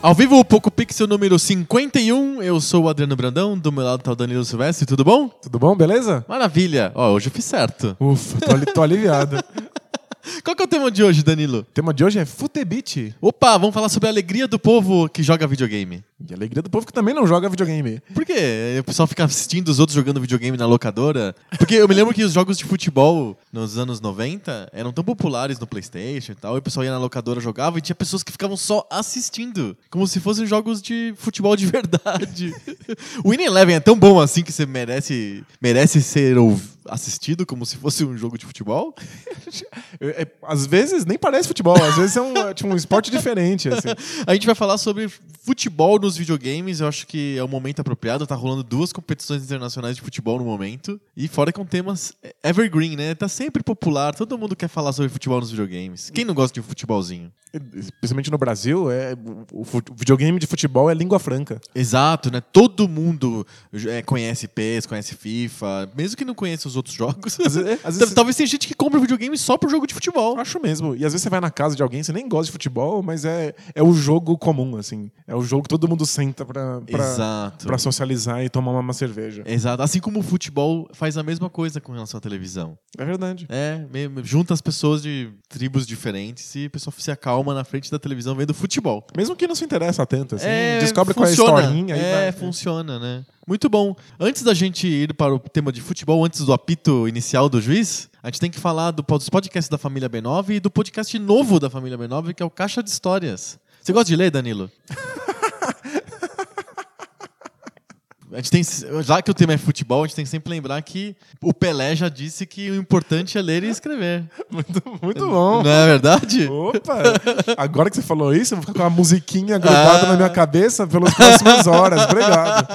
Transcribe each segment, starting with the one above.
Ao vivo, Poco Pixel número 51. Eu sou o Adriano Brandão, do meu lado tá o Danilo Silvestre, tudo bom? Tudo bom, beleza? Maravilha! Ó, hoje eu fiz certo. Ufa, tô, ali- tô aliviado. Qual que é o tema de hoje, Danilo? o tema de hoje é Futebit. Opa, vamos falar sobre a alegria do povo que joga videogame. E a alegria do povo que também não joga videogame. Por quê? O pessoal fica assistindo os outros jogando videogame na locadora? Porque eu me lembro que os jogos de futebol nos anos 90 eram tão populares no Playstation e tal, e o pessoal ia na locadora, jogava, e tinha pessoas que ficavam só assistindo, como se fossem jogos de futebol de verdade. o Winning Eleven é tão bom assim que você merece, merece ser ouv- assistido como se fosse um jogo de futebol? Eu- é- às vezes nem parece futebol, às vezes é um, é, tipo, um esporte diferente, assim. A gente vai falar sobre futebol nos videogames. Eu acho que é o momento apropriado. Tá rolando duas competições internacionais de futebol no momento. E fora com temas evergreen, né? Tá sempre popular. Todo mundo quer falar sobre futebol nos videogames. Quem não gosta de um futebolzinho? Principalmente no Brasil, é, o, fu- o videogame de futebol é língua franca. Exato, né? Todo mundo é, conhece PES, conhece FIFA. Mesmo que não conheça os outros jogos. Às vezes, é, às Tal- vezes Talvez tenha gente que compra videogame só pro jogo de futebol. eu acho mesmo. E às vezes você vai na casa de alguém, você nem gosta de futebol, mas é, é o jogo comum, assim. É o jogo que todo mundo senta pra, pra, Exato. pra socializar e tomar uma, uma cerveja. Exato. Assim como o futebol faz a mesma coisa com relação à televisão. É verdade. É, me- me- junta as pessoas de tribos diferentes e o pessoal se acalma na frente da televisão vendo futebol. Mesmo que não se interessa tanto, assim. é, descobre funciona. qual é a historinha. aí É, vai- funciona, né? Muito bom. Antes da gente ir para o tema de futebol, antes do apito inicial do juiz, a gente tem que falar do, dos podcasts da família B9 e do podcast novo da família B9, que é o Caixa de Histórias. Você gosta de ler, Danilo? A gente tem, já que o tema é futebol, a gente tem que sempre lembrar que o Pelé já disse que o importante é ler e escrever. Muito, muito bom. Não é verdade? Opa! Agora que você falou isso, eu vou ficar com uma musiquinha Ah. grudada na minha cabeça pelas próximas horas. Obrigado.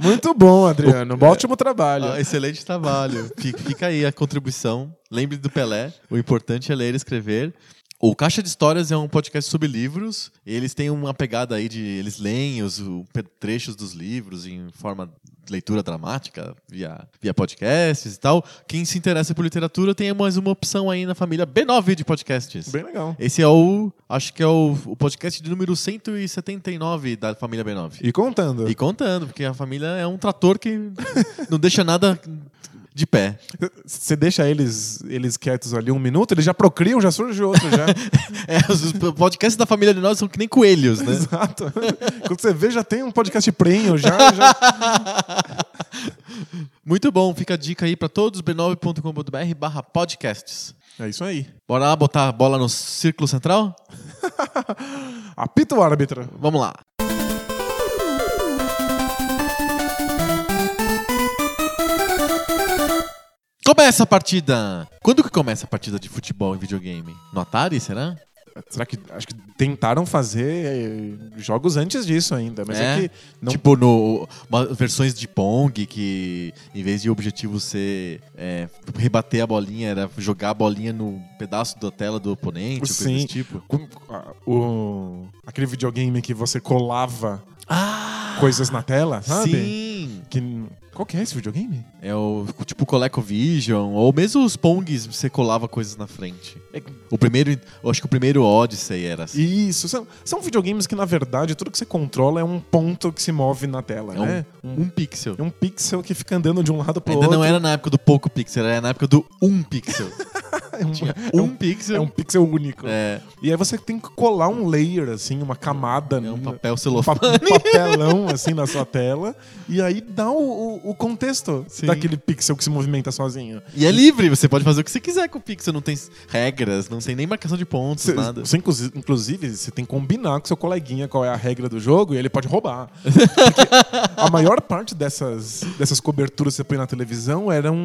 Muito bom, Adriano. Bom, ótimo trabalho. Ah, excelente trabalho. Fica, fica aí a contribuição. Lembre do Pelé. O importante é ler e escrever. O Caixa de Histórias é um podcast sobre livros. Eles têm uma pegada aí de. Eles leem os o- pe- trechos dos livros em forma de leitura dramática, via, via podcasts e tal. Quem se interessa por literatura tem mais uma opção aí na família B9 de podcasts. Bem legal. Esse é o. Acho que é o, o podcast de número 179 da família B9. E contando. E contando, porque a família é um trator que não deixa nada de pé. Você deixa eles, eles quietos ali um minuto, eles já procriam, já surge outro já. É, os os podcasts da família de nós são que nem coelhos, né? Exato. Quando você vê, já tem um podcast prenho, já, já Muito bom, fica a dica aí pra todos, b9.com.br barra podcasts. É isso aí. Bora lá botar a bola no círculo central? Apita o árbitro. Vamos lá. Começa a partida! Quando que começa a partida de futebol em videogame? No Atari, será? Será que. Acho que tentaram fazer eh, jogos antes disso ainda, mas é, É? que. Não, Tipo, no, uma- versões de Pong, que em vez de o objetivo ser é, rebater a bolinha, era jogar a bolinha no pedaço da tela do oponente, coisa Sim. desse tipo. com- a- o, aquele videogame que você colava Ah! coisas na tela, sabe? Sim! Que, qual que é esse videogame? É o tipo ColecoVision, ou mesmo os Pongs, você colava coisas na frente. É O primeiro, eu acho que o primeiro Odyssey era assim. Isso, são, são videogames que, na verdade, tudo que você controla é um ponto que se move na tela, É né? um, um pixel. É um pixel que fica andando de um lado pro Ainda outro. não era na época do pouco pixel, era na época do um pixel. é um, Tinha é um, um- pixel. é um pixel único. é, E aí você tem que colar um layer, assim, uma camada. é um no- papel um celofane. pa- um papelão assim na sua tela e aí dá o, o- o contexto Sim. daquele pixel que se movimenta sozinho. E é livre, você pode fazer o que você quiser com o Pixel, não tem s- regras, não tem nem marcação de pontos, Cê- nada. você, inclusi- inclusive, você tem que combinar com seu coleguinha qual é a regra do jogo e ele pode roubar. Porque a maior parte dessas, dessas coberturas que você põe na televisão eram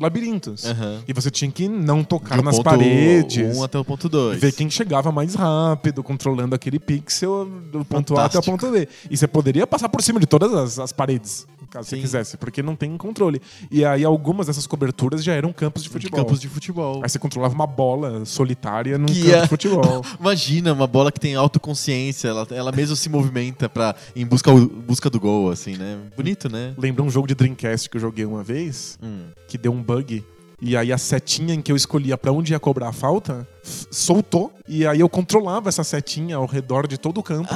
labirintos. Aham. E você tinha que não tocar De um nas ponto paredes. um até o ponto e 2. Ver quem chegava mais rápido, controlando aquele pixel do ponto A até o Fantástico. ponto B. E você poderia passar por cima de todas as, as paredes. caso você Sim. quisesse, porque não tem controle. E aí algumas dessas coberturas já eram campos de futebol. Campos de futebol. Aí você controlava uma bola solitária num Que campo é- de futebol. Imagina uma bola que tem autoconsciência, ela, ela mesmo se movimenta pra, em busca, busca do gol, assim, né? Bonito, né? Lembra um jogo de Dreamcast que eu joguei uma vez, Hum. que deu um bug. E aí a setinha em que eu escolhia pra onde ia cobrar a falta, f- soltou. E aí eu controlava essa setinha ao redor de todo o campo.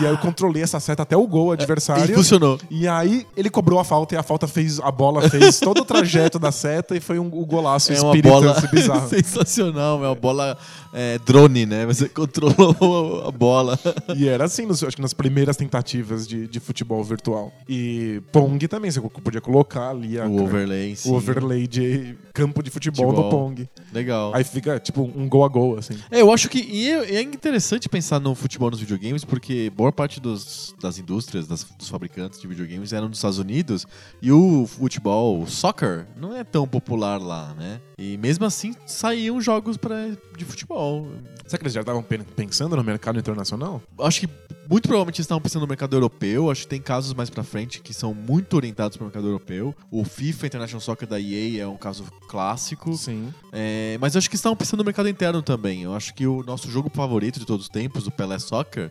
E aí eu controlei essa seta até o gol Ah! É, E adversário. funcionou. E aí ele cobrou a falta e a falta fez. A bola fez todo o trajeto da seta e foi um, um golaço É uma espírita bola assim, bizarro. sensacional, é uma bola é, drone, né? Você controlou a bola. E era assim, nos- acho que nas primeiras tentativas de, de futebol virtual. E Pong também, você podia colocar ali a- O overlay, sim. o overlay de campo de futebol, Futebol. do Pong. Legal. Aí fica tipo um gol a gol, assim. É, eu acho que e é, e é interessante pensar no futebol nos videogames, porque boa parte dos- das indústrias, das- dos fabricantes de videogames eram dos Estados Unidos e o futebol, o soccer, não é tão popular lá, né? E mesmo assim saíam jogos pra, de futebol. Será que eles já estavam pen- pensando no mercado internacional? Acho que muito provavelmente eles estavam pensando no mercado europeu. Acho que tem casos mais pra frente que são muito orientados pro mercado europeu. O FIFA International Soccer da EA é um caso clássico. Sim. É, mas eu acho que estavam pensando no mercado interno também. Eu acho que o nosso jogo favorito de todos os tempos, o Pelé Soccer,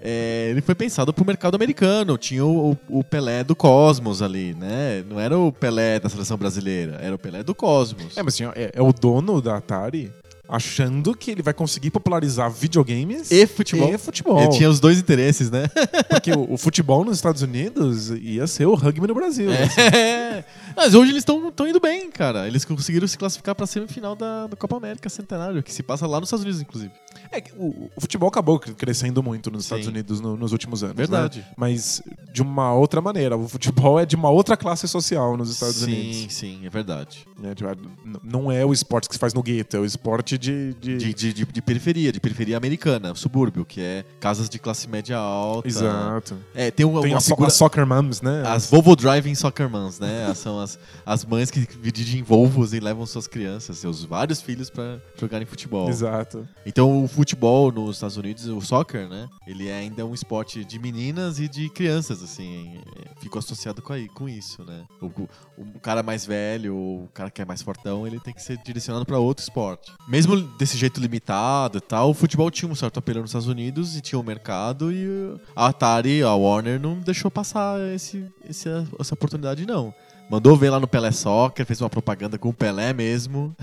é, ele foi pensado pro mercado americano. Tinha o, o- o Pelé do Cosmos ali, né? Não era o Pelé da seleção brasileira, era o Pelé do Cosmos. É, mas assim, ó, é, é o dono da Atari achando que ele vai conseguir popularizar videogames E futebol. E futebol. Ele tinha os dois interesses, né? Porque o, o futebol nos Estados Unidos ia ser o rugby no Brasil. assim. É. Mas hoje eles estão indo bem, cara. Eles conseguiram se classificar pra semifinal da, da Copa América Centenário, que se passa lá nos Estados Unidos, inclusive. É que o, o futebol acabou cre- crescendo muito nos Estados Sim. Unidos no- nos últimos anos. Verdade. né? Mas de uma outra maneira. O futebol é de uma outra classe social nos Estados sim, Unidos. sim, é verdade. né? Tipo, n- Não é o esporte que se faz no gueto, é o esporte de. de- De, de, de- de periferia, de periferia americana, subúrbio, que é casas de classe média alta. Exato. É, tem uma, Tem uma as figura. as soccer moms, né? As Volvo Driving Soccer Moms, né? As- São as, as mães que dirigem Volvos e levam suas crianças, seus vários filhos, pra jogarem futebol. Exato. Então, o futebol nos Estados Unidos, o soccer, né? Ele é ainda um esporte de meninas e de crianças, assim. é, Ficou associado com, aí- com isso, né? O, o- o cara mais velho, o cara que é mais fortão, ele tem que ser direcionado para outro esporte. Mesmo desse jeito limitado e tal, o futebol tinha um certo apelo nos Estados Unidos e tinha um mercado e uh, a Atari, a Warner, não deixou passar esse, esse- essa oportunidade, não. Mandou ver lá no Pelé Soccer, fez uma propaganda com o Pelé mesmo.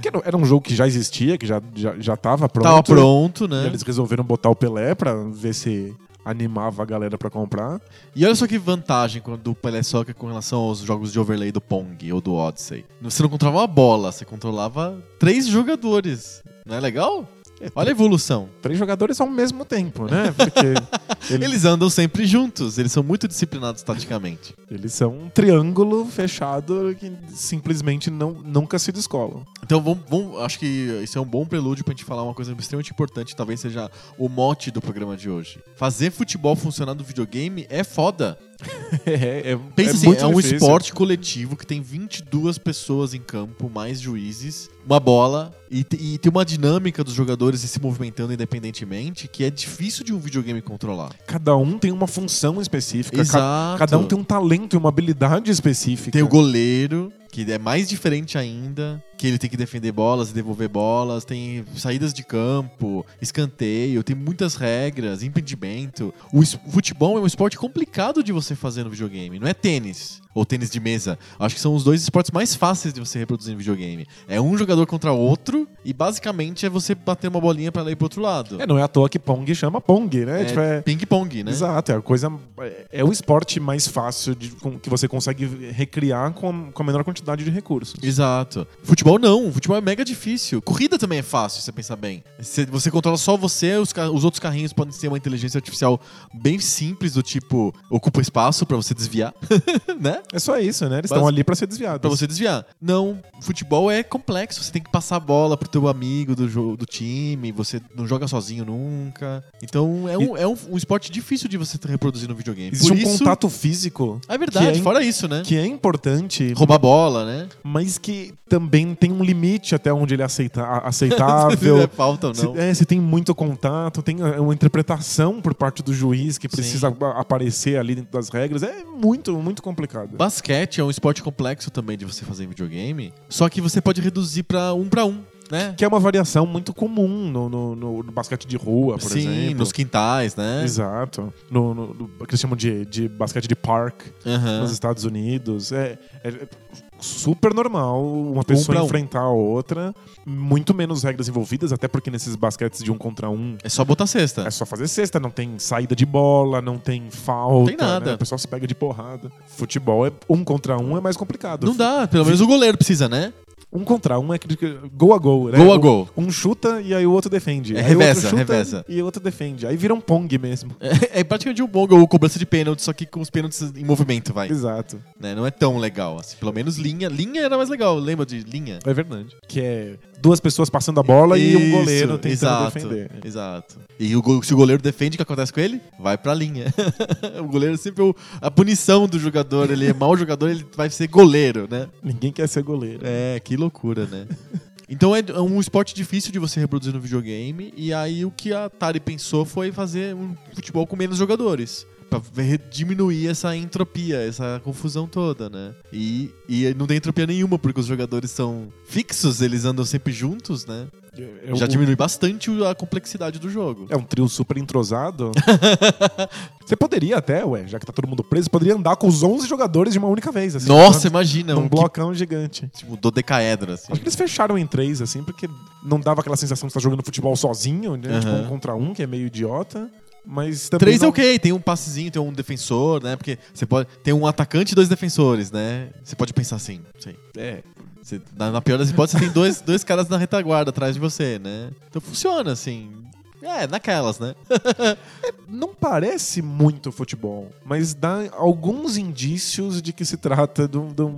Que era, era um jogo que já existia, que já, já, já tava pronto. Tava pronto, né? E eles resolveram botar o Pelé pra ver se animava a galera pra comprar. E olha só que vantagem quando- do Pelé Soccer com relação aos jogos de overlay do Pong ou do Odyssey. Você não controlava uma bola, você controlava três jogadores. Não é legal? Olha a evolução. Três jogadores ao mesmo tempo, né? Porque ele- Eles andam sempre juntos, eles são muito disciplinados taticamente. eles são um triângulo fechado que simplesmente não, nunca se descolam. Então vamos, vamos- acho que isso é um bom prelúdio pra gente falar uma coisa extremamente importante, talvez seja o mote do programa de hoje. Fazer futebol funcionar no videogame é foda. É, é, Pensa é assim, muito é um difícil. esporte coletivo que tem 22 pessoas em campo, mais juízes, uma bola e, te- e tem uma dinâmica dos jogadores se movimentando independentemente que é difícil de um videogame controlar. Cada um tem uma função específica. ca- Exato. Cada um tem um talento e uma habilidade específica. Tem o goleiro, que é mais diferente ainda, que ele tem que defender bolas e devolver bolas, tem saídas de campo, escanteio, tem muitas regras, impedimento. O es- o futebol é um esporte complicado de você fazer no videogame, não é tênis ou tênis de mesa. Acho que são os dois esportes mais fáceis de você reproduzir no videogame. É um jogador contra outro e basicamente é você bater uma bolinha pra lá e pro outro lado. É, não é à toa que Pong chama Pong, né? Tipo, é- ping-pong, né? Exato, é a coisa. É o esporte mais fácil de- com- que você consegue recriar com, com a menor quantidade de recursos. Exato. Futebol não, futebol é mega difícil. Corrida também é fácil, se você pensar bem. Se você controla só você, os, ca- os outros carrinhos podem ser uma inteligência artificial bem simples, do tipo, ocupa espaço pra você desviar, né? É só isso, né? Eles Basi- estão ali pra ser desviados. Pra você desviar. Não, futebol é complexo, você tem que passar a bola pro teu amigo do, jo- do time, você não joga sozinho nunca. Então é um, é um, um esporte difícil de você reproduzir no videogame. Existe Por um isso, contato físico É verdade, que é- fora isso, né? que é importante, Roubar bola, né? mas que também tem, tem um limite até onde ele é aceita, a- aceitável. Se é pauta ou Se- não. é, se tem muito contato, tem é, uma interpretação por parte do juiz que precisa a- aparecer ali dentro das regras. É muito, muito complicado. Basquete é um esporte complexo também de você fazer em videogame, só que você pode reduzir pra um pra um, né? que é uma variação muito comum no, no- no- no basquete de rua, é, por Sim, exemplo. nos quintais, né? Exato. No, no- no- o que eles chamam de, de basquete de park Aham. nos Estados Unidos. É, é super normal uma pessoa pra um. enfrentar a outra. Muito menos regras envolvidas, até porque nesses basquetes de um contra um É só botar cesta. é só fazer cesta, não tem saída de bola, não tem falta. Tem nada. né? O pessoal se pega de porrada. Futebol é um contra um é mais complicado. Não dá, pelo menos o goleiro precisa, né? Um contra um é aquele que- gol a gol, né? Gol a Um- gol. Um chuta e aí o outro defende. É, Aí o outro reveza, chuta reveza. E o outro defende. Aí vira um pong mesmo. É, é praticamente um bom gol, cobrança de pênalti, só que com os pênaltis em movimento, vai. Exato. Né? Não é tão legal, assim. Pelo menos linha. Linha era mais legal, lembra de linha? É verdade. Que é duas pessoas passando a bola e um Isso, goleiro tentando exato, defender. Exato. E o go- se o goleiro defende, o que acontece com ele? Vai pra linha. o goleiro é sempre o- a punição do jogador. Ele é mau jogador, ele vai ser goleiro, né? Ninguém quer ser goleiro. É, que loucura, né? Então é é um esporte difícil de você reproduzir no videogame. E aí o que a Atari pensou foi fazer um futebol com menos jogadores. Pra ver- diminuir essa entropia, essa confusão toda, né? E, e não tem entropia nenhuma, porque os jogadores são fixos, eles andam sempre juntos, né? É, Já um- diminui bastante o- a complexidade do jogo. é um trio super entrosado. Você poderia até, ué, já que tá todo mundo preso, poderia andar com os 11 jogadores de uma única vez. Assim, Nossa, num- imagina, Num um bloco blocão gigante. tipo dodecaedra, assim. Acho que eles fecharam em três, assim, porque não dava aquela sensação de estar jogando futebol sozinho, né? Tipo, Aham. um contra um, que é meio idiota. Mas também. Três não... é ok, tem um passezinho, tem um defensor, né? Porque você pode. Tem um atacante e dois defensores, né? Você pode pensar assim, não sei. É. Você- na, na pior das hipóteses, você tem dois, dois caras na retaguarda atrás de você, né? Então funciona, assim. É, naquelas, né? Não parece muito futebol, mas dá alguns indícios de que se trata do, do,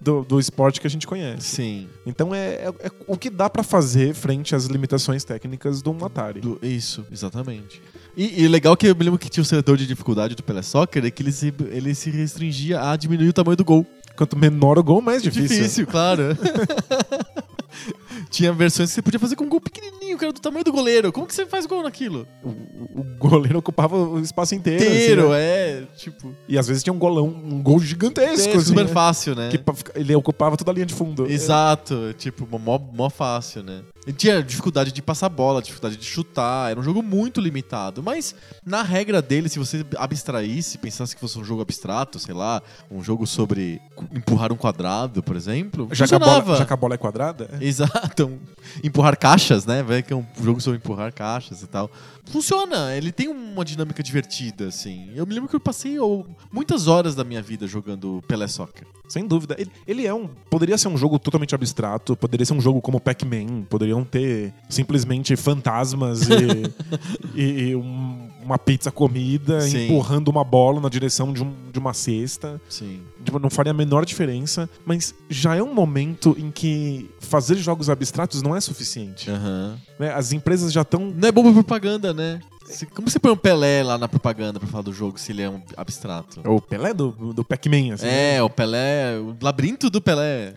do, do esporte que a gente conhece. Sim. Então é, é- é o que dá pra fazer frente às limitações técnicas do um Atari. Do- isso, exatamente. E, e legal que eu me lembro que tinha o setor de dificuldade do Pelé Soccer é que ele se, ele se restringia a diminuir o tamanho do gol. Quanto menor o gol, mais difícil. Difícil, claro. Tinha versões que você podia fazer com um gol pequenininho, que era do tamanho do goleiro. Como que você faz gol naquilo? O, o- o goleiro ocupava o espaço inteiro. assim, Inteiro, né? é. Tipo, E às vezes tinha um golão, um gol gigantesco. é assim, super né? fácil, né? Que é. pa- ele ocupava toda a linha de fundo. Exato, tipo, mó, mó fácil, né? E tinha dificuldade de passar bola, dificuldade de chutar, era um jogo muito limitado. Mas, na regra dele, se você abstraísse, pensasse que fosse um jogo abstrato, sei lá, um jogo sobre cu- empurrar um quadrado, por exemplo, Já que, a funcionava. bola, já que a bola é quadrada? Exato. um- Empurrar caixas, né? Vai que é um jogo sobre empurrar caixas e tal. Funciona, ele tem uma dinâmica divertida, assim. Eu me lembro que eu passei ô, muitas horas da minha vida jogando Pelé Soccer. Sem dúvida. Ele, ele é um. Poderia ser um jogo totalmente abstrato, poderia ser um jogo como Pac-Man, poderiam ter simplesmente fantasmas e, e- e um- uma pizza comida Sim. empurrando uma bola na direção de, um- de uma cesta. Sim. Tipo, não faria a menor diferença, mas já é um momento em que fazer jogos abstratos não é suficiente. Aham. né? As empresas já estão. Não é bom pra propaganda, né? Se- Como você põe um Pelé lá na propaganda pra falar do jogo se ele é um abstrato? O Pelé do, do Pac-Man, assim. É, o Pelé, o labirinto do Pelé.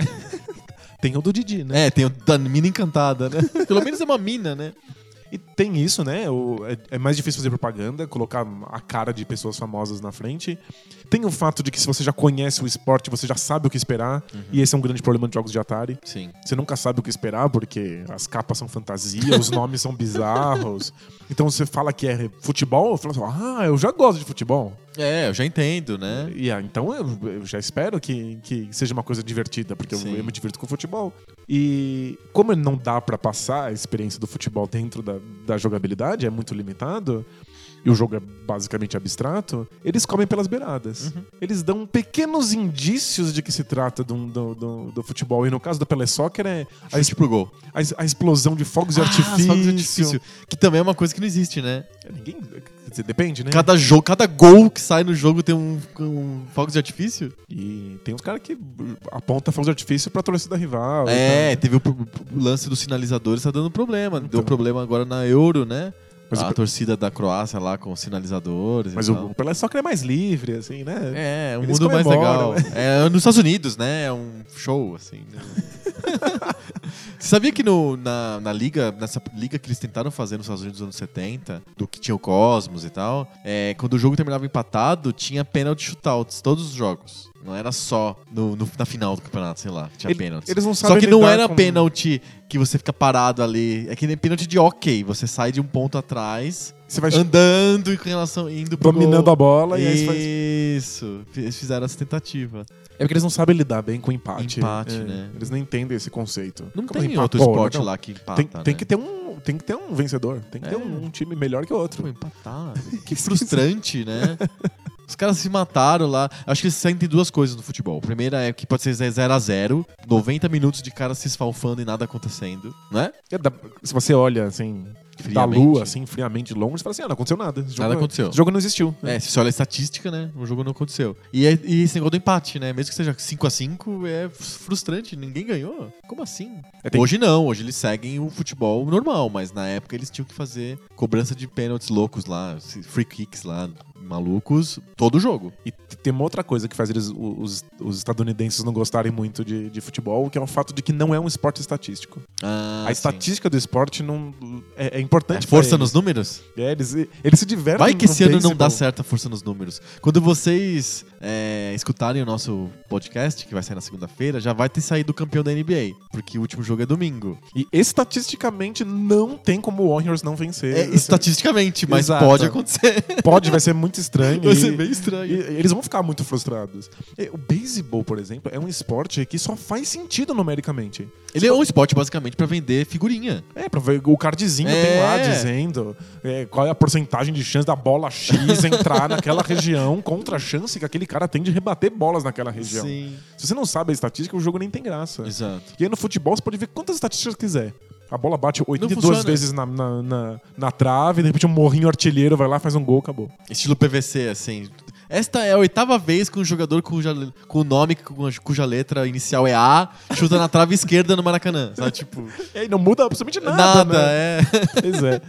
Tem o do Didi, né? é, tem o da mina encantada, né? Pelo menos é uma mina, né? E tem isso, né? O- é, é mais difícil fazer propaganda, colocar a cara de pessoas famosas na frente. Tem o fato de que se você já conhece o esporte, você já sabe o que esperar. E esse é um grande problema de jogos de Atari. Sim. Você nunca sabe o que esperar, porque as capas são fantasia, os nomes são bizarros. Então você fala que é futebol, fala assim, ah, eu já gosto de futebol. É, eu já entendo, né? E ah, então eu, eu já espero que, que seja uma coisa divertida, porque eu, Sim. eu me divirto com o futebol. E como não dá pra passar a experiência do futebol dentro da, da jogabilidade, é muito limitado, e o jogo é basicamente abstrato, eles comem pelas beiradas. Uhum. Eles dão pequenos indícios de que se trata do, do, do, do futebol. E no caso do Pelé Soccer é a, es- Chute pro tipo, gol. a es- a explosão de fogos de Ah, artifício. fogos de artifício. Que também é uma coisa que não existe, né? É, Ninguém, quer dizer, depende, né? Cada, jogo, cada gol que sai no jogo tem um, um fogo de artifício. E tem uns caras que apontam fogos de artifício pra torcida rival. e tal. É, teve o, pro- o lance dos sinalizadores, tá dando problema. Deu Então. problema agora na Euro, né? Mas, a o, torcida da Croácia lá com sinalizadores. mas e o, tal. o Pelé só que ele é mais livre, assim, né? É, um Eles mundo mais comemoram, legal. É nos Estados Unidos, né? É um show, assim. né? Você sabia que no- na, na liga, nessa liga que eles tentaram fazer nos Estados Unidos nos anos 70, do que tinha o Cosmos e tal, é, quando o jogo terminava empatado, tinha pênalti shootouts, todos os jogos. Não era só no, no- na final do campeonato, sei lá, tinha Ele- pênalti. eles não Só sabem que não lidar era com- pênalti que você fica parado ali. É que nem pênalti de ok, você sai de um ponto atrás, Você vai andando e com relação indo pro dominando gol. a bola e aí você faz. Isso. Eles fizeram essa tentativa. É porque eles não sabem lidar bem com empate. Empate, É, né? Eles não entendem esse conceito. Não Como tem empatou, outro esporte não. lá que empata, Tem, tem né? que ter um, tem que ter um vencedor. Tem que É. ter um, um né? time melhor que o Pô, outro. empatar. Que frustrante, né? Os caras se mataram lá. Acho que eles sentem duas coisas no futebol. A primeira é que pode ser 0 a 0 90 minutos de cara se esfalfando e nada acontecendo, né? É da- se você olha assim da Friamente. lua assim friamente longe, você fala assim, ah, não aconteceu nada. Esse jogo Nada não- aconteceu. esse jogo não existiu. É, se você olha a estatística, né? O jogo não aconteceu. E, é- e esse negócio do empate, né? Mesmo que seja 5 a 5 é frustrante. Ninguém ganhou. Como assim? É, tem- Hoje não. Hoje eles seguem o futebol normal. Mas na época eles tinham que fazer cobrança de pênaltis loucos lá, free kicks lá, malucos, todo jogo. E t- tem uma outra coisa que faz eles, os, os estadunidenses não gostarem muito de, de futebol, que é o fato de que não é um esporte estatístico. Ah, a sim. estatística do esporte não é, é importante. É força pra nos eles. números? É, eles, eles se divertem. Vai que no esse ano não beisebol. dá certo a força nos números. Quando vocês é, escutarem o nosso podcast, que vai sair na segunda-feira, já vai ter saído o campeão da NBA. Porque o último jogo é domingo. E estatisticamente não tem como o Warriors não vencer. É, Assim, estatisticamente, mas Exato. pode acontecer. Pode, vai ser muito estranho. Vai e- ser bem e estranho. eles vão ficar muito frustrados. E O beisebol, por exemplo, é um esporte que só faz sentido numericamente. Ele é um esporte, basicamente, pra vender figurinha. É, pra ver o cardzinho É. tem lá dizendo é, qual é a porcentagem de chance da bola X entrar naquela região contra a chance que aquele cara tem de rebater bolas naquela região. Se você não sabe a estatística, o jogo nem tem graça. Exato. E aí no futebol você pode ver quantas estatísticas quiser. A bola bate 82 funciona. vezes na, na, na, na trave, de repente um morrinho artilheiro vai lá, faz um gol, acabou. Estilo PVC, assim. Esta é a oitava vez que um jogador cuja, com o nome cuja, cuja letra inicial é A chuta na trave esquerda no Maracanã. Sabe, tipo, E aí não muda absolutamente nada. nada, né? é. Pois é.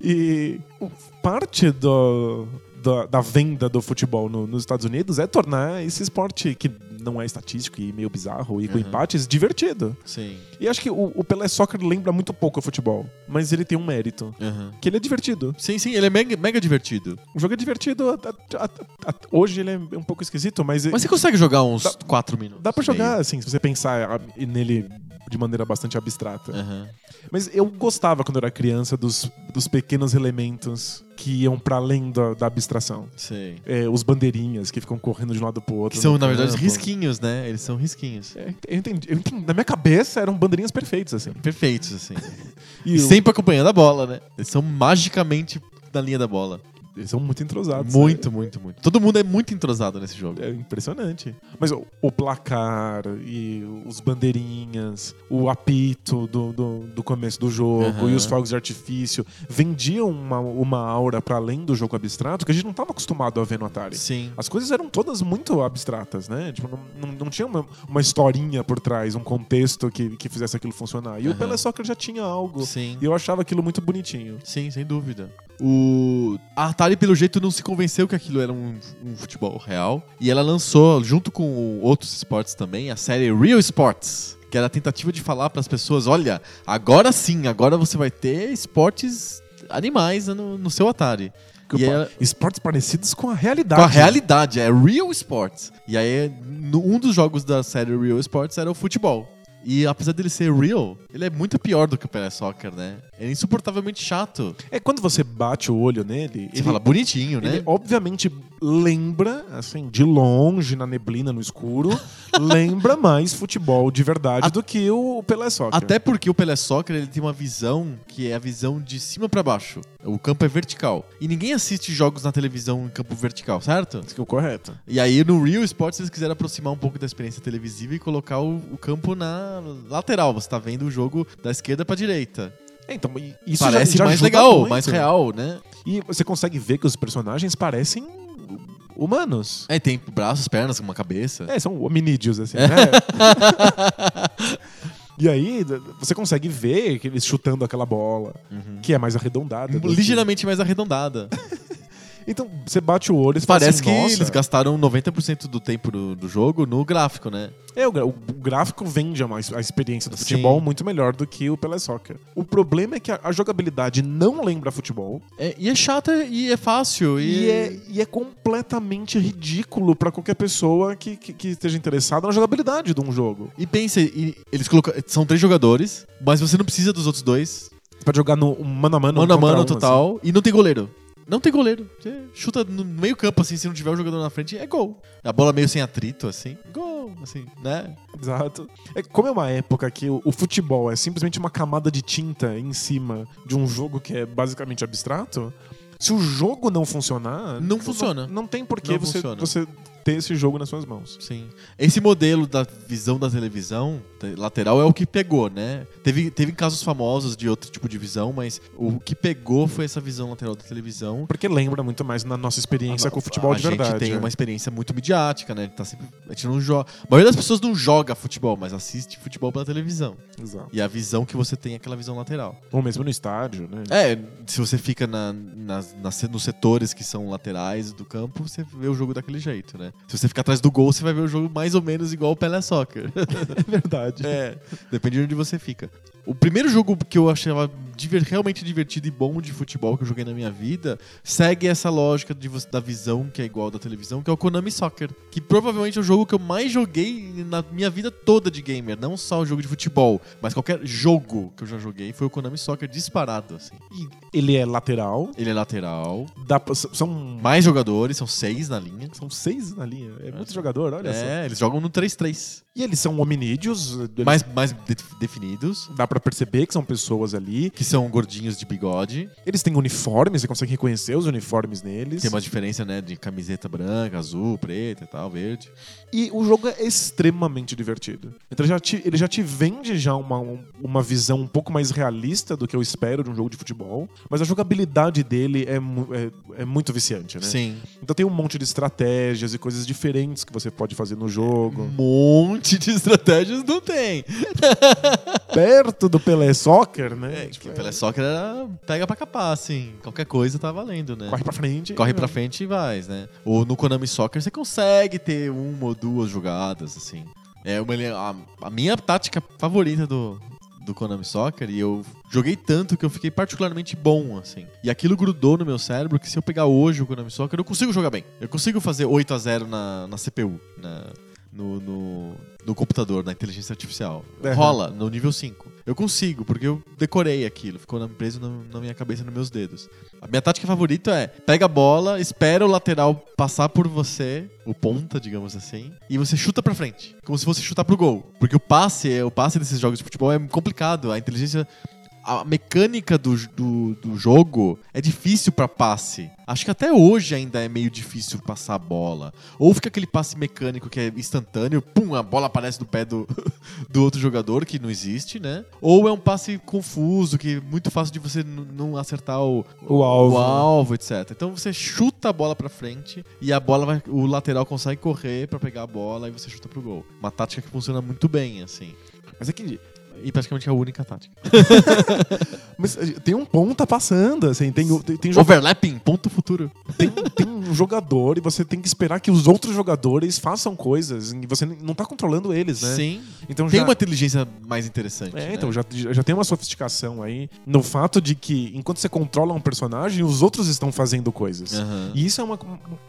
E o- parte do, da, da venda do futebol no- nos Estados Unidos é tornar esse esporte que não é estatístico e meio bizarro e com Uhum. empates divertido. Sim. E acho que o, o Pelé Soccer lembra muito pouco o futebol, mas ele tem um mérito. Aham. Que ele é divertido. Sim, sim, ele é mega, mega divertido. O jogo é divertido. a- a- a- a- hoje ele é um pouco esquisito, mas. Mas você consegue jogar uns Dá- 4 minutos? Dá pra e jogar, assim, se você pensar ah, nele de maneira bastante abstrata. meio. Aham. Mas eu gostava, quando eu era criança, dos, dos pequenos elementos que iam pra além da, da abstração. Sei. É, os bandeirinhas que ficam correndo de um lado pro outro. Que são, no na verdade, campo. risquinhos, né? Eles são risquinhos. É, eu entendi, eu entendi. Na minha cabeça eram bandeirinhas perfeitas, assim. Perfeitos, assim. E E eu- sempre acompanhando a bola, né? Eles são magicamente na linha da bola. eles são muito entrosados. Muito, muito, muito. Todo mundo é muito entrosado nesse jogo. É impressionante. Mas o, o placar e os bandeirinhas, o apito do, do, do começo do jogo Aham. e os fogos de artifício vendiam uma, uma aura para além do jogo abstrato que a gente não estava acostumado a ver no Atari. Sim. As coisas eram todas muito abstratas, né? Tipo, não, não, não tinha uma, uma historinha por trás, um contexto que, que fizesse aquilo funcionar. E o Aham. Pelé Soccer já tinha algo. Sim. E eu achava aquilo muito bonitinho. Sim, sem dúvida. O... A Atari, pelo jeito, não se convenceu que aquilo era um, um futebol real. E ela lançou, junto com outros esportes também, a série Real Sports. Que era a tentativa de falar para as pessoas: olha, agora sim, agora você vai ter esportes animais né, no, no seu Atari. Que E pa- ela- Esportes parecidos com a realidade. Com a realidade, é Real Sports. E aí, no- um dos jogos da série Real Sports era o futebol. E apesar dele ser real, ele é muito pior do que o Pelé Soccer, né? Ele é insuportavelmente chato. É quando você bate o olho nele, Você ele, fala bonitinho, né? ele é obviamente lembra, assim, de longe, na neblina, no escuro, lembra mais futebol de verdade do que o Pelé Soccer. Até porque o Pelé Soccer ele tem uma visão que é a visão de cima pra baixo. O campo é vertical. E ninguém assiste jogos na televisão em campo vertical, certo? Isso que é o correto. E aí no Real Sports eles quiseram aproximar um pouco da experiência televisiva e colocar o, o campo na lateral. Você tá vendo o jogo da esquerda pra direita. É, então, e- isso já- Parece já mais ajuda legal, muito. mais real, né? E você consegue ver que os personagens parecem humanos. É, tem braços, pernas, uma cabeça. É, são hominídeos, assim, né? E aí d- você consegue ver que eles chutando aquela bola, que é mais arredondada. assim. do que- Uhum. Ligeiramente mais arredondada. Então você bate o olho e você fala Tipo, Parece assim, que "Nossa". eles gastaram 90% do tempo do, do jogo no gráfico, né? É, o, gra- o gráfico vende a, mais- a experiência do Sim. futebol muito melhor do que o Pelé Soccer. O problema é que a, a jogabilidade não lembra futebol É- e é chato e é fácil. E, e, é, e é completamente ridículo pra qualquer pessoa que, que- que esteja interessada na jogabilidade de um jogo. e pensa, e eles colocam. São três jogadores, mas você não precisa dos outros dois. Pra jogar no um mano a mano a mano. contra mano um, assim. total. E não tem goleiro. Não tem goleiro. Você chuta no meio campo, assim, se não tiver o jogador na frente, é gol. A bola meio sem atrito, assim. Gol, assim, né? Exato. É, como é uma época que o, o futebol é simplesmente uma camada de tinta em cima de um jogo que é basicamente abstrato, se o jogo não funcionar. Não funciona. Não, tem por que Não você, funciona. você ter esse jogo nas suas mãos. Sim. Esse modelo da visão da televisão te- lateral é o que pegou, né? Teve, teve casos famosos de outro tipo de visão, mas o que pegou foi essa visão lateral da televisão. Porque lembra muito mais na nossa experiência com o futebol Ah, a de verdade. gente tem é. uma experiência muito midiática, né? Tá sempre, a gente não joga. A maioria das pessoas não joga futebol, mas assiste futebol pela televisão. Exato. E a visão que você tem é aquela visão lateral. Ou mesmo no estádio, né? É, se você fica na, nas- nas- nos setores que são laterais do campo, você vê o jogo daquele jeito, né? Se você ficar atrás do gol, você vai ver o jogo mais ou menos igual o Pelé Soccer. É verdade. É, depende de onde você fica. O primeiro jogo que eu achava diver- realmente divertido e bom de futebol que eu joguei na minha vida segue essa lógica de você- da visão que é igual da televisão, que é o Konami Soccer. Que provavelmente é o jogo que eu mais joguei na minha vida toda de gamer. Não só o jogo de futebol, mas qualquer jogo que eu já joguei foi o Konami Soccer disparado, assim. E ele é lateral, Ele é lateral, dá pra- s- são, mais jogadores, são seis na linha. são seis na linha. É muito jogador, olha só. É, eles jogam no 3-3. E eles são hominídeos, eles- Mais, mais de- definidos, dá pra perceber que são pessoas ali. que são gordinhos de bigode. Eles têm uniformes, você consegue reconhecer os uniformes neles. Tem uma diferença, né, de camiseta branca, azul, preta e tal, verde. E o jogo é extremamente divertido. Então ele já te, ele já te vende já uma, um- uma visão um pouco mais realista do que eu espero de um jogo de futebol, mas a jogabilidade dele é, mu- é, é muito viciante, né? Sim. Então tem um monte de estratégias e coisas diferentes que você pode fazer no Um jogo. monte de estratégias não tem. Perto do Pelé Soccer, né? É, Tipo, que pela soccer era pega pra capar, assim. Qualquer coisa tá valendo, né? Corre pra frente. Corre pra frente e vai, né? Ou no Konami Soccer você consegue ter uma ou duas jogadas, assim. É uma, a, a minha tática favorita do, do Konami Soccer, e eu joguei tanto que eu fiquei particularmente bom, assim. E aquilo grudou no meu cérebro que se eu pegar hoje o Konami Soccer, eu consigo jogar bem. Eu consigo fazer 8 a 0 na, na CPU, na, no, no, no computador, na inteligência artificial. Aham. Rola no nível 5. Eu consigo, porque eu decorei aquilo, ficou na- preso na, na minha cabeça, nos meus dedos. A minha tática favorita é pega a bola, espera o lateral passar por você, o ponta, digamos assim, e você chuta pra frente, como se fosse chutar pro gol. Porque o passe, o passe desses jogos de futebol é complicado, a inteligência a mecânica do, do, do jogo é difícil pra passe. Acho que até hoje ainda é meio difícil passar a bola. Ou fica aquele passe mecânico que é instantâneo, pum, a bola aparece do pé do, do outro jogador, que não existe, né? Ou é um passe confuso, que é muito fácil de você n- não acertar o, O alvo. o alvo, etc. Então você chuta a bola pra frente e a bola vai, o lateral consegue correr pra pegar a bola e você chuta pro gol. Uma tática que funciona muito bem, assim. Mas é que. E praticamente é a única tática. Mas eh, tem um ponta passando, assim, tem, o- tem, tem, jo- Overlapping, ponto futuro. tem, tem um jogador e você tem que esperar que os outros jogadores façam coisas. E você n- não tá controlando eles, né? Sim. Então Tem já- uma inteligência mais interessante. É, né? então já, já tem uma sofisticação aí no fato de que enquanto você controla um personagem, os outros estão fazendo coisas. Aham. E isso é uma,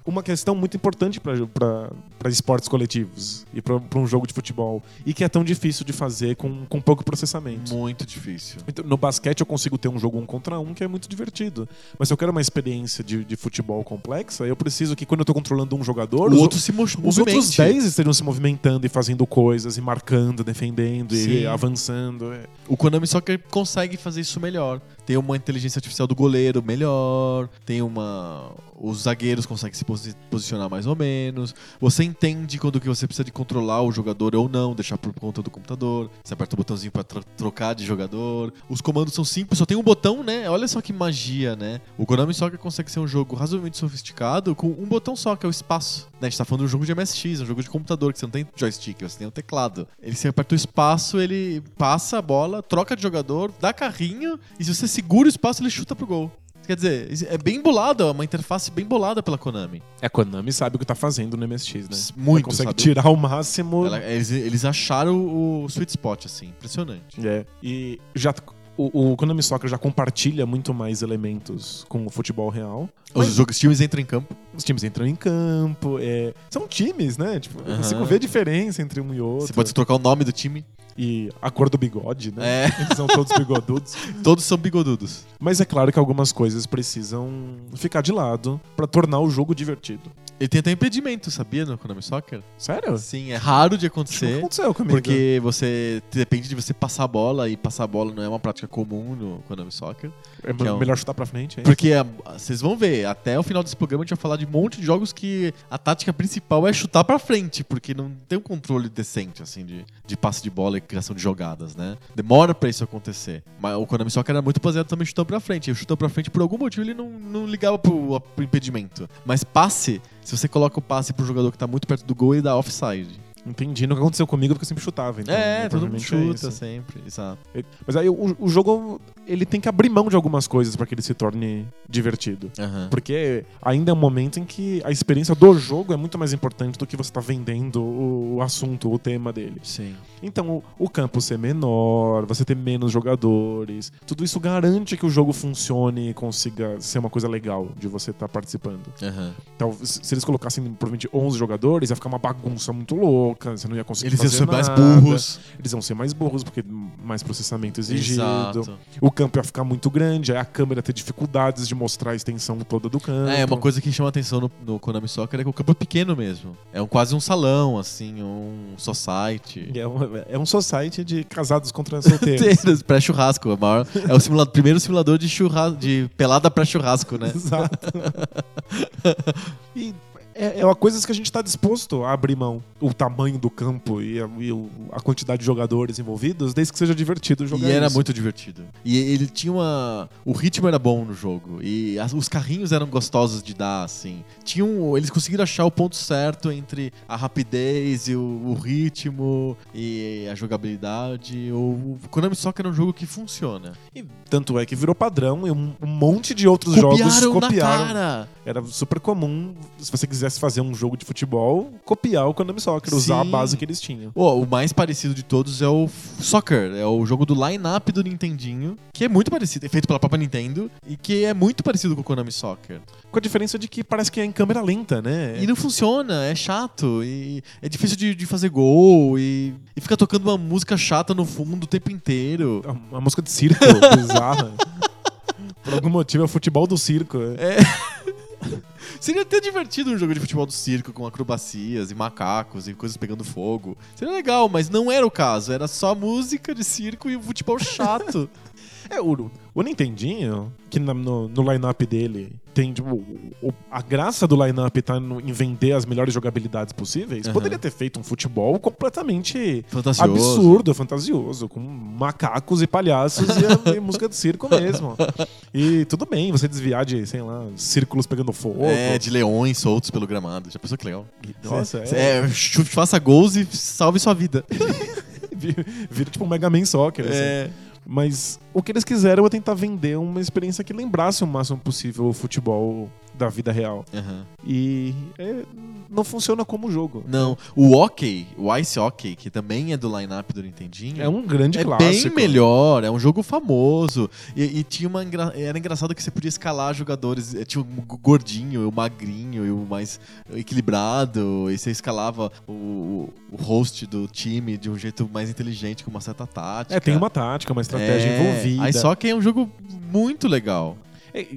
uma questão muito importante para esportes coletivos e para um jogo de futebol. E que é tão difícil de fazer com, com pouco processamento. Muito difícil. Então, no basquete eu consigo ter um jogo um contra um que é muito divertido. Mas se eu quero uma experiência de, de futebol complexa, eu preciso que quando eu tô controlando um jogador, O os outro se mo- os movimente. outros 10 estariam se movimentando e fazendo coisas, e marcando, defendendo, e Sim. avançando. É. O Konami só que consegue fazer isso melhor. Tem uma inteligência artificial do goleiro melhor. Tem uma. Os zagueiros conseguem se posi- posicionar mais ou menos. Você entende quando que você precisa de controlar o jogador ou não, deixar por conta do computador. Você aperta o botãozinho move pra tro- trocar de jogador. Os comandos são simples, só tem um botão, né? Olha só que magia, né? O Konami Soccer consegue ser um jogo razoavelmente sofisticado com um botão só, que é o espaço. Né? A gente tá falando de um jogo de MSX, um jogo de computador, que você não tem joystick, você tem um teclado. Ele se aperta o espaço, ele passa a bola, troca de jogador, dá carrinho, e se você segura o espaço, ele chuta pro gol. Quer dizer, isso é bem bolado, é uma interface bem bolada pela Konami. É, a Konami sabe o que tá fazendo no MSX, né? S- muito, Ela consegue sabe? tirar o máximo. Ela- eles, eles acharam o sweet spot, assim, impressionante. É. E já. O, o Konami Soccer já compartilha muito mais elementos com o futebol real. Os, Mas jogos- os times entram em campo. os times entram em campo. é, São times, né? Tipo, eu Aham. consigo ver a diferença entre um e outro. Você pode trocar o nome do time. E a cor do bigode, né? É, Eles são todos bigodudos. todos são bigodudos. Mas é claro que algumas coisas precisam ficar de lado pra tornar o jogo divertido. Ele tem até impedimento, sabia, no Konami Soccer? Sério? Sim, é raro de Isso nunca acontecer. aconteceu comigo. Porque você depende de você passar a bola, e passar a bola não é uma prática comum no Konami Soccer. é que é um- melhor chutar pra frente, é? Porque a- vocês vão ver, até o final desse programa a gente vai falar de um monte de jogos que a tática principal é chutar pra frente, porque não tem um controle decente, assim, de, de passe de bola e criação de jogadas, né? Demora pra isso acontecer. Mas o Konami Soccer era muito baseado também em chutão pra frente. E o chutão pra frente, por algum motivo, ele não, não ligava pro, pro impedimento. Mas passe, se você coloca o passe pro jogador que tá muito perto do gol, ele dá offside. Entendi, nunca aconteceu comigo porque eu sempre chutava. Então, é, todo mundo provavelmente é chuta isso. sempre, exato. Mas aí o, o jogo ele tem que abrir mão de algumas coisas pra que ele se torne divertido. Aham. Porque ainda é um momento em que a experiência do jogo é muito mais importante do que você tá vendendo o, o assunto, o tema dele. Sim. Então, o, o campo ser menor, você ter menos jogadores, tudo isso garante que o jogo funcione e consiga ser uma coisa legal de você estar participando. Aham. Então, se se eles colocassem provavelmente 11 jogadores, ia ficar uma bagunça muito louca, você não ia conseguir Eles iam fazer ser mais nada. burros. Eles iam ser mais burros, porque mais processamento exigido. Exato. O campo ia ficar muito grande, aí a câmera ia ter dificuldades de mostrar a extensão toda do campo. É, uma coisa que chama atenção no, no Konami Soccer é que o campo é pequeno mesmo. É um, quase um salão, assim, um society. E É um, é um society de casados contra solteiros. Inteiras, Pré-churrasco, é, o maior- é o simula- primeiro simulador de, churras, de pelada pré-churrasco, né? Exato. e é, é uma coisa que a gente está disposto a abrir mão. O tamanho do campo e a, e o- a quantidade de jogadores envolvidos, desde que seja divertido jogar E era isso. muito divertido. E ele tinha uma. O ritmo era bom no jogo. E as- os carrinhos eram gostosos de dar, assim. Tinha um- Eles conseguiram achar o ponto certo entre a rapidez e o, o ritmo e a jogabilidade. O, o Konami Soccer é um jogo que funciona. E tanto é que virou padrão e um, um monte de outros copiaram jogos na copiaram. cara! Era super comum, se você quisesse fazer um jogo de futebol, copiar o Konami Soccer, usar a Sim. base que eles tinham. Ó, o mais parecido de todos é o F- Soccer, é o jogo do line-up do Nintendinho, que é muito parecido, é feito pela própria Nintendo, e que é muito parecido com o Konami Soccer. Com a diferença de que parece que é em câmera lenta, né? E não funciona, é chato, e é difícil de, de fazer gol, e, e fica tocando uma música chata no fundo o tempo inteiro. A- É Uma música de circo, bizarra. Por algum motivo é o futebol do circo. Seria até divertido um jogo de futebol do circo com acrobacias e macacos e coisas pegando fogo. Seria legal, mas não era o caso, era só música de circo e o futebol chato. É, o, o Nintendinho, que na- no, no line-up dele tem, tipo, o- o- a graça do line-up tá no- em vender as melhores jogabilidades possíveis, Aham. poderia ter feito um futebol completamente Fantasioso. absurdo, fantasioso, com macacos e palhaços e, a- e música de circo mesmo. E tudo bem, você desviar de, sei lá, círculos pegando fogo. É, de leões soltos pelo gramado. Já pensou que legal? Nossa, Cê- é, chu- faça gols e salve sua vida. Vira tipo um Mega Man Soccer. assim. É. Mas o que eles quiseram é tentar vender uma experiência que lembrasse o máximo possível o futebol da vida real. Aham. E é, não funciona como jogo. Não, o Hockey, o Ice Hockey, que também é do line-up do Nintendinho. É um grande é bem clássico. melhor, é um jogo famoso. E, e tinha uma engra- era engraçado que você podia escalar jogadores. eh, Tinha o gordinho, o magrinho, e o mais equilibrado. E você escalava o, o host do time de um jeito mais inteligente, com uma certa tática. É. É, tem uma tática, uma estratégia envolvida. Ice Hockey é um jogo muito legal. é,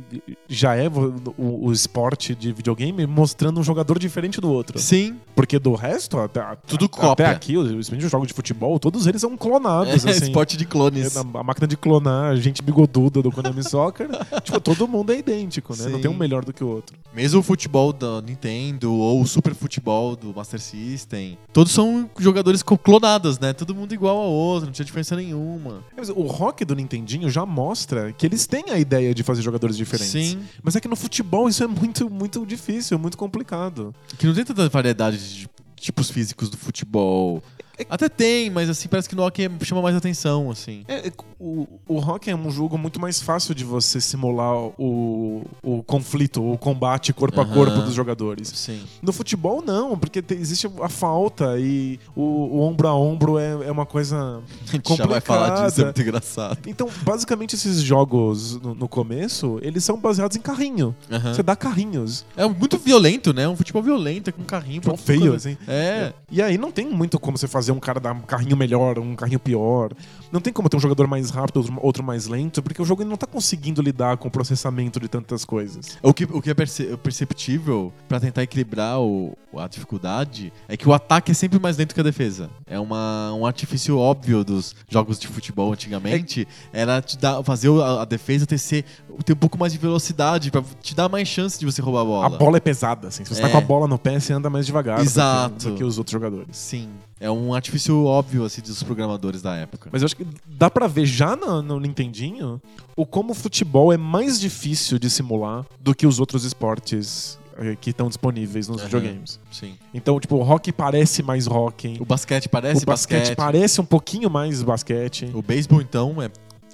já é vo- o, o esporte de videogame mostrando um jogador diferente do outro. Sim. Porque do resto, até, Tudo a- cópia. até aqui, os- principalmente os jogos de futebol, todos eles são clonados. É, assim. esporte de clones. É, na- a máquina de clonar a gente bigoduda do Konami Soccer. tipo, todo mundo é idêntico, né? Não Sim. tem um melhor do que o outro. Mesmo o futebol da Nintendo ou o super futebol do Master System. Todos são jogadores co- clonados, né? Todo mundo igual ao outro, não tinha diferença nenhuma. É, mas O rock do Nintendinho já mostra que eles têm a ideia de fazer jogadores diferentes. Sim. Mas é que no futebol isso é muito, muito difícil, muito complicado. Que não tem tanta variedade de tipos físicos do futebol. Até tem, mas assim, parece que no hockey chama mais atenção, assim. É, é, o, o rock é um jogo muito mais fácil de você simular o, o conflito, o combate corpo a Aham. corpo dos jogadores. Sim. No futebol, não, porque te- existe a falta e o, o ombro a ombro é, é uma coisa A gente já vai complicada. falar disso, é muito engraçado. Então, basicamente, esses jogos no, no começo, eles são baseados em carrinho. Aham. Você dá carrinhos. É muito violento, né? Um futebol violento, é com carrinho. pra Futebol tudo feio, quanto- assim. É. E aí não tem muito como você fazer um cara dar um carrinho melhor, um carrinho pior. Não tem como ter um jogador mais rápido, outro- outro mais lento, porque o jogo não tá conseguindo lidar com o processamento de tantas coisas. O que, o que é perce- perceptível pra tentar equilibrar o- a dificuldade é que o ataque é sempre mais lento que a defesa. É uma, um artifício óbvio dos jogos de futebol antigamente. Era te dar, fazer o- a, a defesa ter, ser- ter um pouco mais de velocidade pra te dar mais chance de você roubar a bola. A bola é pesada, assim. Se você tá É. com a bola no pé, você anda mais devagar do que- Exato. do que os outros jogadores. Sim. É um artifício óbvio assim, dos programadores da época. Mas eu acho que dá pra ver já no, no Nintendinho o como o futebol é mais difícil de simular do que os outros esportes eh, que estão disponíveis nos Aham. videogames. Sim. Então, tipo, o rock parece mais rock. O basquete parece o basquete, parece um pouquinho mais basquete. O beisebol, então, é,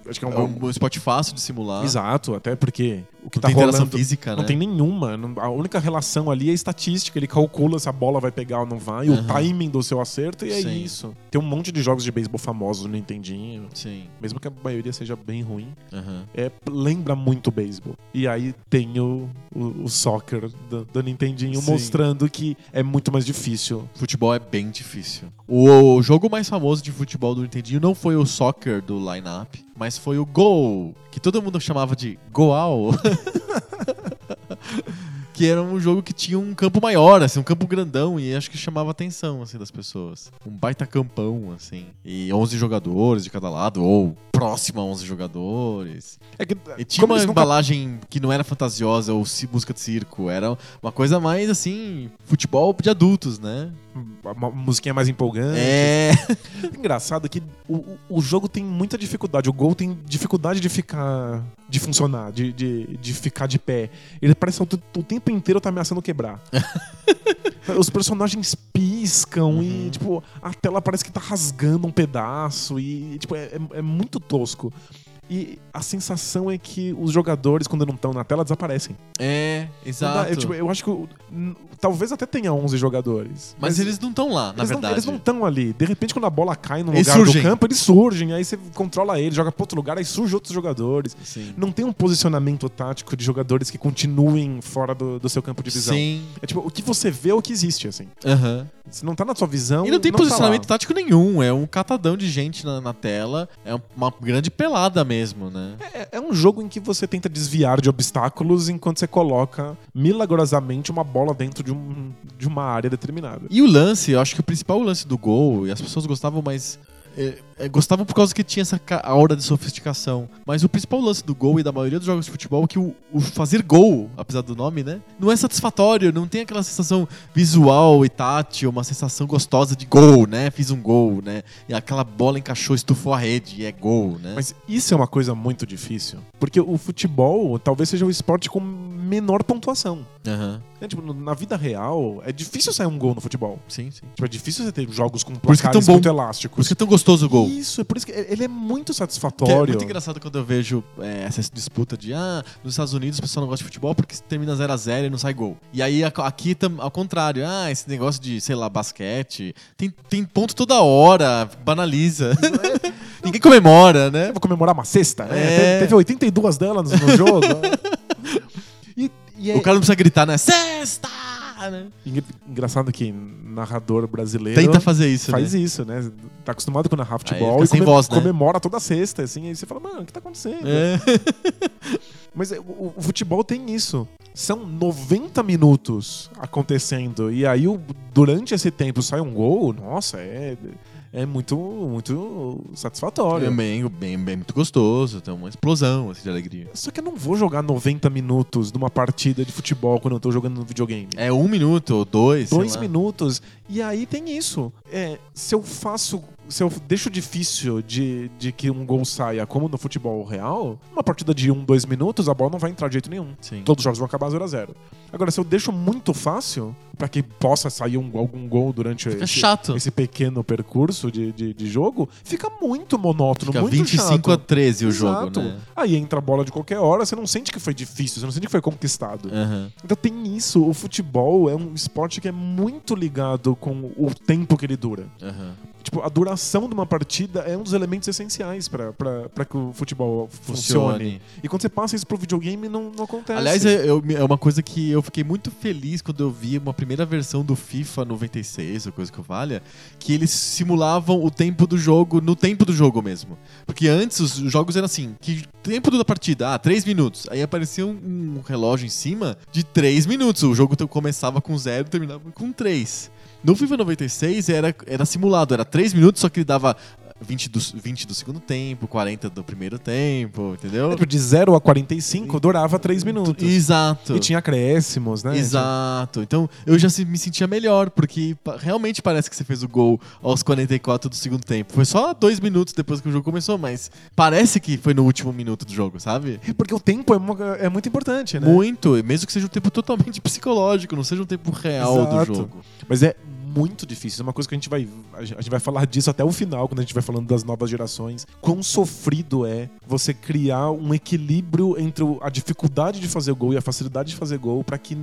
Acho que é é um, um, esporte fácil de simular. Exato, até porque o que Não tá tem interação rolando física, não né? tem nenhuma. Não- A única relação ali é estatística. Ele calcula se a bola vai pegar ou não vai, o Aham. timing do seu acerto e é Sim. isso. Tem um monte de jogos de beisebol famosos no Nintendinho, Sim. mesmo que a maioria seja bem ruim, Aham. é, lembra muito o beisebol. E aí tem o, o, o soccer do, do Nintendinho Sim. mostrando que é muito mais difícil. Futebol é bem difícil. O, o jogo mais famoso de futebol do Nintendinho não foi o soccer do lineup, mas foi o Gol, que todo mundo chamava de Goal. que era um jogo que tinha um campo maior, assim, um campo grandão e acho que chamava a atenção assim das pessoas. Um baita campão assim, e 11 jogadores de cada lado ou próximo a 11 jogadores. É que, E tinha como uma eles nunca embalagem que não era fantasiosa ou ci- música de circo, era uma coisa mais assim, futebol de adultos, né? uma musiquinha mais empolgante. É. Engraçado que o, o- o jogo tem muita dificuldade. O gol tem dificuldade de ficar. de funcionar, de, de, de ficar de pé. Ele parece que o, t- o tempo inteiro tá ameaçando quebrar. Os personagens piscam e, Uhum. tipo, a tela parece que tá rasgando um pedaço e, tipo, é, é- é muito tosco. E a sensação é que os jogadores, quando não estão na tela, desaparecem. É, Não dá- exato. eu, tipo, eu acho que. o- n- talvez até tenha 11 jogadores. mas, eles não estão lá, na Eles não- verdade. eles não estão ali. De repente, quando a bola cai no Eles lugar surgem. do campo, eles surgem. Aí você controla ele, joga pra outro lugar, aí surgem outros jogadores. Sim. Não tem um posicionamento tático de jogadores que continuem fora do, do seu campo de visão. Sim. É tipo, o que você vê é o que existe, assim. Aham. Se não tá na sua visão. e não tem tá posicionamento lá. tático nenhum. É um catadão de gente na, na tela. É uma grande pelada mesmo, né? É, é um jogo em que você tenta desviar de obstáculos enquanto você coloca milagrosamente uma bola dentro de, um- de uma área determinada. E o lance, eu acho que o principal lance do gol, e as pessoas gostavam, mas. é, é, gostavam por causa que tinha essa ca- aura de sofisticação. Mas o principal lance do gol e da maioria dos jogos de futebol é que o, o fazer gol, apesar do nome, né? Não é satisfatório, não tem aquela sensação visual e tátil, uma sensação gostosa de gol, né? Fiz um gol, né? E aquela bola encaixou, estufou a rede e é gol, né? Mas isso é uma coisa muito difícil. Porque o futebol talvez seja o esporte com menor pontuação. Aham. Né, tipo, no- na vida real, é difícil sair um gol no futebol. Sim, sim. Tipo, é difícil você ter jogos com Por isso que é tão placares bom. muito Por elásticos. isso que é tão gostoso o gol. Isso, é por isso que ele é muito Que é satisfatório. muito engraçado quando eu vejo é, essa disputa de ah, nos Estados Unidos o pessoal não gosta de futebol porque termina 0x0 e não sai gol. E aí a- aqui tam- ao contrário, ah, esse negócio de, sei lá, basquete, tem, tem ponto toda hora, banaliza. Ninguém comemora, né? Eu vou comemorar uma cesta, né? É. Te- Teve 82 delas no jogo. E- e é- O cara não precisa gritar, né? Sexta! ah, né? Engra- Engraçado que narrador brasileiro Tenta fazer isso, faz né? isso, né? Tá acostumado com narrar Aí futebol fica e sem come- voz, né? comemora toda sexta, assim. Aí você fala, mano, o que tá acontecendo? É. Mas é, o, o futebol tem isso. São 90 minutos acontecendo. E aí, o- durante esse tempo, sai um gol. Nossa, é, é muito, muito satisfatório. É bem, bem, bem muito gostoso, tem uma explosão assim, de alegria. Só que eu não vou jogar 90 minutos numa partida de futebol quando eu tô jogando no videogame. É um minuto ou dois. sei Dois lá. minutos. E aí tem isso. É, se eu faço. Se eu deixo difícil de, de que um gol saia, como no futebol real, uma partida de um, dois minutos, a bola não vai entrar de jeito nenhum. Sim. Todos os jogos vão acabar 0 a 0 Agora, se eu deixo muito fácil pra que possa sair um- algum gol durante Fica esse, chato. esse pequeno percurso de, de, de jogo, fica muito monótono, Fica muito 25 chato. a 13 o jogo, Exato. né? Aí entra a bola de qualquer hora, você não sente que foi difícil, você não sente que foi É. conquistado. Aham. Então tem isso, o futebol é um esporte que é muito ligado com o tempo que ele dura. aham. Tipo, a duração de uma partida é um dos elementos essenciais pra- pra pra que o futebol funcione. Funcione. E quando você passa isso pro videogame, não, não acontece. Aliás, é, eu- é uma coisa que eu fiquei muito feliz quando eu vi uma primeira versão do FIFA 96, ou coisa que eu valha, que eles simulavam o tempo do jogo no tempo do jogo mesmo. Porque antes os jogos eram assim, que tempo da partida? Ah, 3 minutos. Aí aparecia um, um relógio em cima de 3 minutos. O jogo te- começava com 0 e terminava com 3. No FIFA 96 era, era simulado, era 3 minutos, só que ele dava 20 do, 20 do segundo tempo, 40 do primeiro tempo, entendeu? Tipo, de 0 a 45 durava 3 minutos. Exato. E tinha acréscimos, né? Exato. Então eu já se- me sentia melhor, porque pa- realmente parece que você fez o gol aos 44 do segundo tempo. Foi só dois minutos depois que o jogo começou, mas parece que foi no último minuto do jogo, sabe? Porque o tempo é, uma- é muito importante, né? Muito, e mesmo que seja um tempo totalmente psicológico, não seja um tempo real Exato. do jogo. Mas é muito difícil. É uma coisa que a gente vai. A gente vai falar disso até o final, quando a gente vai falando das novas gerações. Quão sofrido é você criar um equilíbrio entre o- a dificuldade de fazer gol e a facilidade de fazer gol pra que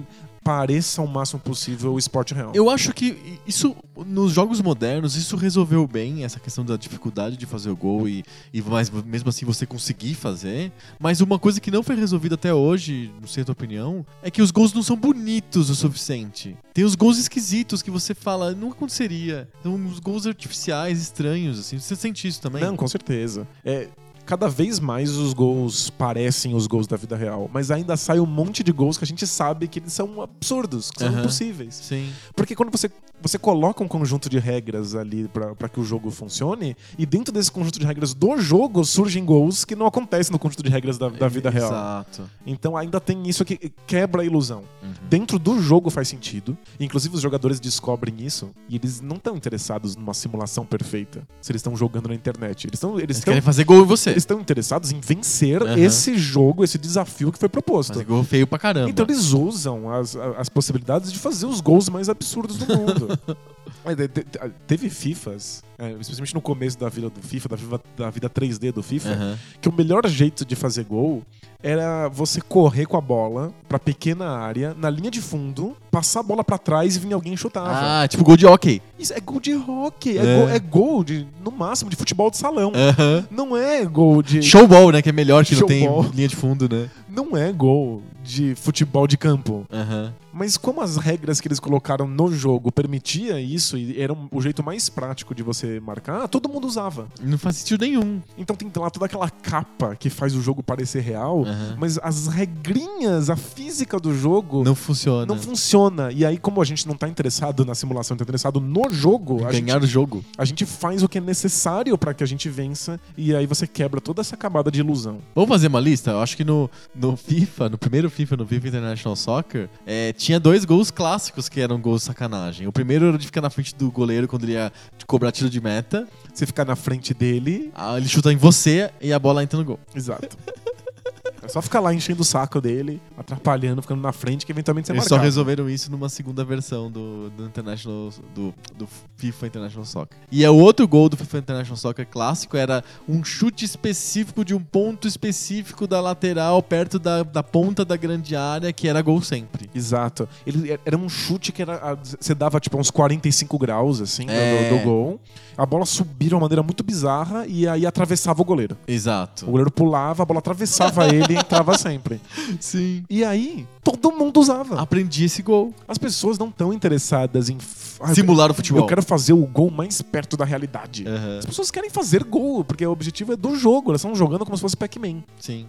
pareça o máximo possível o esporte real. Eu acho que isso, nos jogos modernos, isso resolveu bem essa questão da dificuldade de fazer o gol e, e mas mesmo assim você conseguir fazer. Mas uma coisa que não foi resolvida até hoje, não sei a tua opinião, é que os gols não são bonitos o suficiente. Tem os gols esquisitos que você fala, não aconteceria. São uns gols artificiais, estranhos, assim. Você sente isso também? Não, com certeza. É, cada vez mais os gols parecem os gols da vida real, mas ainda sai um monte de gols que a gente sabe que eles são absurdos, que são Aham. impossíveis. Sim. Porque quando você, você coloca um conjunto de regras ali pra pra que o jogo funcione, e dentro desse conjunto de regras do jogo surgem gols que não acontecem no conjunto de regras da, da vida real. Exato. Então ainda tem isso que quebra a ilusão. Uhum. Dentro do jogo faz sentido. Inclusive os jogadores descobrem isso e eles não estão interessados numa simulação perfeita. Se eles estão jogando na internet, eles estão eles Eles estão querem fazer gol em você. eles estão interessados em vencer Aham. é esse jogo, esse desafio que foi proposto. Fazer gol feio pra caramba. Então eles usam as, as possibilidades de fazer os gols mais absurdos do mundo. É, te- te- te- Teve FIFAs, é, especialmente no começo da vida do FIFA, da vida, da vida 3D do FIFA, Aham. que o melhor jeito de fazer gol era você correr com a bola pra pequena área, na linha de fundo, passar a bola pra trás e vir alguém e chutava. Ah, tipo gol de hockey. Isso é gol de hockey, é, É. gol, é gol de, no máximo de futebol de salão. Aham. Não é gol de. Showball, né? Que é melhor, que não tem Showball. linha de fundo, né? Não é gol de futebol de campo. Aham. Mas como as regras que eles colocaram no jogo permitia isso e era um- o jeito mais prático de você marcar, todo mundo usava. Não faz sentido nenhum. Então tem lá toda aquela capa que faz o jogo parecer real, Aham. mas as regrinhas, a física do jogo Não funciona. não funciona. E aí, como a gente não tá interessado na simulação, tá interessado no jogo, a Ganhar gente, o jogo. a gente faz o que é necessário pra que a gente vença e aí você quebra toda essa camada de ilusão. Vamos fazer uma lista? Eu acho que no, no FIFA, no primeiro FIFA, no FIFA International Soccer, é, tinha dois gols clássicos que eram gols sacanagem. O primeiro era de ficar na frente do goleiro quando ele ia te cobrar tiro de meta. Você ficar na frente dele, Ah, ele chuta em você e a bola entra no gol. Exato. É só ficar lá enchendo o saco dele, atrapalhando, ficando na frente, que eventualmente você Eles marca. só resolveram isso numa segunda versão do, do International do, do FIFA International Soccer. E é o outro gol do FIFA International Soccer clássico era um chute específico de um ponto específico da lateral perto da, da ponta da grande área que era gol sempre. Exato. Ele era um chute que era. Você dava tipo uns 45 graus, assim, do- É. do, do gol. A bola subia de uma maneira muito bizarra e aí atravessava o goleiro. Exato. O goleiro pulava, a bola atravessava ele entrava sempre. Sim. E aí, todo mundo usava. Aprendi esse gol. As pessoas não estão interessadas em. f- Ah, eu Simular o quero- futebol. É. Eu quero fazer o gol mais perto da realidade. Aham, As pessoas querem fazer gol, porque o objetivo é do jogo. Elas estão jogando como se fosse Pac-Man. Sim.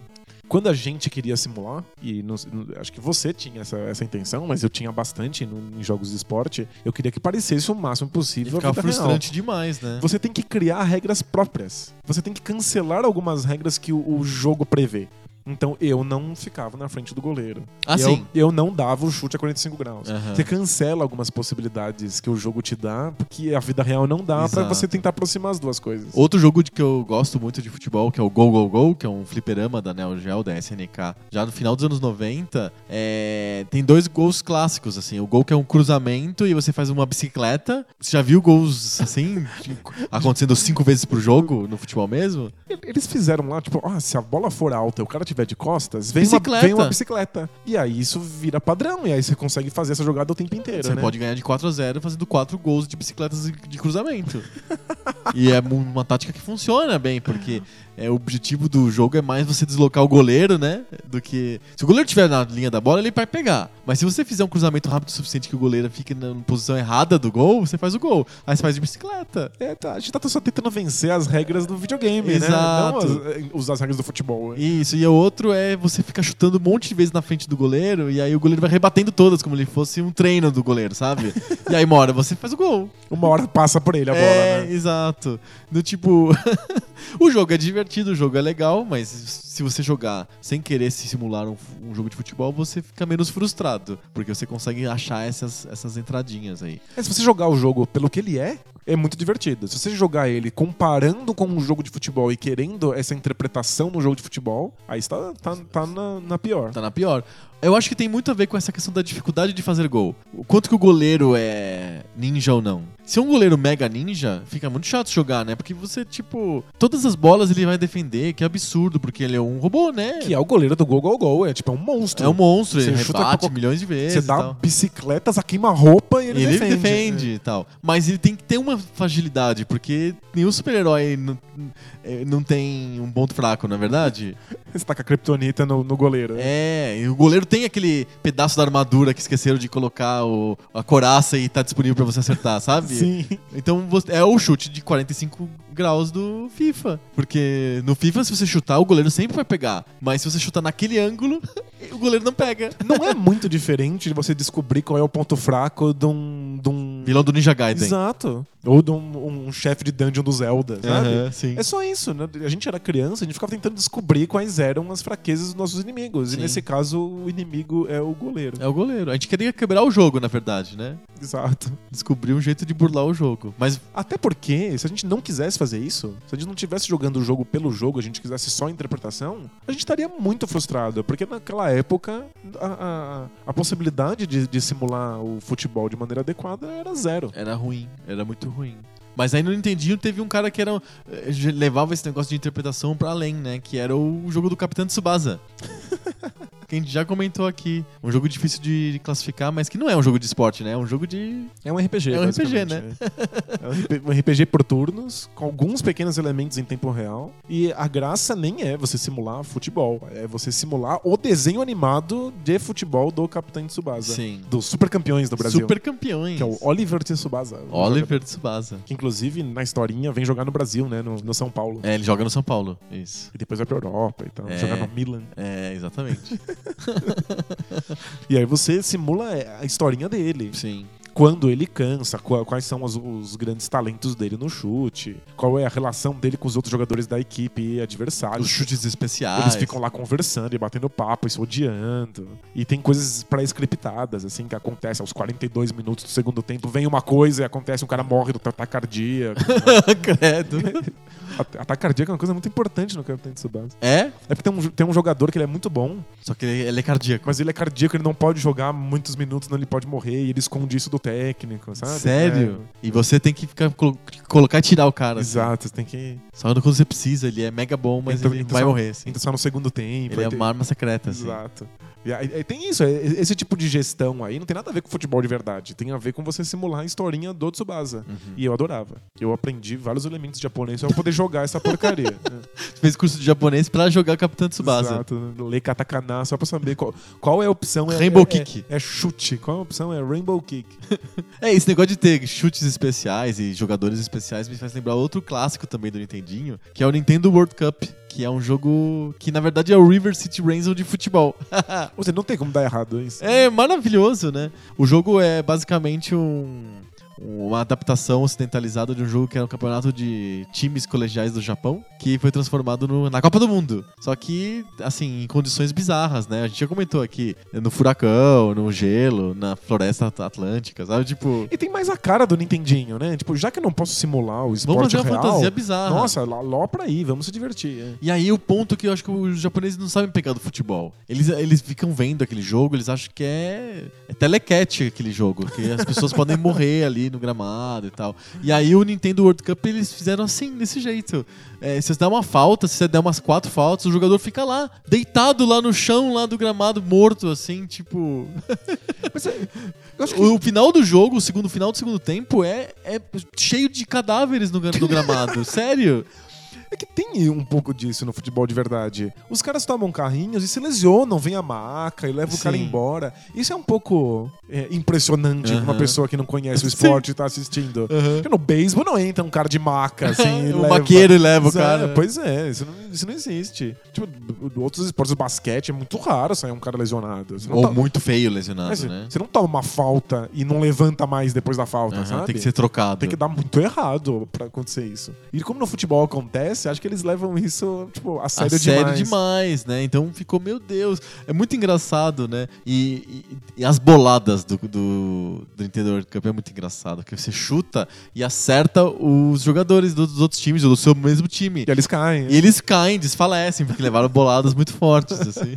Quando a gente queria simular, e não- não- acho que você tinha essa, essa intenção, mas eu tinha bastante no- em jogos de esporte, eu queria que parecesse o máximo E possível a ficava vida real. frustrante demais, né? Você tem que criar regras próprias. Você tem que cancelar algumas regras que o, o jogo prevê. Então eu não ficava na frente do goleiro. Ah, eu, sim. eu não dava o chute a 45 graus. Aham. Você cancela algumas possibilidades que o jogo te dá, porque a vida real não dá pra Exato. você tentar aproximar as duas coisas. Outro jogo de que eu gosto muito de futebol, que é o Go Go Go, que é um fliperama da Neo Geo, da SNK, já no final dos anos 90, é, tem dois gols clássicos, assim. O gol que é um cruzamento e você faz uma bicicleta. Você já viu gols, assim, de- acontecendo cinco vezes pro jogo no futebol mesmo? Eles fizeram lá, tipo, ah, se a bola for alta e o cara tiver de costas, vem, uma- vem Bicicleta. Uma, bicicleta. E aí isso vira padrão, e aí você consegue fazer essa jogada o tempo inteiro. Você né? pode ganhar de 4 a 0 fazendo quatro gols de bicicletas e- de cruzamento. e é mu- uma tática que funciona bem, porque é, o objetivo do jogo é mais você deslocar o goleiro, né? Do que. Se o goleiro estiver na linha da bola, ele vai pegar. Mas se você fizer um cruzamento rápido o suficiente que o goleiro fique na posição errada do gol, você faz o gol. Aí você faz de bicicleta. É, tá, a gente tá só tentando vencer as regras do videogame, Exato. né? Não as- usar as regras do futebol. né? Isso, e o outro é você ficar chutando um monte de vezes na frente do goleiro, e aí o goleiro vai rebatendo todas, como ele fosse um treino do goleiro, sabe? e aí, mora, você faz o gol. Uma hora passa por ele a bola, é, né? exato. Do tipo, o jogo é divertido, o jogo é legal, mas se você jogar sem querer se simular um, fu- um jogo de futebol, você fica menos frustrado, porque você consegue achar essas, essas entradinhas aí. É, se você jogar o jogo pelo que ele é, é muito divertido. Se você jogar ele comparando com um jogo de futebol e querendo essa interpretação no jogo de futebol, aí está tá, tá na, na pior. Tá na pior. Eu acho que tem muito a ver com essa questão da dificuldade de fazer gol. O quanto que o goleiro é ninja ou não. Se é um goleiro mega ninja, fica muito chato jogar, né? Porque você, tipo, todas as bolas ele vai defender, que é absurdo, porque ele é um robô, né? Que é o goleiro do Gol Gol Gol, é tipo é um monstro. É um monstro, Você ele chuta rebate qualquer- milhões de vezes. Você e dá tal. bicicletas a queima-roupa então. e ele, Ele, defende, defende. é. e tal. Mas ele tem que ter uma fragilidade, porque nenhum super-herói n- eh, não tem um ponto fraco, não é verdade? Você taca a kriptonita no, no goleiro. né? É, e o goleiro tem aquele pedaço da armadura que esqueceram de colocar o, a coraça e tá disponível pra você acertar, sabe? Sim. Então você- é o chute de 45 graus do FIFA. Porque no FIFA, se você chutar, o goleiro sempre vai pegar. Mas se você chutar naquele ângulo, o goleiro não pega. Não é muito diferente de você descobrir qual é o ponto fraco de um. De um... Vilão do Ninja Gaiden. Exato. Ou de um, um chefe de dungeon do Zelda, sabe? Aham, sim. É só isso, né? A gente era criança, a gente ficava tentando descobrir quais eram as fraquezas dos nossos inimigos. E Sim. nesse caso, o inimigo é o goleiro. É o goleiro. A gente queria quebrar o jogo, na verdade, né? É. Exato. descobrir um jeito de burlar o jogo. Mas Até porque, se a gente não quisesse fazer isso, se a gente não tivesse jogando o jogo pelo jogo, a gente quisesse só a interpretação, a gente estaria muito frustrado. Porque naquela época, a, a- a possibilidade de, de simular o futebol de maneira adequada era zero. era ruim, era muito ruim. Mas aí no Nintendinho teve um cara que era eh, já levava esse negócio de interpretação pra além, né? Que era o jogo do Capitão Tsubasa. que a gente já comentou aqui. Um jogo difícil de classificar, mas que não é um jogo de esporte, né? É um jogo de. É um RPG, É um basicamente, RPG, né? É um RP um RPG por turnos, com alguns pequenos elementos em tempo real. E a graça nem é você simular futebol, é você simular o desenho animado de futebol do Capitão Tsubasa. Sim. Dos super campeões do Brasil. Super campeões. Que é o Oliver Tsubasa. Oliver Tsubasa. Que inclusive na historinha vem jogar no Brasil, né? No, no São Paulo. É, ele joga no São Paulo. Isso. E depois vai pra Europa e tal. É. Jogar no Milan. É, exatamente. E aí você simula é, a historinha dele. Sim. Quando ele cansa, qua- quais são os, os grandes talentos dele no chute, qual é a relação dele com os outros jogadores da equipe e adversários. Os chutes especiais. Eles ficam lá conversando e batendo papo e se odiando. E tem coisas pré-scriptadas, assim, que acontece aos 42 minutos do segundo tempo. Vem uma coisa e acontece, um cara morre do ataque cardíaco. Credo. At- ataque cardíaco é uma coisa muito importante no Capitão Tsubasa. É? É porque tem um, jo- tem um jogador que ele é muito bom, Só que ele, ele é cardíaco. mas ele é cardíaco, ele não pode jogar muitos minutos, não ele pode morrer. E ele esconde isso do técnico, sabe? Sério? E você tem que ficar colo- colocar e tirar o É, cara. assim. exato, você tem que Só quando você precisa, ele é mega bom, mas Então- ele então vai só- morrer, assim. entrar só no segundo tempo. Ele aí é tem- uma arma secreta, assim. Exato. E aí- aí tem isso, é- esse tipo de gestão aí não tem nada a ver com futebol de verdade. Tem a ver com você simular a historinha do Tsubasa. Uhum. E eu adorava. Eu aprendi vários elementos japoneses pra eu poder jogar essa porcaria. Fez curso de japonês pra jogar Capitã Tsubasa. Exato, ler katakana só pra saber qual, qual é a opção. É, Rainbow é- Kick. É, é chute. Qual é a opção? É Rainbow Kick. É, esse negócio de ter chutes especiais e jogadores especiais me faz lembrar outro clássico também do Nintendinho, que é o Nintendo World Cup, que é um jogo que na verdade é o River City Ransom de futebol. Ou seja, não tem como dar errado isso. É maravilhoso, né? O jogo é basicamente um- uma adaptação ocidentalizada de um jogo que era um campeonato de times colegiais do Japão, que foi transformado no- na Copa do Mundo. Só que, assim, em condições bizarras, né? A gente já comentou aqui, no furacão, no gelo, na floresta at- atlântica, sabe? Tipo, E tem mais a cara do Nintendinho, né? Tipo, já que eu não posso simular o vamos esporte fazer uma real... fantasia bizarra. Nossa, lá, lá pra aí, vamos se divertir. é. E aí o ponto que eu acho que os japoneses não sabem pegar do futebol. Eles, eles ficam vendo aquele jogo, eles acham que é, é telecat aquele jogo, que as pessoas podem morrer ali no gramado e tal. E aí o Nintendo World Cup eles fizeram assim, desse jeito. É, se você der uma falta, se você der umas quatro faltas, o jogador fica lá, deitado lá no chão, lá do gramado, morto, assim, tipo... Mas é- eu acho que O final do jogo, o segundo final do segundo tempo, é, é cheio de cadáveres no, gra- no gramado, sério. É que tem um pouco disso no futebol de verdade. Os caras tomam carrinhos e se lesionam, vem a maca e leva o cara Sim. embora. Isso é um pouco é, impressionante pra uma Aham. pessoa que não conhece o esporte e tá assistindo. Porque no beisebol não entra um cara de maca, assim. e o leva. maqueiro leva o Pois é, cara. Pois é, isso não, isso não existe. Tipo, do- do- outros esportes, o basquete, é muito raro sair um cara lesionado. Você não, Ou to- muito feio é, lesionado, você- né? você não toma uma falta e não levanta mais depois da falta, Aham, sabe? Tem que ser trocado. Tem que dar muito errado pra acontecer isso. E como no futebol acontece, acho que eles levam isso, tipo, a sério a sério demais. demais, né? Então ficou, meu Deus, é muito engraçado, né? E, e- e as boladas do, do, do Nintendo World Cup é muito engraçado, porque você chuta e acerta os jogadores do- dos outros times, ou do seu mesmo time. E eles caem. E eles caem, desfalecem, porque levaram boladas muito fortes, assim.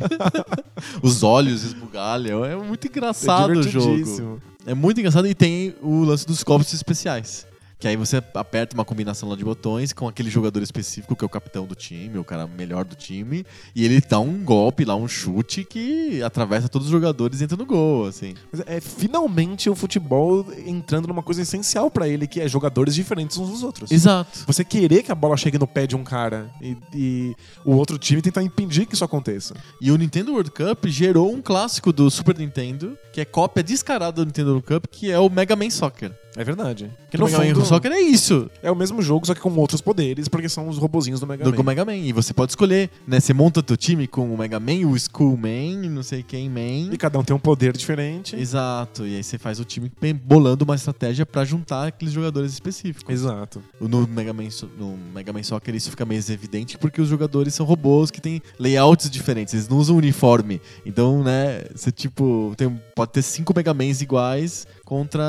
os olhos esbugalham, é muito engraçado o jogo. divertidíssimo. É muito engraçado e tem o lance dos copos especiais. Que aí você aperta uma combinação lá de botões com aquele jogador específico que é o capitão do time, o cara melhor do time, e ele dá um golpe lá, um chute que atravessa todos os jogadores e entra no gol, assim. Mas é finalmente o futebol entrando numa coisa essencial pra ele, que é jogadores diferentes uns dos outros. Exato. Você querer que a bola chegue no pé de um cara e, e o outro time tentar impedir que isso aconteça. E o Nintendo World Cup gerou um clássico do Super Nintendo, que é cópia descarada do Nintendo World Cup, que é o Mega Man Soccer. É verdade. Que o Mega Man Soccer é isso, é o mesmo jogo, só que com outros poderes, porque são os robozinhos do Mega do Man. Mega Man. E você pode escolher, né? Você monta teu time com o Mega Man, o School Man, não sei quem Man. E cada um tem um poder diferente. Exato, e aí você faz o time bem- bolando uma estratégia pra juntar aqueles jogadores específicos. Exato. No Mega, Man, So- no Mega Man Soccer isso fica meio evidente porque os jogadores são robôs que têm layouts diferentes, eles não usam uniforme. Então, né, você tipo, tem, pode ter cinco Mega Mans iguais contra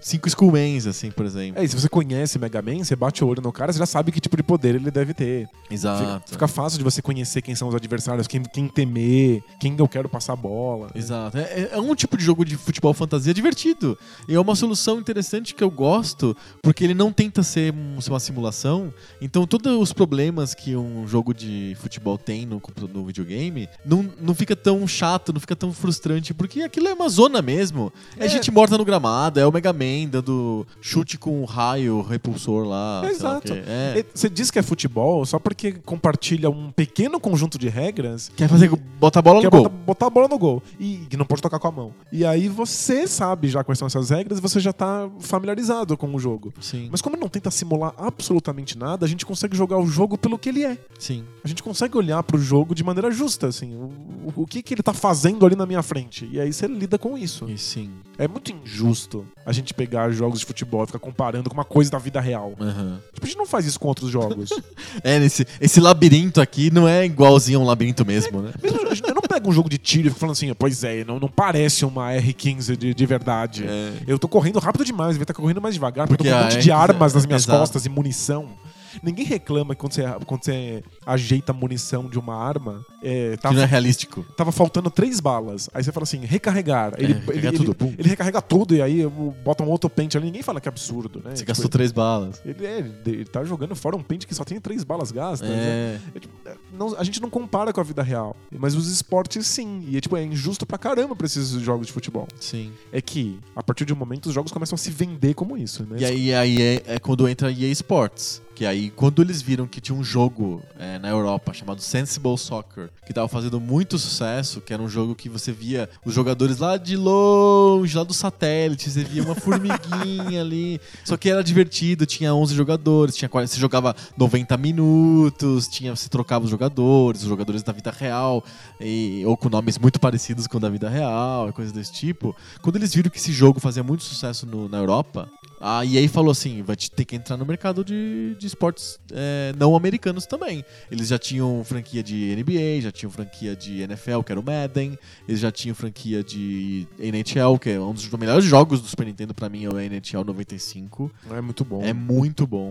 cinco Skullmans, assim, por exemplo. É, e se você conhece Mega Man, você bate o olho no cara, você já sabe que tipo de poder ele deve ter. Fica, Exato. fica fácil de você conhecer quem são os adversários, quem, quem temer, quem eu quero passar a bola. Exato. É, é- é um tipo de jogo de futebol fantasia divertido. E é uma solução interessante que eu gosto, porque ele não tenta ser, um- ser uma simulação. Então, todos os problemas que um jogo de futebol tem no, compu- no videogame não, não fica tão chato, não fica tão frustrante, porque aquilo é uma zona mesmo. É, É. gente morta no gramado, é o Mega Man dando chute com um raio repulsor lá. sei lá o Exato. quê. É. E Você diz que é futebol só porque compartilha um pequeno conjunto de regras Quer fazer, bota a bola que no é gol. botar, botar a bola no gol e que não pode tocar com a mão. E aí você sabe já quais são essas regras e você já tá familiarizado com o jogo. Sim, Mas como ele não tenta simular absolutamente nada, a gente consegue jogar o jogo pelo que ele é. sim. a gente consegue olhar pro jogo de maneira justa, assim. O, o- o que que ele tá fazendo ali na minha frente? E aí você lida com isso. E sim. É muito injusto a gente pegar jogos de futebol e ficar comparando com uma coisa da vida real. Aham. Tipo, a gente não faz isso com outros jogos. É, nesse, esse labirinto aqui não é igualzinho a um labirinto mesmo, né? Mesmo, a gente- eu não pego um jogo de tiro e fico falando assim, pois é, não, não parece uma R15 de, de verdade. É. Eu tô correndo rápido demais, devia estar correndo mais devagar, porque, Porque eu tô com um a monte de R15 armas nas minhas exato. costas e munição. Ninguém reclama que quando você, quando você ajeita a munição de uma arma, é, tá Que não é realístico. tava faltando três balas. Aí você fala assim, recarregar. Ele, É, recarregar ele, tudo, ele- pum. ele recarrega tudo e aí eu- bota um outro pente ali. Ninguém fala que absurdo, né? Você Tipo, gastou três balas. Ele, é, ele- ele tá jogando fora um pente que só tem três balas gastas. né? É. É, tipo, é, não- a gente não compara com a vida real. Mas os esportes sim. E é, tipo, é injusto pra caramba pra esses jogos de futebol. Sim. É que, a partir de um momento, os jogos começam a se vender como isso, né? E aí, aí é, é quando entra a EA Sports. Que aí e quando eles viram que tinha um jogo é, na Europa chamado Sensible Soccer, que tava fazendo muito sucesso, que era um jogo que você via os jogadores lá de longe, lá do satélite, você via uma formiguinha ali. Só que era divertido, tinha 11 jogadores, tinha 40, você jogava 90 minutos, tinha você trocava os jogadores, os jogadores da vida real, e- ou com nomes muito parecidos com o da vida real, e coisas desse tipo. Quando eles viram que esse jogo fazia muito sucesso no- na Europa, a EA falou assim: vai te- ter que entrar no mercado de, de esportes é, não americanos também. Eles já tinham franquia de NBA, já tinham franquia de NFL, que era o Madden, eles já tinham franquia de NHL, que é um dos melhores jogos do Super Nintendo pra mim, é o NHL 95. É muito bom. É muito bom.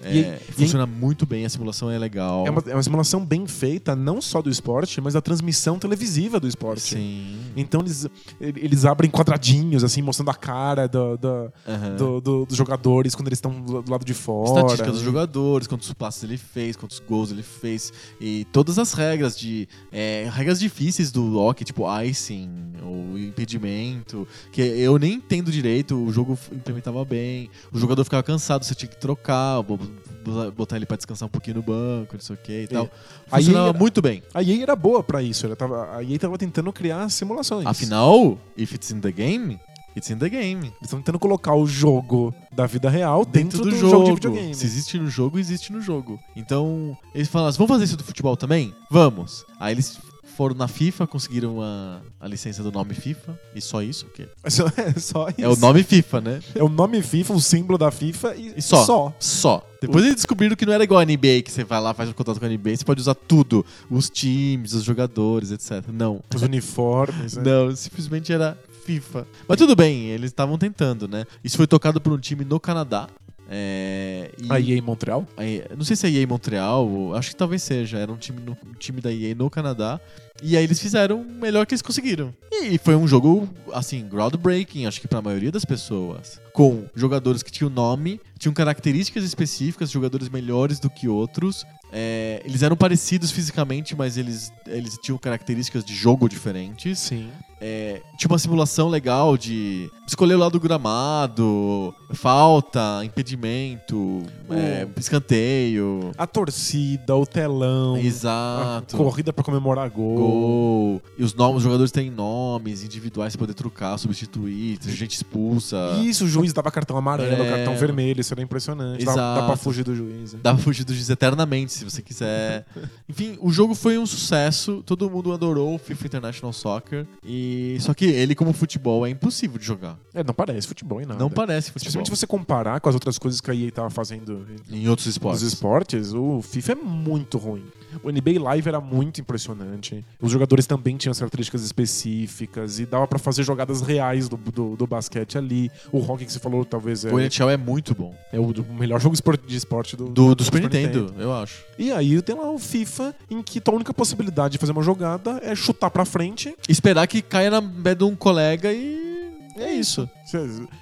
é, E- e- funciona muito bem, a simulação é legal. É uma, é uma simulação bem feita, não só do esporte, mas da transmissão televisiva do esporte. Sim. Então eles, ele- eles abrem quadradinhos, assim, mostrando a cara do- do- Aham. do- do- dos jogadores quando eles estão do do lado de fora. né? Estatísticas dos jogadores, quantos passes ele fez, quantos gols ele fez, e todas as regras de. é, regras difíceis do hockey, tipo icing, ou impedimento, que eu nem entendo direito, o jogo f- implementava bem, o jogador ficava cansado, você tinha que trocar, bo- bo- botar ele pra descansar um pouquinho no banco, não sei o que e tal. É. Aí é Funcionava era- muito bem. A EA era boa pra isso, ela tava, a EA tava tentando criar simulações. Afinal, if it's in the game, it's in the game. Eles estão tentando colocar o jogo da vida real dentro, do, jogo. de videogame. Se existe no jogo, existe no jogo. Então, eles falaram assim, vamos fazer isso do futebol também? Vamos. Aí eles foram na FIFA, conseguiram a, a licença do nome FIFA, e só isso, o quê? É só, é só isso. É o nome FIFA, né? É o nome FIFA, o símbolo da FIFA e, E só. Só. Depois eles descobriram que não era igual a NBA, que você vai lá, faz um contato com a NBA, você pode usar tudo. Os times, os jogadores, etc. Não. Os uniformes. né? Não, simplesmente era FIFA. Mas tudo bem, eles estavam tentando, né? Isso foi tocado por um time no Canadá. É, e- A EA em Montreal. a EA não sei se é EA Montreal, ou- acho que talvez seja, era um time, no- um time da EA no Canadá. E aí eles fizeram o melhor que eles conseguiram. E foi um jogo, assim, groundbreaking, acho que pra maioria das pessoas. Com jogadores que tinham nome, tinham características específicas, jogadores melhores do que outros. É, eles eram parecidos fisicamente, mas eles, eles tinham características de jogo diferentes. Sim. É, tinha uma simulação legal de escolher o lado do gramado, falta, impedimento, é, escanteio, A torcida, o telão, a exato, corrida pra comemorar gol. gol. E os, nomes, os jogadores têm nomes individuais pra poder trocar, substituir, tem gente expulsa. Isso, o juiz dava cartão amarelo, Ah. É. cartão vermelho, isso era impressionante. Dá, dá Exato. pra fugir do juiz. né? Dá pra fugir dos dias eternamente, se você quiser. Enfim, o jogo foi um sucesso, todo mundo adorou o FIFA International Soccer. E... Só que ele, como futebol, é impossível de jogar. É, não parece futebol em nada. Não parece futebol. Especialmente se você comparar com as outras coisas que a EA tava fazendo Em outros esportes. nos esportes, o FIFA é muito ruim. O NBA Live era muito impressionante. Os jogadores também tinham as características específicas e dava pra fazer jogadas reais do, do, do basquete ali. O hockey que você falou talvez é, O NHL é muito bom. é o do- o melhor jogo espor- de esporte do, Do, do Super Nintendo, eu acho. E aí tem lá o FIFA, em que tua única possibilidade de fazer uma jogada é chutar pra frente. Esperar que caia na pé de um colega e. É isso. Se,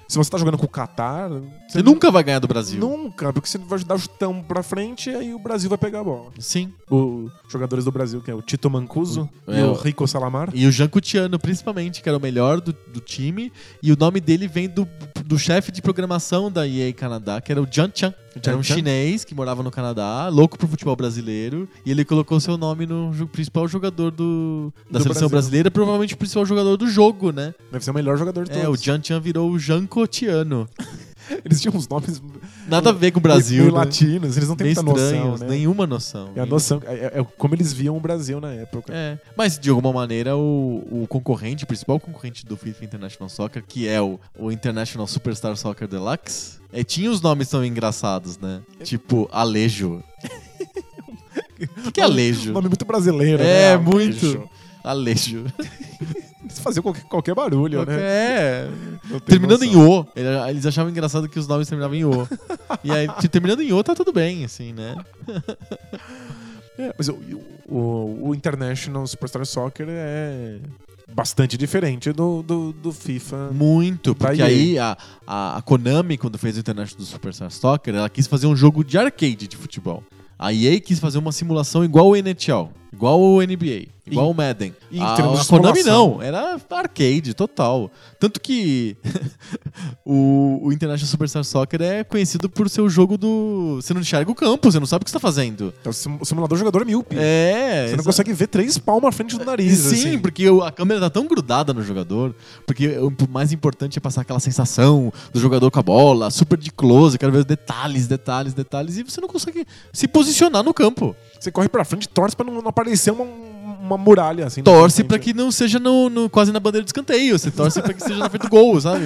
se você tá jogando com o Qatar, Você nunca vai ganhar do Brasil. Nunca, porque você vai dar o chutão pra frente e aí o Brasil vai pegar a bola. Sim. Os jogadores do Brasil, que é o Tito Mancuso O- e é, o o- Rico Salamar. E o Jean Cutiano, principalmente, que era o melhor do, do time. E o nome dele vem do, do chefe de programação da EA Canadá, que era o Jan Chan. Jan Era um Chan. chinês que morava no Canadá, louco pro futebol brasileiro. E ele colocou seu nome no jo- principal jogador do, da Do seleção Brasil. brasileira, provavelmente o principal jogador do jogo, né? Deve ser o melhor jogador de É, o todos. Jan Chan virou o Jean Cotiano. Eles tinham uns nomes Nada a ver com o meio Brasil. né? latinos, eles não têm Meio muita noção, estranhos, um- né? nenhuma noção. É a noção, é, é como eles viam o Brasil na época. É, mas de alguma maneira o, o concorrente, o principal concorrente do FIFA International Soccer, que é o, o International Superstar Soccer Deluxe, é, tinha os nomes tão engraçados, né? Tipo, Alejo. O que, que é Um Alejo? nome muito brasileiro, né? É, Ah, muito. bicho. Alejo. Eles faziam qualquer, qualquer barulho, né? É. Não tem Terminando noção. em O, ele- eles achavam engraçado que os nomes terminavam em O. E aí, te- terminando em O, tá tudo bem, assim, né? É, mas o, o, o International Superstar Soccer é bastante diferente do, do, do FIFA. Muito, Da porque EA. aí a, a, a Konami, quando fez o International Superstar Soccer, ela quis fazer um jogo de arcade de futebol. A EA quis fazer uma simulação igual o NHL. Igual o NBA, igual o Madden. e em a, termos a de Konami exploração. não, era arcade total. Tanto que o, o International Superstar Soccer é conhecido por ser o jogo do. Você não enxerga o campo, você não sabe o que você tá fazendo. É o sim- o simulador jogador é míope. É. Você não exa- consegue ver três palmas à frente do nariz. Sim, assim. porque o- a câmera tá tão grudada no jogador, porque o mais importante é passar aquela sensação do jogador com a bola, super de close, eu quero ver os detalhes, detalhes, detalhes, e você não consegue se posicionar no campo. Você corre pra frente, torce pra não, não aparecer uma, uma muralha. assim. na Torce frente. pra que não seja no, no- quase na bandeira de escanteio, você torce pra que seja na frente do gol, sabe?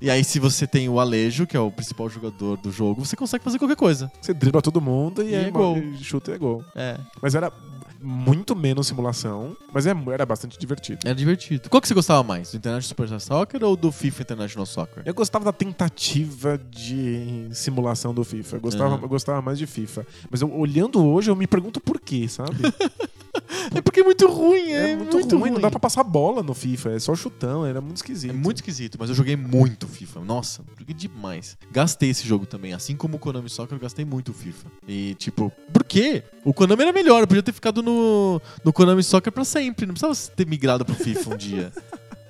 E aí, se você tem o Alejo, que é o principal jogador do jogo, você consegue fazer qualquer coisa. Você dribla todo mundo e, E aí é gol. e chuta e é gol. É, Mas era muito menos simulação, mas é- era bastante divertido. era É divertido. Qual que você gostava mais? Do International Superstar Soccer ou do FIFA International Soccer? Eu gostava da tentativa de simulação do FIFA. Eu gostava, Aham. eu gostava mais de FIFA. Mas eu- olhando hoje, eu me pergunto por quê, sabe? É porque é muito ruim, É, muito, ruim, não dá pra passar bola no FIFA. É só chutão, era muito esquisito. É muito esquisito, mas eu joguei muito FIFA. Nossa, joguei demais. Gastei esse jogo também, assim como o Konami Soccer, eu gastei muito o FIFA. E tipo, por quê? O Konami era melhor, eu podia ter ficado no, no Konami Soccer pra sempre, não precisava ter migrado pro FIFA um dia.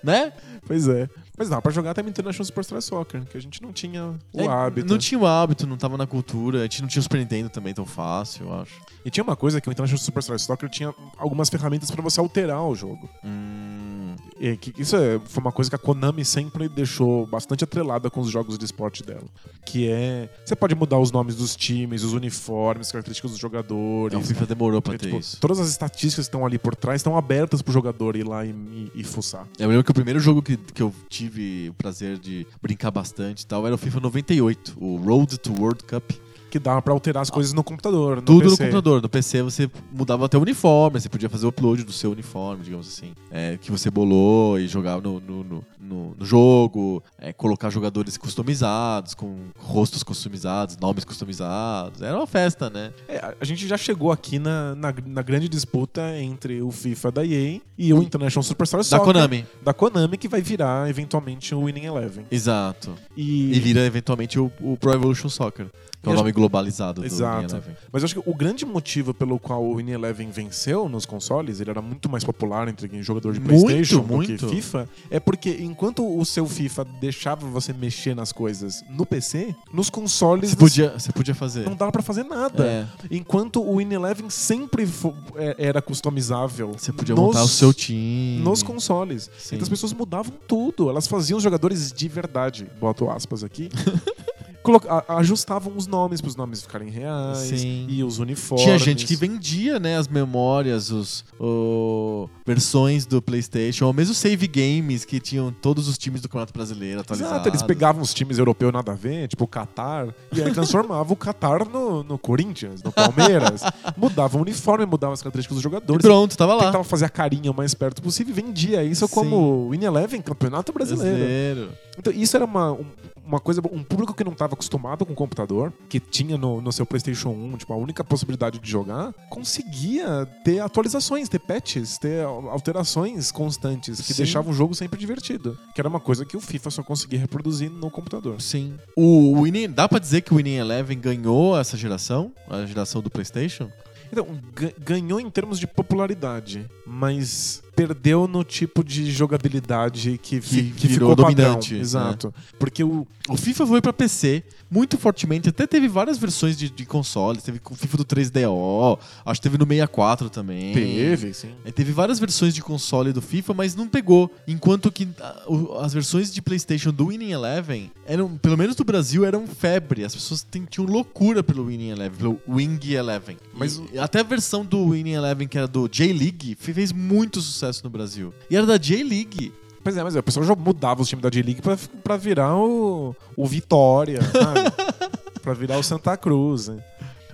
Né? Pois é. Mas dá pra jogar até no International Superstar Soccer, que a gente não tinha o É, hábito. Não tinha o hábito, não tava na cultura, a gente não tinha o Super Nintendo também tão fácil, eu acho. E tinha uma coisa que o International Superstar Soccer tinha algumas ferramentas pra você alterar o jogo. Hum, É, que isso é- foi uma coisa que a Konami sempre deixou bastante atrelada com os jogos de esporte dela. Que é. Você pode mudar os nomes dos times, os uniformes, características dos jogadores. o FIFA demorou pra É, ter tipo, isso. todas as estatísticas que estão ali por trás estão abertas pro jogador ir lá e, e, e fuçar. É, Eu lembro que o primeiro jogo que, que eu tive o prazer de brincar bastante e tal era o FIFA 98, o Road to World Cup. Que dá pra alterar as coisas no computador. No Ah. Tudo no PC. computador. No PC você mudava até o uniforme, você podia fazer o upload do seu uniforme, digamos assim. É, que você bolou e jogava no, no, no- no- no jogo, é, colocar jogadores customizados, com rostos customizados, nomes customizados. Era uma festa, né? É, a- a gente já chegou aqui na, na, na grande disputa entre o FIFA da EA e o International Superstar Da Soccer. Konami. Da Konami, que vai virar eventualmente o Winning Eleven. Exato. E, E vira eventualmente o, o Pro Evolution Soccer, que é o E a- nome globalizado do Exato. Winning Eleven. Mas eu acho que o grande motivo pelo qual o Winning Eleven venceu nos consoles, ele era muito mais popular entre quem é jogador de Muito, PlayStation do muito. que FIFA, é porque enquanto o seu FIFA deixava você mexer nas coisas no PC, nos consoles Você podia, você podia fazer. não dava pra fazer nada. É. Enquanto o Winning Eleven sempre fo- é- era customizável. Você podia nos- montar o seu time. Nos consoles. Sim. Então as pessoas mudavam tudo. Elas faziam os jogadores de verdade. Boto aspas aqui. Coloca- a- ajustavam os nomes para os nomes ficarem reais. Sim. E os uniformes. Tinha gente que vendia, né, as memórias, os o- versões do PlayStation, ou mesmo save games que tinham todos os times do Campeonato Brasileiro atualizados. Exato, eles pegavam os times europeus nada a ver, tipo o Qatar, e aí transformavam o Qatar no, no Corinthians, no Palmeiras. mudavam o uniforme, mudavam as características E dos jogadores. pronto, tava lá. Tentava fazer a carinha o mais perto possível e vendia isso Sim. como Win Eleven, campeonato brasileiro. Brasileiro. Então, isso era uma, um- uma coisa, um público que não estava acostumado com computador, que tinha no, no seu PlayStation 1, tipo, a única possibilidade de jogar, conseguia ter atualizações, ter patches, ter al- alterações constantes que Sim. deixavam o jogo sempre divertido. Que era uma coisa que o FIFA só conseguia reproduzir no computador. Sim. O Winning, dá pra dizer que o Winning Eleven ganhou essa geração? A geração do PlayStation? Então, ga- ganhou em termos de popularidade, mas perdeu no tipo de jogabilidade que, fi- Que que virou ficou padrão. dominante, né? Exato. Porque o, O FIFA foi pra PC muito fortemente, até teve várias versões de, de consoles, teve o FIFA do 3DO, acho que teve no 64 também. Teve, sim. É, teve várias versões de console do FIFA, mas não pegou. Enquanto que ah, o- as versões de PlayStation do Winning Eleven eram, pelo menos do Brasil, eram febre. As pessoas ten- tinham loucura pelo Winning Eleven, pelo Wing Eleven. Mas Mas até a versão do Winning Eleven, que era do J-League, fe- fez muito sucesso no Brasil. E era da J-League. Pois é, mas é, o pessoal já mudava os times da J-League pra, pra virar o, o Vitória, sabe? pra virar o Santa Cruz. né?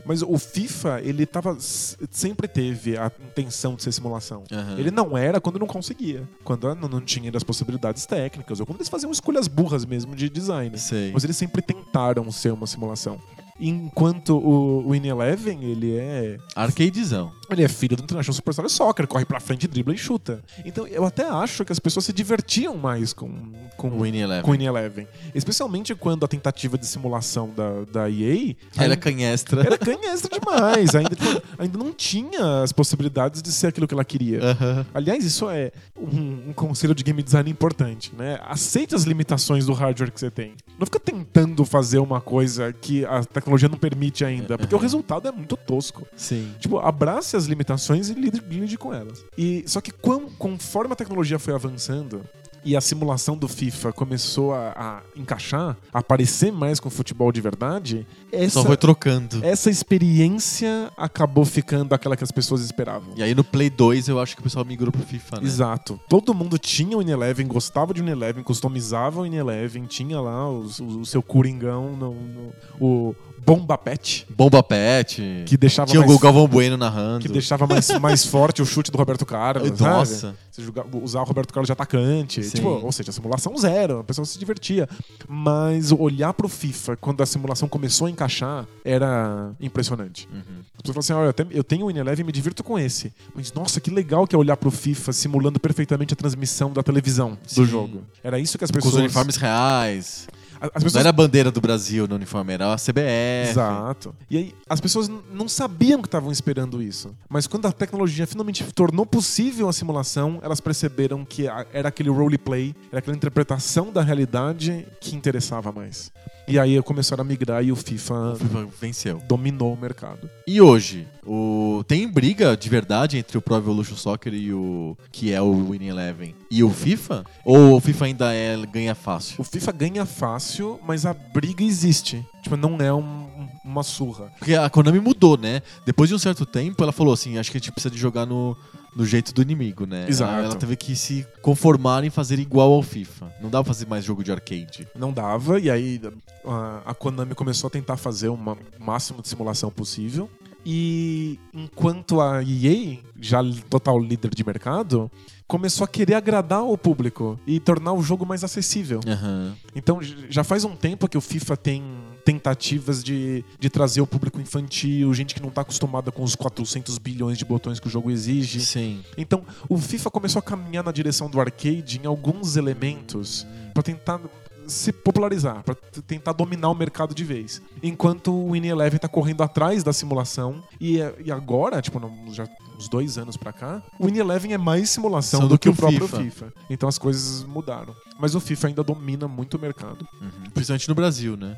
Mas o FIFA, ele tava, s- sempre teve a intenção de ser simulação. Aham. Ele não era quando não conseguia. Quando ah, não, não tinha ainda as possibilidades técnicas. Ou quando eles faziam escolhas burras mesmo de design. Sei. Mas eles sempre tentaram ser uma simulação. Enquanto o, o In Eleven, ele é Arcadezão. Ele é filho do International Superstar Soccer, corre pra frente, dribla e chuta. Então eu até acho que as pessoas se divertiam mais com, com, O Winnie Eleven. com Winnie Eleven. Especialmente quando a tentativa de simulação da, da EA Era canhestra. era canhestra demais. Ainda, tipo, ainda não tinha as possibilidades de ser aquilo que ela queria. Aham. Aliás, isso é um, um conselho de game design importante, né? Aceite as limitações do hardware que você tem. Não fica tentando fazer uma coisa que a tecnologia não permite ainda, porque o resultado é muito tosco. Sim. Tipo, abrace as limitações e lide, lide com elas. E só que quão- conforme a tecnologia foi avançando e a simulação do FIFA começou a, a encaixar, a aparecer mais com o futebol de verdade, essa, É. Só foi trocando. essa experiência acabou ficando aquela que as pessoas esperavam. E aí no Play 2 eu acho que o pessoal migrou pro FIFA, né? Exato. Todo mundo tinha o Ineleven, gostava de Ineleven, customizava o Ineleven, tinha lá os- o, o seu coringão, no- no- o Bomba Pet, Bomba Pet. que deixava Tinha o mais Galvão Bueno narrando. que deixava mais, mais forte o chute do Roberto Carlos. Nossa. sabe? Você joga- usar o Roberto Carlos de atacante. Sim. Tipo, ou seja, simulação zero, a pessoa se divertia. Mas olhar pro FIFA quando a simulação começou a encaixar era impressionante. Uhum. As pessoas falam assim: olha, eu te- eu tenho o Ineleve e me divirto com esse. Mas nossa, que legal que é olhar pro FIFA simulando perfeitamente a transmissão da televisão Sim. do jogo. Era isso que as Com pessoas. os uniformes reais. a- As Não pessoas era a bandeira do Brasil no uniforme, era a CBF. Exato. E aí, as pessoas n- não sabiam que estavam esperando isso. Mas quando a tecnologia finalmente tornou possível a simulação, elas perceberam que a- era aquele roleplay, era aquela interpretação da realidade que interessava mais. E aí começaram a migrar e o O FIFA FIFA venceu. dominou o mercado. E hoje, o... tem briga de verdade entre o Pro Evolution Soccer e o que é o Winning Eleven e o FIFA? Ou o FIFA ainda é ganha fácil? O FIFA ganha fácil, mas a briga existe. Tipo, não é um- uma surra. Porque a Konami mudou, né? Depois de um certo tempo, ela falou assim: acho que a gente precisa de jogar no, no jeito do inimigo, né? Exato. Ela, ela teve que se conformar em fazer igual ao FIFA. Não dá pra fazer mais jogo de arcade. Não dava, e aí a- a Konami começou a tentar fazer uma- o máximo de simulação possível. E enquanto a EA, já l- total líder de mercado, começou a querer agradar o público e tornar o jogo mais acessível. Aham. Então j- já faz um tempo que o FIFA tem tentativas de, de trazer o público infantil, gente que não tá acostumada com os 400 bilhões de botões que o jogo exige. Sim. Então, o FIFA começou a caminhar na direção do arcade em alguns elementos pra tentar se popularizar, pra t- tentar dominar o mercado de vez. Enquanto o Winnie Eleven tá correndo atrás da simulação e, é- e agora, tipo, não- já uns dois anos pra cá, o Winnie Eleven é mais simulação São do do que o que o próprio FIFA. FIFA. Então as coisas mudaram. Mas o FIFA ainda domina muito o mercado. Uhum. Principalmente no Brasil, né?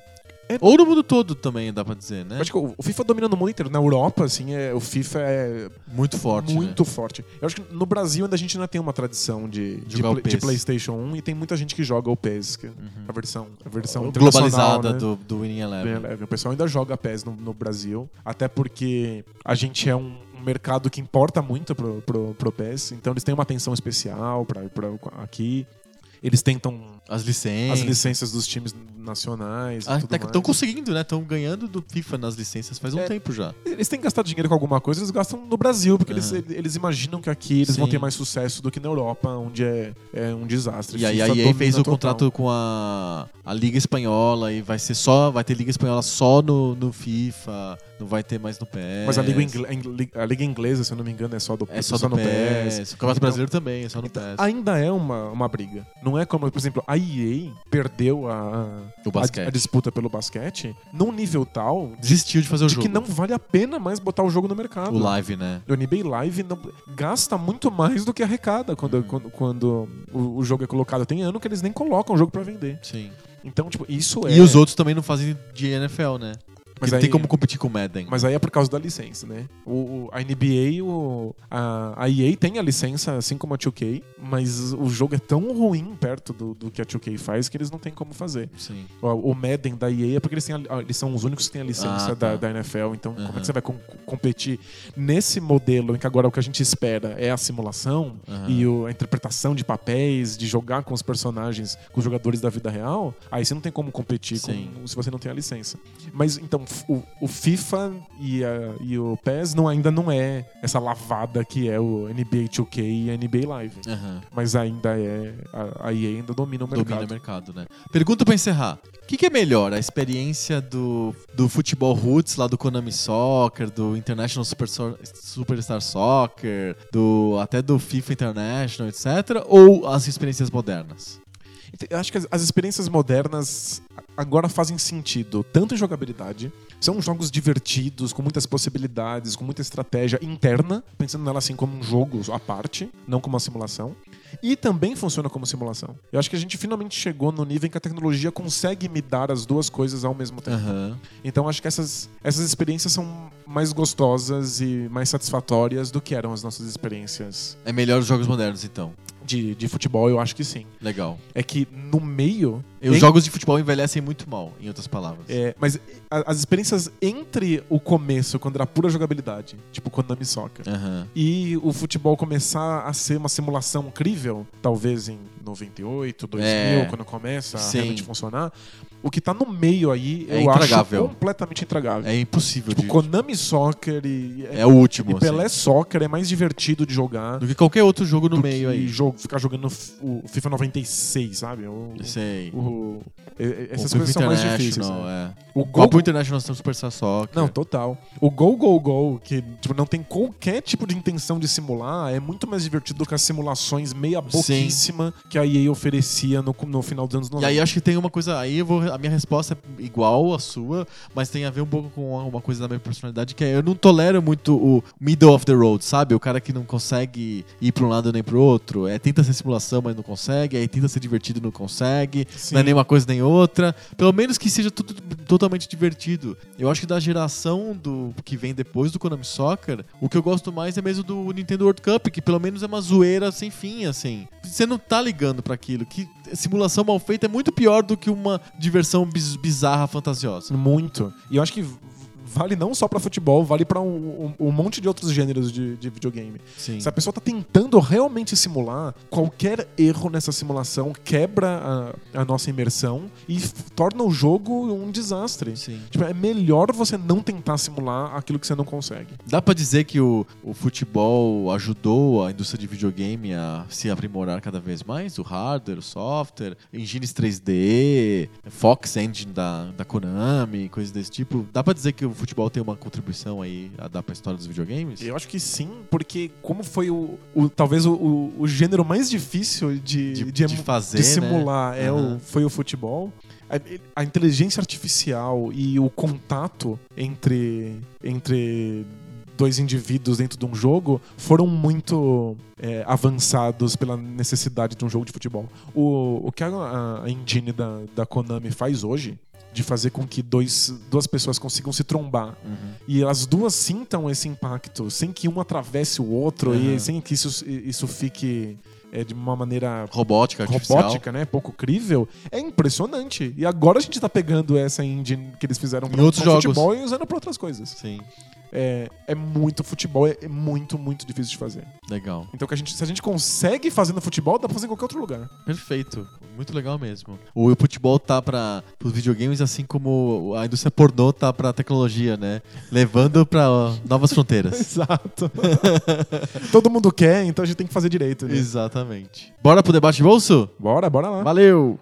É- Ou no mundo todo também, dá pra dizer, né? Acho que o o FIFA domina no mundo inteiro. Na Europa, assim, é, o FIFA é Muito forte. né? Muito forte. Eu acho que no Brasil ainda a gente ainda tem uma tradição de, de, Jogar o pla- de PES. PlayStation 1 e tem muita gente que joga o PES, que é a versão, a versão né? internacional, Globalizada né? do, do Winning Bem né? Eleven. leve. O pessoal ainda joga PES no, no Brasil, até porque a gente é um um mercado que importa muito pro, pro, pro PES, então eles têm uma atenção especial pra, pra aqui. Eles tentam As licenças. as licenças dos times nacionais. e Ah, tudo mais. Estão conseguindo, né? Estão ganhando do FIFA nas licenças faz um É. tempo já. Eles têm que gastar dinheiro com alguma coisa, eles gastam no Brasil, porque eles, Aham. eles imaginam que aqui eles vão Sim. ter mais sucesso do que na Europa, onde é, é um desastre. E aí a FIFA EA domina fez o total. contrato com a, a Liga Espanhola e vai ser só. Vai ter Liga Espanhola só no, no FIFA, não vai ter mais no PES. Mas a Liga, Ingle- a Ingle- a Liga Inglesa, se eu não me engano, é só, do, É só, no, PES. O Campeonato Então- Brasileiro também, é só no PES. Ainda é uma, uma briga. Não é como, por exemplo, a EA perdeu a, O a, basquete. a disputa pelo basquete num nível tal Desistiu de fazer o de jogo. que não vale a pena mais botar o jogo no mercado. O live, né? O NBA Live não- gasta muito mais do que arrecada Uhum. quando, quando, quando o, o jogo é colocado. Tem ano que eles nem colocam o jogo pra vender. Sim. Então, tipo, isso é. E os outros também não fazem de NFL, né? Mas Mas não aí- tem como competir com o Madden. Mas aí é por causa da licença, né? O, o- a NBA, o, a, a EA tem a licença, assim como a 2K, mas o jogo é tão ruim perto do, do que a 2K faz que eles não têm como fazer. Sim. O, o Madden da EA é porque eles, têm a- eles são os únicos que têm a licença Ah, da, tá. Uhum. da NFL, então como é Aham. que você vai com- competir nesse modelo em que agora o que a gente espera é a simulação Aham. e o- a interpretação de papéis, de jogar com os personagens, com os jogadores da vida real? Aí você não tem como competir com- Sim. se você não tem a licença. Mas então, o, o FIFA e, a- e o PES não, ainda não é essa lavada que é o NBA 2K e NBA Live. Aham. Mas ainda é. A, a EA ainda domina o mercado. Domina o mercado, né? Pergunta pra encerrar. O que, que é melhor? A experiência do, do futebol roots, lá do Konami Soccer, do International Super So- Superstar Soccer, do até do FIFA International, etc. Ou as experiências modernas? Ent- Eu acho que as, as experiências modernas a- agora fazem sentido, tanto em jogabilidade, são jogos divertidos, com muitas possibilidades, com muita estratégia interna, pensando nela assim como um jogo à parte, não como uma simulação. E também funciona como simulação. Eu acho que a gente finalmente chegou no nível em que a tecnologia consegue me dar as duas coisas ao mesmo tempo. Aham. Então acho que essas, essas experiências são mais gostosas e mais satisfatórias do que eram as nossas experiências É melhor os jogos modernos, então. de, de futebol, eu acho que sim. Legal. É que no meio. E os em- jogos de futebol envelhecem muito mal, em outras palavras. É, mas a- as experiências entre o começo, quando era pura jogabilidade, tipo Konami Soccer, Aham. e o futebol começar a ser uma simulação incrível, talvez em 98, 2000, É. quando começa a Sim. realmente funcionar, o que tá no meio aí É eu acho intragável. completamente intragável. É impossível tipo, de... Konami Soccer e, É o último, e assim. Pelé Soccer é mais divertido de jogar Do que qualquer outro jogo no do meio que aí. jogo- ficar jogando f- o FIFA 96, sabe? O- Sei. o- e- e- essas Ou coisas são mais International, difíceis. né? é. O Gol... gol Copa International Superstar Soccer. Não, total. O Gol Gol Gol, que tipo, não tem qualquer tipo de intenção de simular, é muito mais divertido do que as simulações meia boquíssima que a EA oferecia no, no final dos anos 90. E aí acho que tem uma coisa. Aí eu vou, a minha resposta é igual à sua, mas tem a ver um pouco com uma coisa da minha personalidade, que é eu não tolero muito o middle of the road, sabe? O cara que não consegue ir pra um lado nem pro outro. É, tenta ser simulação, mas não consegue. Aí tenta ser divertido e não consegue. Sim. Não é nenhuma coisa nem outra. Pelo menos que seja tudo totalmente divertido. Eu acho que da geração do que vem depois do Konami Soccer, o que eu gosto mais é mesmo do Nintendo World Cup, que pelo menos é uma zoeira sem fim, assim. Você não tá ligando pra aquilo. Que simulação mal feita é muito pior do que uma diversão biz- bizarra fantasiosa. Muito. E eu acho que v- vale não só pra futebol, vale pra um, um- um monte de outros gêneros de, de videogame. Sim. Se a pessoa tá tentando realmente simular, qualquer erro nessa simulação quebra a, a nossa imersão e f- torna o jogo um desastre. Sim. Tipo, é melhor você não tentar simular aquilo que você não consegue. Dá pra dizer que o, o futebol ajudou a indústria de videogame a se aprimorar cada vez mais? O hardware, o software, engines 3D, Fox Engine da, da Konami, coisas desse tipo. Dá pra dizer que o futebol tem uma contribuição aí a dar pra história dos videogames? Eu acho que sim, porque como foi o, o- talvez o, o- o gênero mais difícil de, De- de emu- de fazer, de né? simular é Aham. o, foi o futebol. A, a inteligência artificial e o contato entre, entre dois indivíduos dentro de um jogo foram muito é, avançados pela necessidade de um jogo de futebol. O, o que a, a- a engine da, da Konami faz hoje, de fazer com que dois, duas pessoas consigam se trombar Uhum. e as duas sintam esse impacto, sem que um atravesse o outro Aham. e sem que isso, isso fique é, de uma maneira Robótica, artificial. robótica, né? Pouco crível. É impressionante. E agora a gente tá pegando essa engine que eles fizeram Em pra- outros pra jogos. futebol e usando pra outras coisas. Sim, É, é muito futebol, é, é muito, muito difícil de fazer. legal. Então que a gente, se a gente consegue fazer no futebol, dá pra fazer em qualquer outro lugar. Perfeito. Muito legal mesmo. O futebol tá para os videogames assim como a indústria pornô tá pra tecnologia, né? Levando pra ó, novas fronteiras. Exato. Todo mundo quer, então a gente tem que fazer direito. Né? Exatamente. Bora pro debate de bolso? Bora, bora lá. Valeu!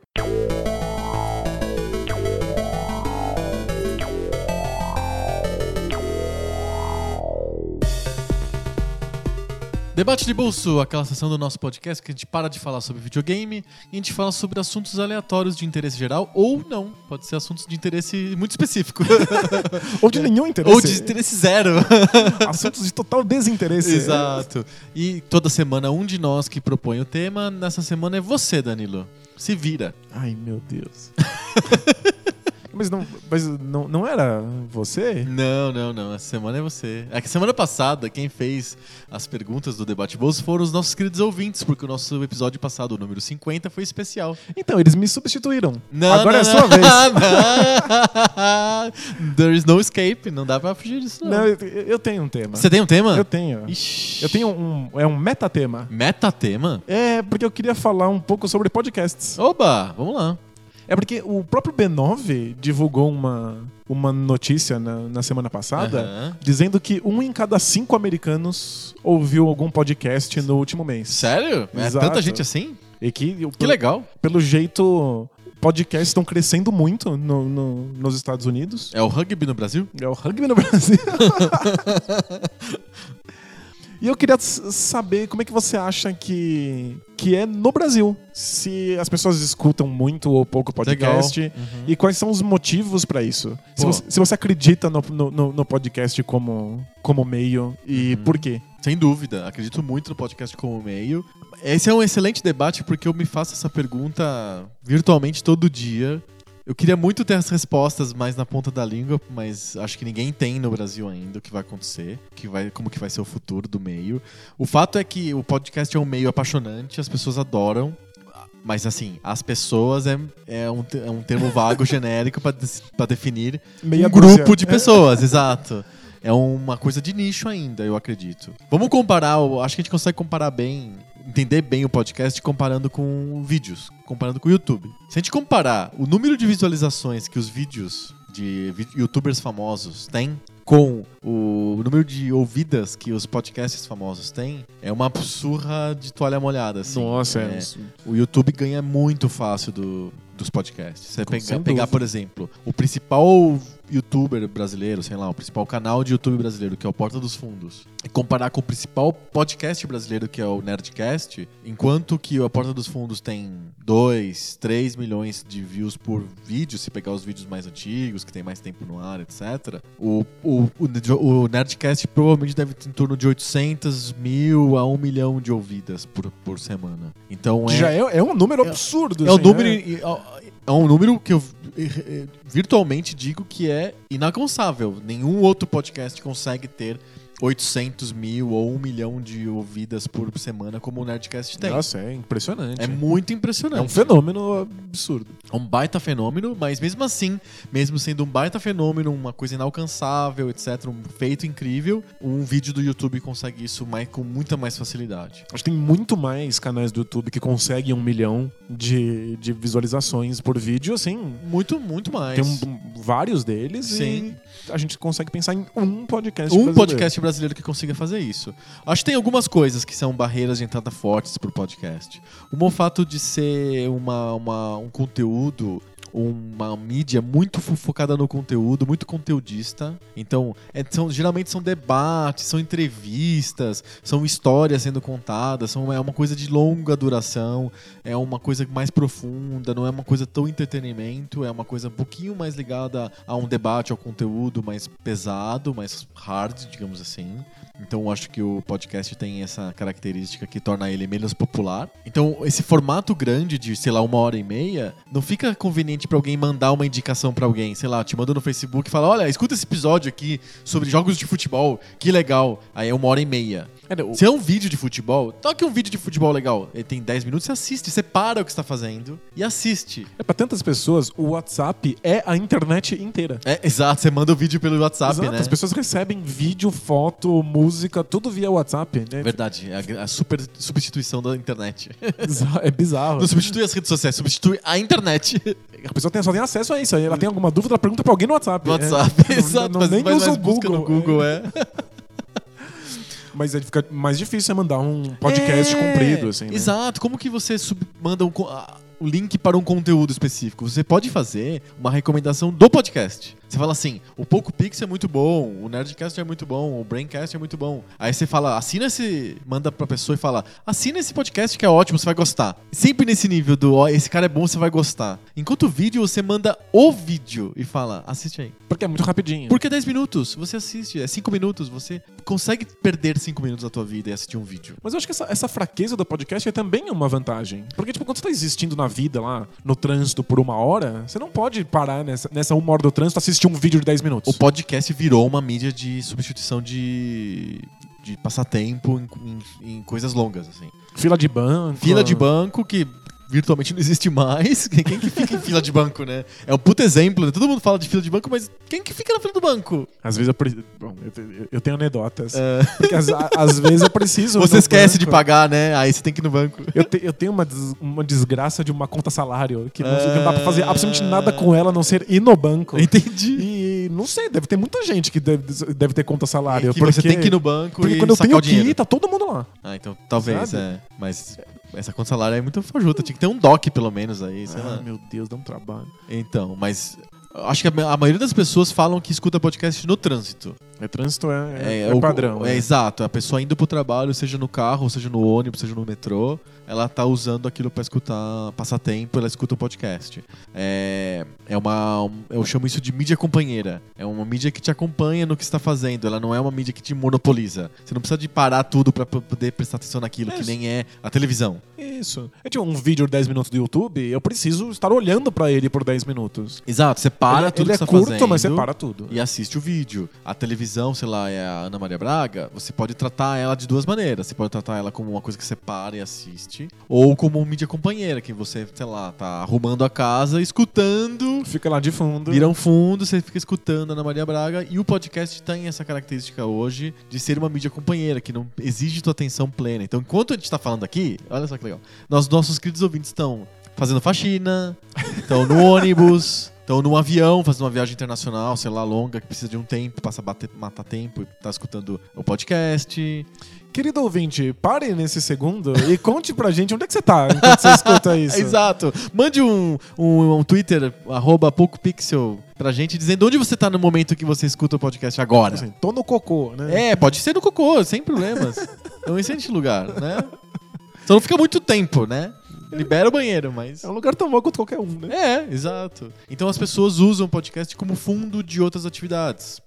Debate de Bolso, aquela sessão do nosso podcast que a gente para de falar sobre videogame e a gente fala sobre assuntos aleatórios de interesse geral ou não. Pode ser assuntos de interesse muito específico. Ou de nenhum interesse. ou de interesse zero. Assuntos de total desinteresse. Exato. E toda semana um de nós que propõe o tema. Nessa semana é você, Danilo. Se vira. Ai, meu Deus. mas não, mas não, não era você? Não, não, não. Essa semana é você. É que semana passada, quem fez as perguntas do Debate Bolso foram os nossos queridos ouvintes, porque o nosso episódio passado, o número 50, foi especial. Então, eles me substituíram. Não, Agora não, é a sua não. vez. Não. There is no escape. Não dá pra fugir disso, não. Não, eu, eu tenho um tema. Você tem um tema? Eu tenho. Ixi. Eu tenho um. É um metatema. Metatema? É, porque eu queria falar um pouco sobre podcasts. Oba, vamos lá. É porque o próprio B9 divulgou uma, uma notícia na, na semana passada Aham. dizendo que um em cada cinco americanos ouviu algum podcast no último mês. Sério? É Exato. tanta gente assim? E que, o- Que legal. pelo jeito, podcasts estão crescendo muito no- no- nos Estados Unidos. É o rugby no Brasil? É o rugby no Brasil. E eu queria s- saber como é que você acha que, que é no Brasil. Se as pessoas escutam muito ou pouco podcast. E quais são os motivos pra isso? Se Uhum. Pô. você, se você acredita no, no- no- no podcast como, como meio e Uhum. por quê? Sem dúvida, acredito muito no podcast como meio. Esse é um excelente debate porque eu me faço essa pergunta virtualmente todo dia. Eu queria muito ter as respostas mais na ponta da língua, mas acho que ninguém tem no Brasil ainda o que vai acontecer, o que vai, como que vai ser o futuro do meio. O fato é que o podcast é um meio apaixonante, as pessoas adoram. Mas assim, as pessoas é, é, um, te- é um termo vago, genérico, para definir Meia um dúzia. É. grupo de pessoas, exato. É uma coisa de nicho ainda, eu acredito. Vamos comparar, o- acho que a gente consegue comparar bem, entender bem o podcast comparando com vídeos, comparando com o YouTube. Se a gente comparar o número de visualizações que os vídeos de vi- youtubers famosos têm com o número de ouvidas que os podcasts famosos têm, é uma surra de toalha molhada, assim. Nossa, é. É. O YouTube ganha muito fácil do- dos podcasts. Você Com- pega, sem pegar, dúvida. por exemplo, o principal youtuber brasileiro, sei lá, o principal canal de YouTube brasileiro, que é o Porta dos Fundos, e comparar com o principal podcast brasileiro, que é o Nerdcast, enquanto que o Porta dos Fundos tem 2, 3 milhões de views por vídeo, se pegar os vídeos mais antigos, que tem mais tempo no ar, etc., o, o, o, o Nerdcast provavelmente deve ter em torno de 800 mil a 1 milhão de ouvidas por, por semana. Então Que é... Já é, é um número absurdo. É um assim, número. né? e- É um número que eu eh, eh, virtualmente digo que é inalcançável. Nenhum outro podcast consegue ter 800 mil ou 1 milhão de ouvidas por semana como o Nerdcast tem. Nossa, é impressionante. é muito É um impressionante. fenômeno absurdo. É um baita fenômeno, mas mesmo assim, mesmo sendo um baita fenômeno, uma coisa inalcançável, etc., um feito incrível, um vídeo do YouTube consegue isso mais, com muita mais facilidade. Acho que tem muito mais canais do YouTube que conseguem um milhão de, de visualizações por vídeo, assim. Muito, muito mais. Tem um- um- vários deles Sim. e a gente consegue pensar em um podcast um brasileiro. podcast brasileiro que consiga fazer isso. Acho que tem algumas coisas que são barreiras de entrada fortes pro podcast. Uma é o fato de ser uma, uma- um conteúdo, uma mídia muito fo- focada no conteúdo, muito conteudista. Então, é- são- geralmente são debates, são entrevistas, são histórias sendo contadas, são, é uma coisa de longa duração, é uma coisa mais profunda, não é uma coisa tão entretenimento, é uma coisa um pouquinho mais ligada a um debate, ao conteúdo mais pesado, mais hard, digamos assim. Então eu acho que o podcast tem essa característica que torna ele menos popular. Então esse formato grande de, sei lá, uma hora e meia, não fica conveniente pra alguém mandar uma indicação pra alguém, sei lá, te manda no Facebook e fala, olha, escuta esse episódio aqui sobre jogos de futebol, que legal. Aí é uma hora e meia. Cara, né, o- Se é um vídeo de futebol, toque um vídeo de futebol legal. Ele tem 10 minutos, você assiste, você para o que você tá fazendo e assiste. É, pra tantas pessoas, o WhatsApp é a internet inteira. É, exato, você manda o vídeo pelo WhatsApp, Exato, né? As pessoas recebem vídeo, foto, música, tudo via WhatsApp, né? Verdade, é a gra- a super substituição da internet. Bizar- É bizarro. Não substitui as redes sociais, substitui a internet. A pessoa tem, só tem acesso a isso. Aí ela tem alguma dúvida, ela pergunta pra alguém no WhatsApp. No É. WhatsApp, Não- exato. não- mas nem mas usa o mais busca Google. no Google, é. Mas aí fica mais difícil é mandar um podcast É, comprido, assim. né? Exato. Como que você sub- manda um co- a- o link para um conteúdo específico? Você pode fazer uma recomendação do podcast. Você fala assim: o Poco Pix é muito bom, o Nerdcast é muito bom, o Braincast é muito bom. Aí você fala, assina esse. Manda pra pessoa e fala: assina esse podcast que é ótimo, você vai gostar. Sempre nesse nível do, ó, esse cara é bom, você vai gostar. Enquanto o vídeo, você manda o vídeo e fala: assiste aí. Porque é muito rapidinho. Porque é 10 minutos, você assiste. É 5 minutos, você consegue perder 5 minutos da tua vida e assistir um vídeo. Mas eu acho que essa, essa fraqueza do podcast é também uma vantagem. Porque, tipo, quando você tá existindo na vida lá, no trânsito por uma hora, você não pode parar nessa, nessa uma hora do trânsito e assistir um vídeo de 10 O minutos. podcast virou uma mídia de substituição de, de passatempo em, em- em coisas longas, assim. Fila de banco. Fila de banco que virtualmente não existe mais. Quem, quem que fica em fila de banco, né? É um puto exemplo, né? Todo mundo fala de fila de banco, mas quem que fica na fila do banco? Às vezes eu preciso. Bom, eu, te- eu tenho anedotas. É. Porque às, a- às vezes eu preciso. ir Você no esquece de banco. pagar, né? Aí você tem que ir no banco. Eu, te- eu tenho uma, des- uma desgraça de uma conta salário que não, Ah. não dá pra fazer absolutamente nada com ela a não ser ir no banco. Entendi. E não sei, deve ter muita gente que deve, deve ter conta salário. que porque você tem que ir no banco Porque e quando eu sacar tenho o que dinheiro. ir, tá todo mundo lá. Ah, então talvez, Sabe? é. Mas essa conta salário é muito fajuta. Tinha que ter um DOC, pelo menos, aí, sei lá. meu Deus, dá um trabalho. Então, mas... eu Acho que a ma- a maioria das pessoas falam que escuta podcast no trânsito. É trânsito, é, é, é o- padrão. É, né? exato. A pessoa indo pro trabalho, seja no carro, seja no ônibus, seja no metrô, ela tá usando aquilo pra escutar, passar tempo, ela escuta um podcast. É, é uma. um- eu chamo isso de mídia companheira. É uma mídia que te acompanha no que está fazendo. Ela não é uma mídia que te monopoliza. Você não precisa de parar tudo pra p- poder prestar atenção naquilo, É que isso. nem é a televisão. Isso. É tipo um vídeo de 10 minutos do YouTube, eu preciso estar olhando pra ele por 10 minutos. Exato, você para ele, tudo ele que você é tá curto, fazendo. mas você para tudo. e assiste o vídeo. A televisão, sei lá, é a Ana Maria Braga, você pode tratar ela de duas maneiras. Você pode tratar ela como uma coisa que você para e assiste, ou como um mídia companheira, que você, sei lá, tá arrumando a casa, escutando. Fica lá de fundo. Vira um fundo, você fica escutando a Ana Maria Braga e o podcast tem essa característica hoje de ser uma mídia companheira, que não exige tua atenção plena. Então, enquanto a gente tá falando aqui, olha só que legal. Nós, nossos queridos ouvintes estão fazendo faxina, estão no ônibus, estão num avião, fazendo uma viagem internacional, sei lá, longa, que precisa de um tempo, passa a bater- matar tempo e tá escutando o podcast. Querido ouvinte, pare nesse segundo e conte pra gente onde é que você tá enquanto você escuta isso. Exato. Mande um, um, um Twitter, arroba PocoPixel, pra gente, dizendo onde você tá no momento que você escuta o podcast agora. Assim, tô no cocô, né? É, pode ser no cocô, sem problemas. É um excelente lugar, né? Só não fica muito tempo, né? Libera o banheiro, mas. É um lugar tão bom quanto qualquer um, né? É, exato. Então as pessoas usam o podcast como fundo de outras atividades.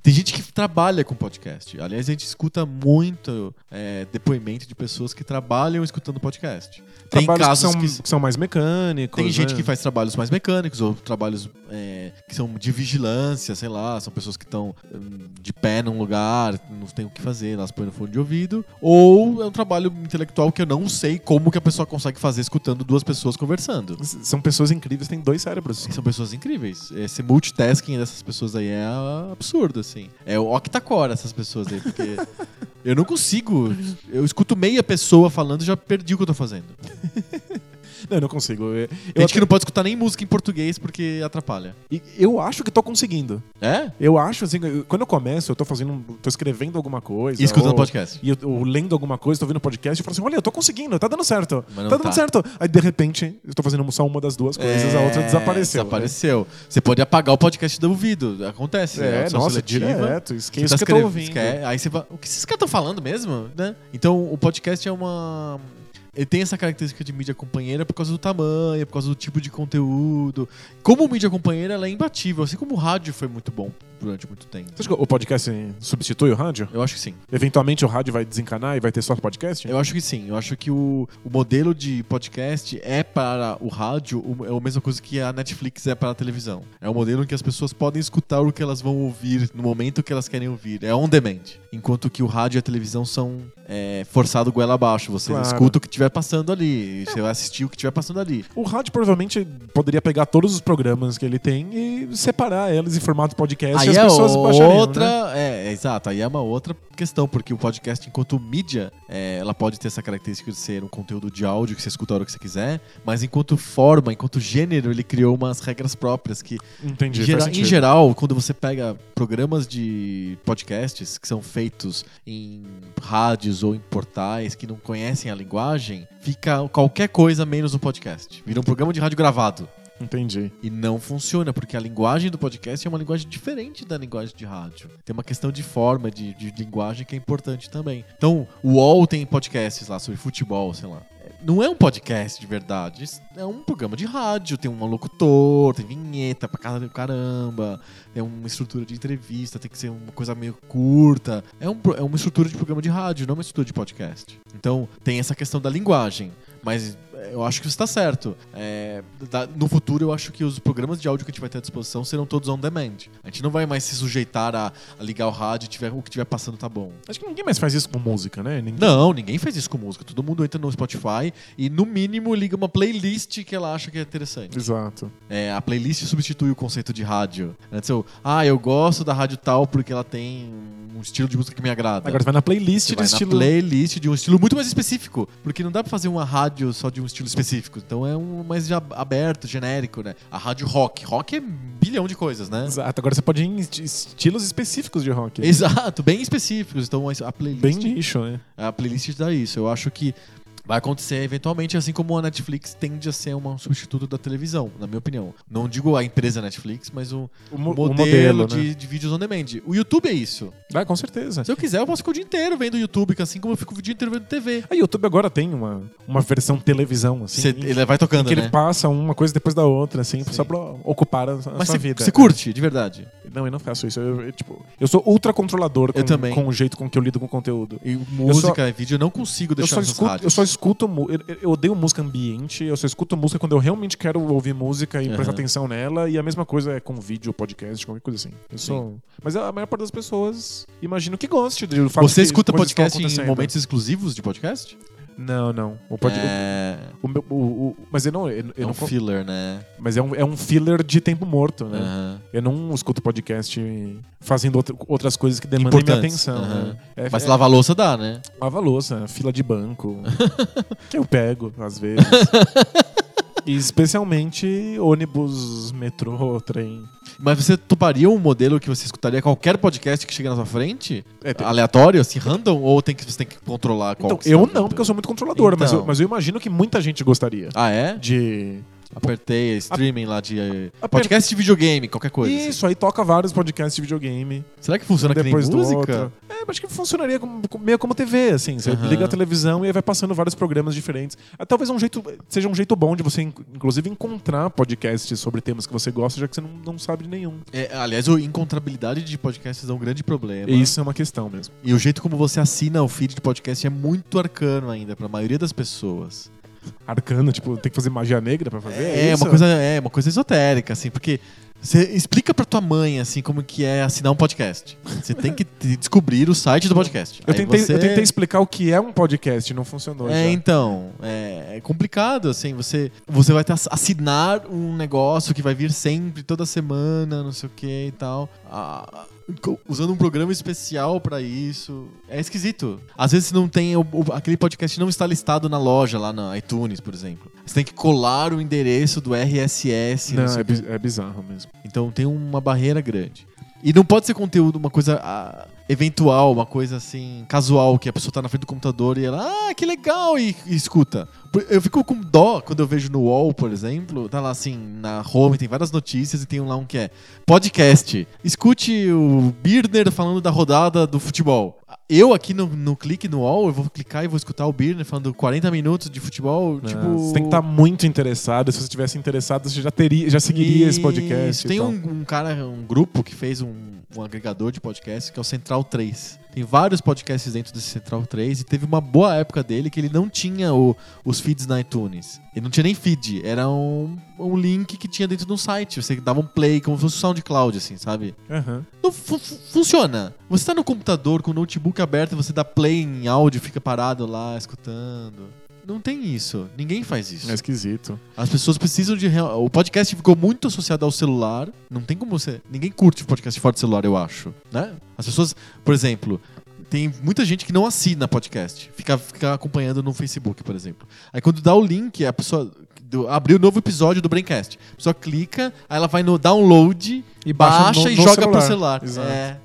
Tem gente que trabalha com podcast. Aliás, a gente escuta muito é, depoimento de pessoas que trabalham escutando podcast. Tem Trabalhos casos que que são, que são mais mecânicos. tem gente né? que faz trabalhos mais mecânicos ou trabalhos é, que são de vigilância, sei lá, são pessoas que estão hum, de pé num lugar, não tem o que fazer, elas põem no fone de ouvido. Ou é um trabalho intelectual que eu não sei como que a pessoa consegue fazer escutando duas pessoas conversando. S- São pessoas incríveis, têm dois cérebros. E São pessoas incríveis. Esse multitasking dessas pessoas aí é absurdo, assim. É o octacore essas pessoas aí, porque eu não consigo. Eu escuto meia pessoa falando e já perdi o que eu tô fazendo. Não, eu não consigo. Eu, Tem eu, gente que não pode escutar nem música em português porque atrapalha. e eu acho que tô conseguindo. É? Eu acho, assim, eu- quando eu começo, eu tô fazendo. um- tô escrevendo alguma coisa. E escutando ou- podcast. E eu, eu lendo alguma coisa, tô ouvindo podcast, eu falo assim: olha, eu tô conseguindo, tá dando certo. Mas Tá não dando tá. É, certo. Aí, de repente, eu tô fazendo só uma das duas coisas, a outra desapareceu. né? Desapareceu. Você pode apagar o podcast do ouvido. Acontece. né? É, Audição nossa, seletiva. direto. Esqueço Você tá que eu escrevendo, tô ouvindo. esque- Aí você fala, o que esses caras estão falando mesmo? Né? Então, o podcast é uma... Ele tem essa característica de mídia companheira por causa do tamanho, por causa do tipo de conteúdo. Como mídia companheira, ela é imbatível. Assim como o rádio foi muito bom durante muito tempo. Você acha que o podcast substitui o rádio? Eu acho que sim. Eventualmente o rádio vai desencanar e vai ter só podcast? Eu acho que sim. Eu acho que o, o modelo de podcast é para o rádio o- é a mesma coisa que a Netflix é para a televisão. É um modelo em que as pessoas podem escutar o que elas vão ouvir no momento que elas querem ouvir. É on demand. Enquanto que o rádio e a televisão são é, forçado goela abaixo. Você Claro. escuta o que estiver passando ali. Você vai assistir o que estiver passando ali. O rádio provavelmente poderia pegar todos os programas que ele tem e separar eles em formato podcast Aí e as é pessoas baixariam, né? outra. É, é, exato. Aí é uma outra questão, porque o podcast, enquanto mídia, é, ela pode ter essa característica de ser um conteúdo de áudio que você escuta a hora que você quiser, mas enquanto forma, enquanto gênero, ele criou umas regras próprias que Entendi, Gera- faz em sentido. geral, quando você pega programas de podcasts que são feitos em rádios ou em portais que não conhecem a linguagem, fica qualquer coisa menos um podcast. Vira um programa de rádio gravado. Entendi. E não funciona, porque a linguagem do podcast é uma linguagem diferente da linguagem de rádio. Tem uma questão de forma, de, de linguagem que é importante também. Então, o UOL tem podcasts lá sobre futebol, sei lá. É, Não é um podcast de verdade, isso é um programa de rádio, tem um locutor, tem vinheta pra cara- caramba, é uma estrutura de entrevista, tem que ser uma coisa meio curta. É, um pro- é uma estrutura de programa de rádio, não uma estrutura de podcast. Então, tem essa questão da linguagem. Mas é, eu acho que você tá certo. É, da- no futuro, eu acho que os programas de áudio que a gente vai ter à disposição serão todos on demand. A gente não vai mais se sujeitar a, a ligar o rádio e tiver, o que tiver passando tá bom. Acho que ninguém mais faz isso com música, né? Ninguém- Não, ninguém faz isso com música. Todo mundo entra no Spotify e, no mínimo, liga uma playlist que ela acha que é interessante. Exato. É, a playlist substitui o conceito de rádio. Antes eu, ah, eu gosto da rádio tal porque ela tem um estilo de música que me agrada. Agora você vai na playlist Você do vai estilo. na playlist de um estilo muito mais específico, porque não dá pra fazer uma rádio só de um estilo específico. Então é um mais já aberto, genérico, né? A rádio rock, rock é bilhão de coisas, né? Exato. Agora você pode ir em esti- estilos específicos de rock. Exato, bem específicos. Então a playlist, Bem nicho, né? a playlist dá isso. Eu acho que vai acontecer eventualmente, assim como a Netflix tende a ser uma- um substituto da televisão, na minha opinião. Não digo a empresa Netflix, mas o O, mo- o modelo, modelo, de, né? de vídeos on demand. O YouTube é isso. Ah, com certeza. Se eu quiser, eu posso ficar o dia inteiro vendo YouTube, assim como eu fico o dia inteiro vendo TV. A Ah, YouTube agora tem uma, uma versão televisão, assim. Cê- em- ele vai em tocando, que ele né? passa uma coisa depois da outra, assim, Sim. só pra ocupar a, a Mas sua você vida. você curte, de verdade. Não, eu não faço isso. Eu, eu, tipo, eu sou ultra controlador com, Eu também. com o jeito com que eu lido com o conteúdo. E música, vídeo, eu não consigo Eu deixar só, nessas escuto, eu rádios. só escuto. mu- Eu, eu- eu odeio música ambiente, eu só escuto música quando eu realmente quero ouvir música e Aham. prestar atenção nela. E a mesma coisa é com vídeo, podcast, qualquer coisa assim. Eu sou... Mas a maior parte das pessoas imagino que goste do fato Você que escuta coisas estão podcast em acontecendo. momentos exclusivos de podcast? Não, não. O pod- É, o- o meu- o- o- mas eu não. Eu, eu é não um con- filler, né? mas é um, é um filler de tempo morto, né? Aham. Eu não escuto podcast fazendo outra- outras coisas que demandem minha Importantes. atenção. Aham. né? É- Mas é- lavar louça dá, né? Lava louça, fila de banco. que eu pego, às vezes. E especialmente ônibus, metrô, trem. Mas você toparia um modelo que você escutaria qualquer podcast que chega na sua frente? É, tem- Aleatório, assim, random? Ou tem que, você tem que controlar qual Então, que você tá eu não, ouvindo? porque eu sou muito controlador, mas, eu, Então. mas eu imagino que muita gente gostaria Ah, é? de. Apertei streaming lá de... eh, Aper- Podcast de videogame, qualquer coisa. assim. Isso, aí toca vários podcasts de videogame. Será que funciona que nem depois do música? outro. É, acho que funcionaria como- como- meio como TV, assim. Você Aham. liga a televisão e aí vai passando vários programas diferentes. Ah, Talvez um jeito, seja um jeito bom de você, in- inclusive, encontrar podcasts sobre temas que você gosta, já que você não, não sabe de nenhum. É, aliás, a encontrabilidade de podcasts é um grande problema. Isso é uma questão mesmo. E o jeito como você assina o feed de podcast é muito arcano ainda pra maioria das pessoas. arcana, tipo, tem que fazer magia negra pra fazer? É, isso? uma coisa, é uma coisa esotérica, assim, porque você explica pra tua mãe assim como que é assinar um podcast. Você tem que te- descobrir o site do podcast. Eu Aí tentei, você- eu tentei explicar o que é um podcast, não funcionou. É, já. então, é, é complicado, assim, você, você vai ter ass- assinar um negócio que vai vir sempre, toda semana, não sei o que e tal, Ah, co- usando um programa especial pra isso, é esquisito. Às vezes não tem, o- o- aquele podcast não está listado na loja, lá na iTunes, por exemplo. Você tem que colar o endereço do RSS, não, Não, sei é, o quê. bi- é bizarro mesmo. Então tem uma barreira grande. E não pode ser conteúdo, uma coisa ah, eventual, uma coisa assim, casual, que a pessoa tá na frente do computador e ela, ah, que legal, e, e escuta. Por- Eu fico com dó quando eu vejo no UOL, por exemplo, tá lá assim, na home, tem várias notícias e tem um lá um que é podcast. Escute o Birner falando da rodada do futebol. Eu aqui no, no clique no UOL, eu vou clicar e vou escutar o Birner falando 40 minutos de futebol. Não, tipo, você tem que estar muito interessado. Se você estivesse interessado, você já, teria, já seguiria esse podcast. isso. e Tem tal. um, um cara, um grupo que fez um, um agregador de podcast que é o Central 3. Tem vários podcasts dentro desse Central 3 e teve uma boa época dele que ele não tinha o- os feeds na iTunes. Ele não tinha nem feed, era um, um link que tinha dentro de um site. Você dava um play, como se fosse o SoundCloud, assim, sabe? Aham. Não fu- fu- funciona. Você tá no computador com o notebook aberto, você dá play em áudio, fica parado lá escutando. Não tem isso. Ninguém faz isso. É esquisito. As pessoas precisam de. real- O podcast ficou muito associado ao celular. Não tem como você. Ninguém curte o podcast fora do celular, eu acho. Né? As pessoas, por exemplo, tem muita gente que não assina podcast. Fica, fica acompanhando no Facebook, por exemplo. Aí quando dá o link, a pessoa. Do, abriu um novo episódio do Braincast. A pessoa clica, aí ela vai no download, E baixa no- e no joga pro celular. Exato. É.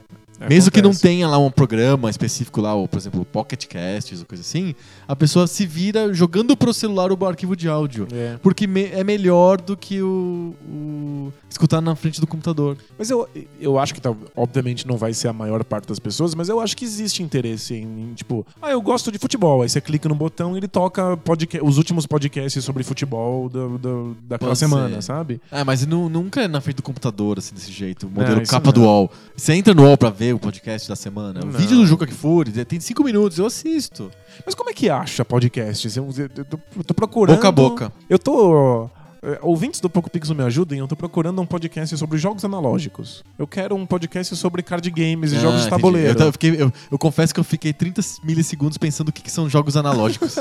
Mesmo que não Acontece. tenha lá um programa específico lá, ou, por exemplo, Pocket Casts ou coisa assim, a pessoa se vira jogando pro celular o arquivo de áudio. É. Porque me- é melhor do que o, o- escutar na frente do computador. Mas eu, eu acho que, tal- obviamente, não vai ser a maior parte das pessoas, mas eu acho que existe interesse em, em, tipo, ah, eu gosto de futebol. Aí você clica no botão e ele toca podca- os últimos podcasts sobre futebol da, da, daquela Pode semana, ser. sabe? É, mas nu- nunca é na frente do computador, assim, desse jeito. O modelo isso capa não. do UOL. Você entra no UOL pra ver perder o podcast da semana. O Não. vídeo do Juca Kfouri tem cinco minutos, eu assisto. Mas como é que acha podcasts? Eu, eu- eu tô, eu tô procurando. Boca a boca. Eu tô. é, Ouvintes do Poco Pixel me ajudem, eu tô procurando um podcast sobre jogos analógicos. Eu quero um podcast sobre card games e Ah, jogos de entendi. tabuleiro. Eu, tava- eu fiquei- eu- eu confesso que eu fiquei 30 milissegundos pensando o que, que são jogos analógicos.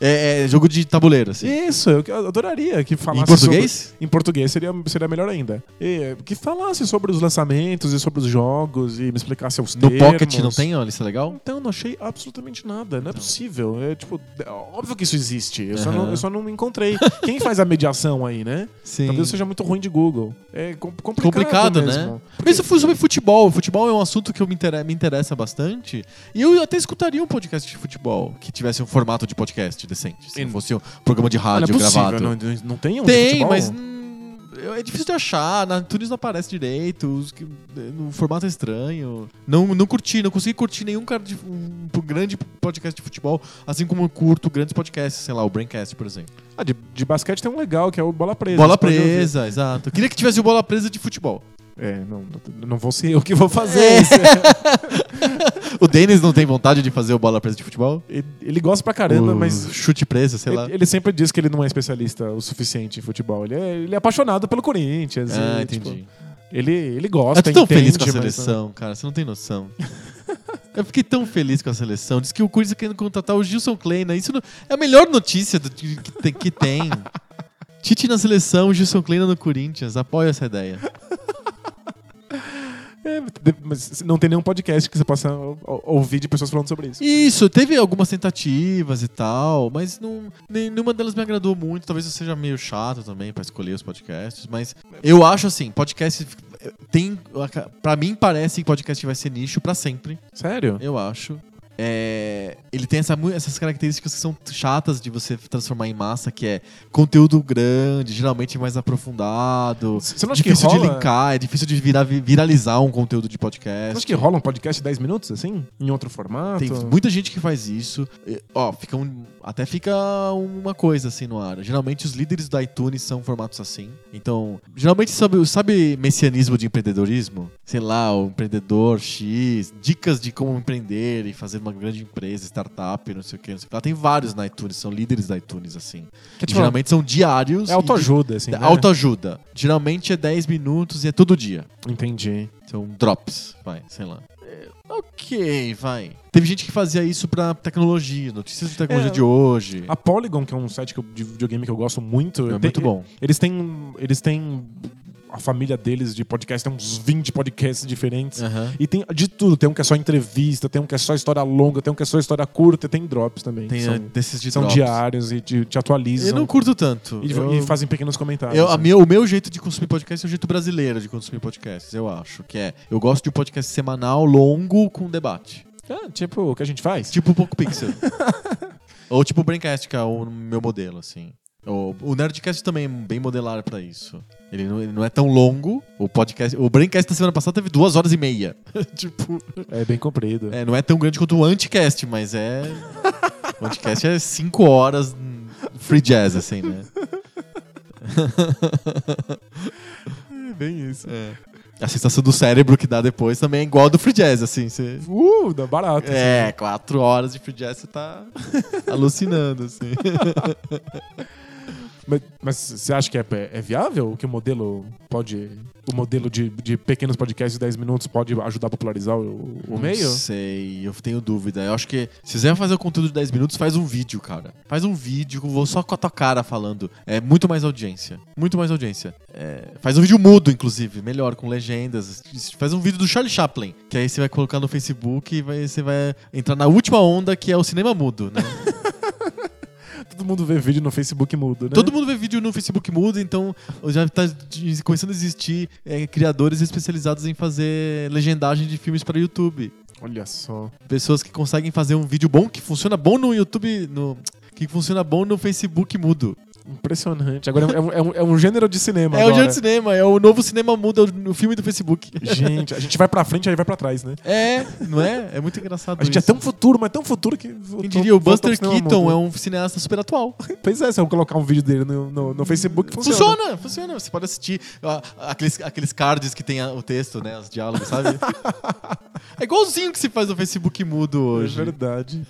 é, é jogo de tabuleiro, assim. Isso, eu que- eu adoraria que falasse. Em português? sobre- Em português seria, seria melhor ainda. E, que falasse sobre os lançamentos e sobre os jogos e me explicasse os No termos. Pocket não tem uma lista legal? Então, não achei absolutamente nada. Não é possível. É tipo, é óbvio que isso existe. Eu, só, Aham. não, eu só não encontrei. Quem faz a mediação aí, né? Sim. Talvez eu seja muito ruim de Google. É com- complicado, complicado, mesmo. né? Mas isso foi sobre futebol. Futebol é um assunto que eu me, intere- me interessa bastante. E eu até escutaria um podcast de futebol que tivesse um formato de podcast decente. Se E- não fosse um programa de Ah, não é rádio possível, gravado. não, não- não tem um de Tem, futebol? mas. hum, É difícil de achar, na Tunis não aparece direito, os que- no formato é estranho. Não, não curti, não consegui curtir nenhum cara de, um, grande podcast de futebol, assim como eu curto grandes podcasts, sei lá, o Braincast, por exemplo. Ah, de, de basquete tem um legal, que é o Bola Presa. bola Você pode ouvir. presa, exato. Eu Queria que tivesse o bola presa de futebol. É, não, não vou ser eu que vou fazer É. isso. O Denis não tem vontade de fazer o bola presa de futebol? Ele, ele gosta pra caramba, O mas Chute presa, sei ele, lá. ele sempre diz que ele não é especialista o suficiente em futebol. Ele é, ele é apaixonado pelo Corinthians. Ah, e, tipo, entendi. ele, ele Eu gosta, tô tão entende, feliz com a mas- seleção, cara. Você não tem noção. Eu fiquei tão feliz com a seleção. Diz que o Corinthians tá querendo contratar o Gilson Kleina. Isso não- é a melhor notícia do- que, tem, que tem. Tite na seleção, Gilson Kleina no Corinthians. Apoio essa ideia. É, de- mas não tem nenhum podcast que você possa ou- ou- ouvir de pessoas falando sobre isso. Isso, teve algumas tentativas e tal, mas não, nenhuma delas me agradou muito. Talvez eu seja meio chato também pra escolher os podcasts, mas eu acho assim, podcast tem. Pra mim parece que podcast vai ser nicho pra sempre. Sério? Eu acho. É, ele tem essa mu- essas características que são chatas de você transformar em massa, que é conteúdo grande, geralmente mais aprofundado. Você não acha que Difícil de rola? linkar, é difícil de virar- vi- viralizar um conteúdo de Você podcast. acha que rola um podcast de 10 minutos, assim? Em outro formato? assim. Tem muita gente que faz isso. E, Ó, fica um- até fica uma coisa assim no ar. Geralmente os líderes do iTunes são formatos assim. Então, geralmente sabe, sabe messianismo de empreendedorismo? Sei lá, o empreendedor X, dicas de como empreender e fazer uma grande empresa, startup, não sei o que, não sei o que. lá. Tem vários na iTunes, são líderes da iTunes assim. Que, tipo, geralmente são diários. É autoajuda, assim. e- Né? Autoajuda. Geralmente é 10 minutos e é todo dia. Entendi. São drops, vai, sei lá. É, ok, vai. Teve gente que fazia isso pra tecnologia, notícias de tecnologia É, de hoje. A Polygon, que é um site que eu- de videogame que eu gosto muito. É tem- muito bom. Eles têm. Eles têm. A família deles de podcast tem uns 20 podcasts diferentes. Aham. E tem de tudo. Tem um que é só entrevista, tem um que é só história longa, tem um que é só história curta, tem drops também. Tem que é, são, desses de são drops. diários e te, te atualizam. Eu não curto tanto. e, eu, e fazem pequenos comentários. eu- a né? meu- o meu jeito de consumir podcast é o jeito brasileiro de consumir podcasts, eu acho. Que é, eu gosto de um podcast semanal, longo, com debate. É, tipo, o que a gente faz? Tipo o Poco Pixel. Ou tipo o Braincast, que é o meu modelo, assim. O, o Nerdcast também é bem modelar pra isso. Ele não, ele não é tão longo. O podcast. O Braincast da semana passada teve duas horas e meia. tipo. É bem comprido. É, não é tão grande quanto o Anticast, mas é. o Anticast é cinco horas hum, free jazz, assim, né? É bem isso. A sensação do cérebro que dá depois também é igual a do free jazz, assim. Você. Uh, dá barato. É, quatro horas de free jazz você tá alucinando, assim. Mas, mas você acha que é, é viável? Que o modelo pode. O modelo de, de pequenos podcasts de 10 minutos pode ajudar a popularizar o, o meio? Não sei, eu tenho dúvida. Eu acho que se quiser fazer o conteúdo de 10 minutos, faz um vídeo, cara. Faz um vídeo com vo- só com a tua cara falando. É muito mais audiência. Muito mais audiência. É, faz um vídeo mudo, inclusive. Melhor, com legendas. Faz um vídeo do Charlie Chaplin. Que aí você vai colocar no Facebook e vai- você vai entrar na última onda que é o cinema mudo, né? Todo mundo vê vídeo no Facebook mudo, né? Todo mundo vê vídeo no Facebook mudo, então já tá de- começando a existir é, criadores especializados em fazer legendagem de filmes para YouTube. Olha só. pessoas que conseguem fazer um vídeo bom que funciona bom no YouTube, no que funciona bom no Facebook mudo. Impressionante. Agora é um, é um, é um gênero de É cinema. o agora. dia de cinema, é o novo cinema muda o o filme do Facebook. Gente, a gente vai pra frente, aí vai pra trás, né? É, não é? É muito engraçado A gente é isso. tão futuro, mas tão futuro que. voltou- Quem diria, o voltou Buster pro cinema Keaton mudo. é um cineasta super atual. Pois é, se eu colocar um vídeo dele no, no, no Facebook, funciona. Funciona, funciona. Você pode assistir ah, aqueles, aqueles cards que tem ah, o texto, né? Os diálogos, sabe? é igualzinho que se faz no Facebook mudo hoje. É verdade.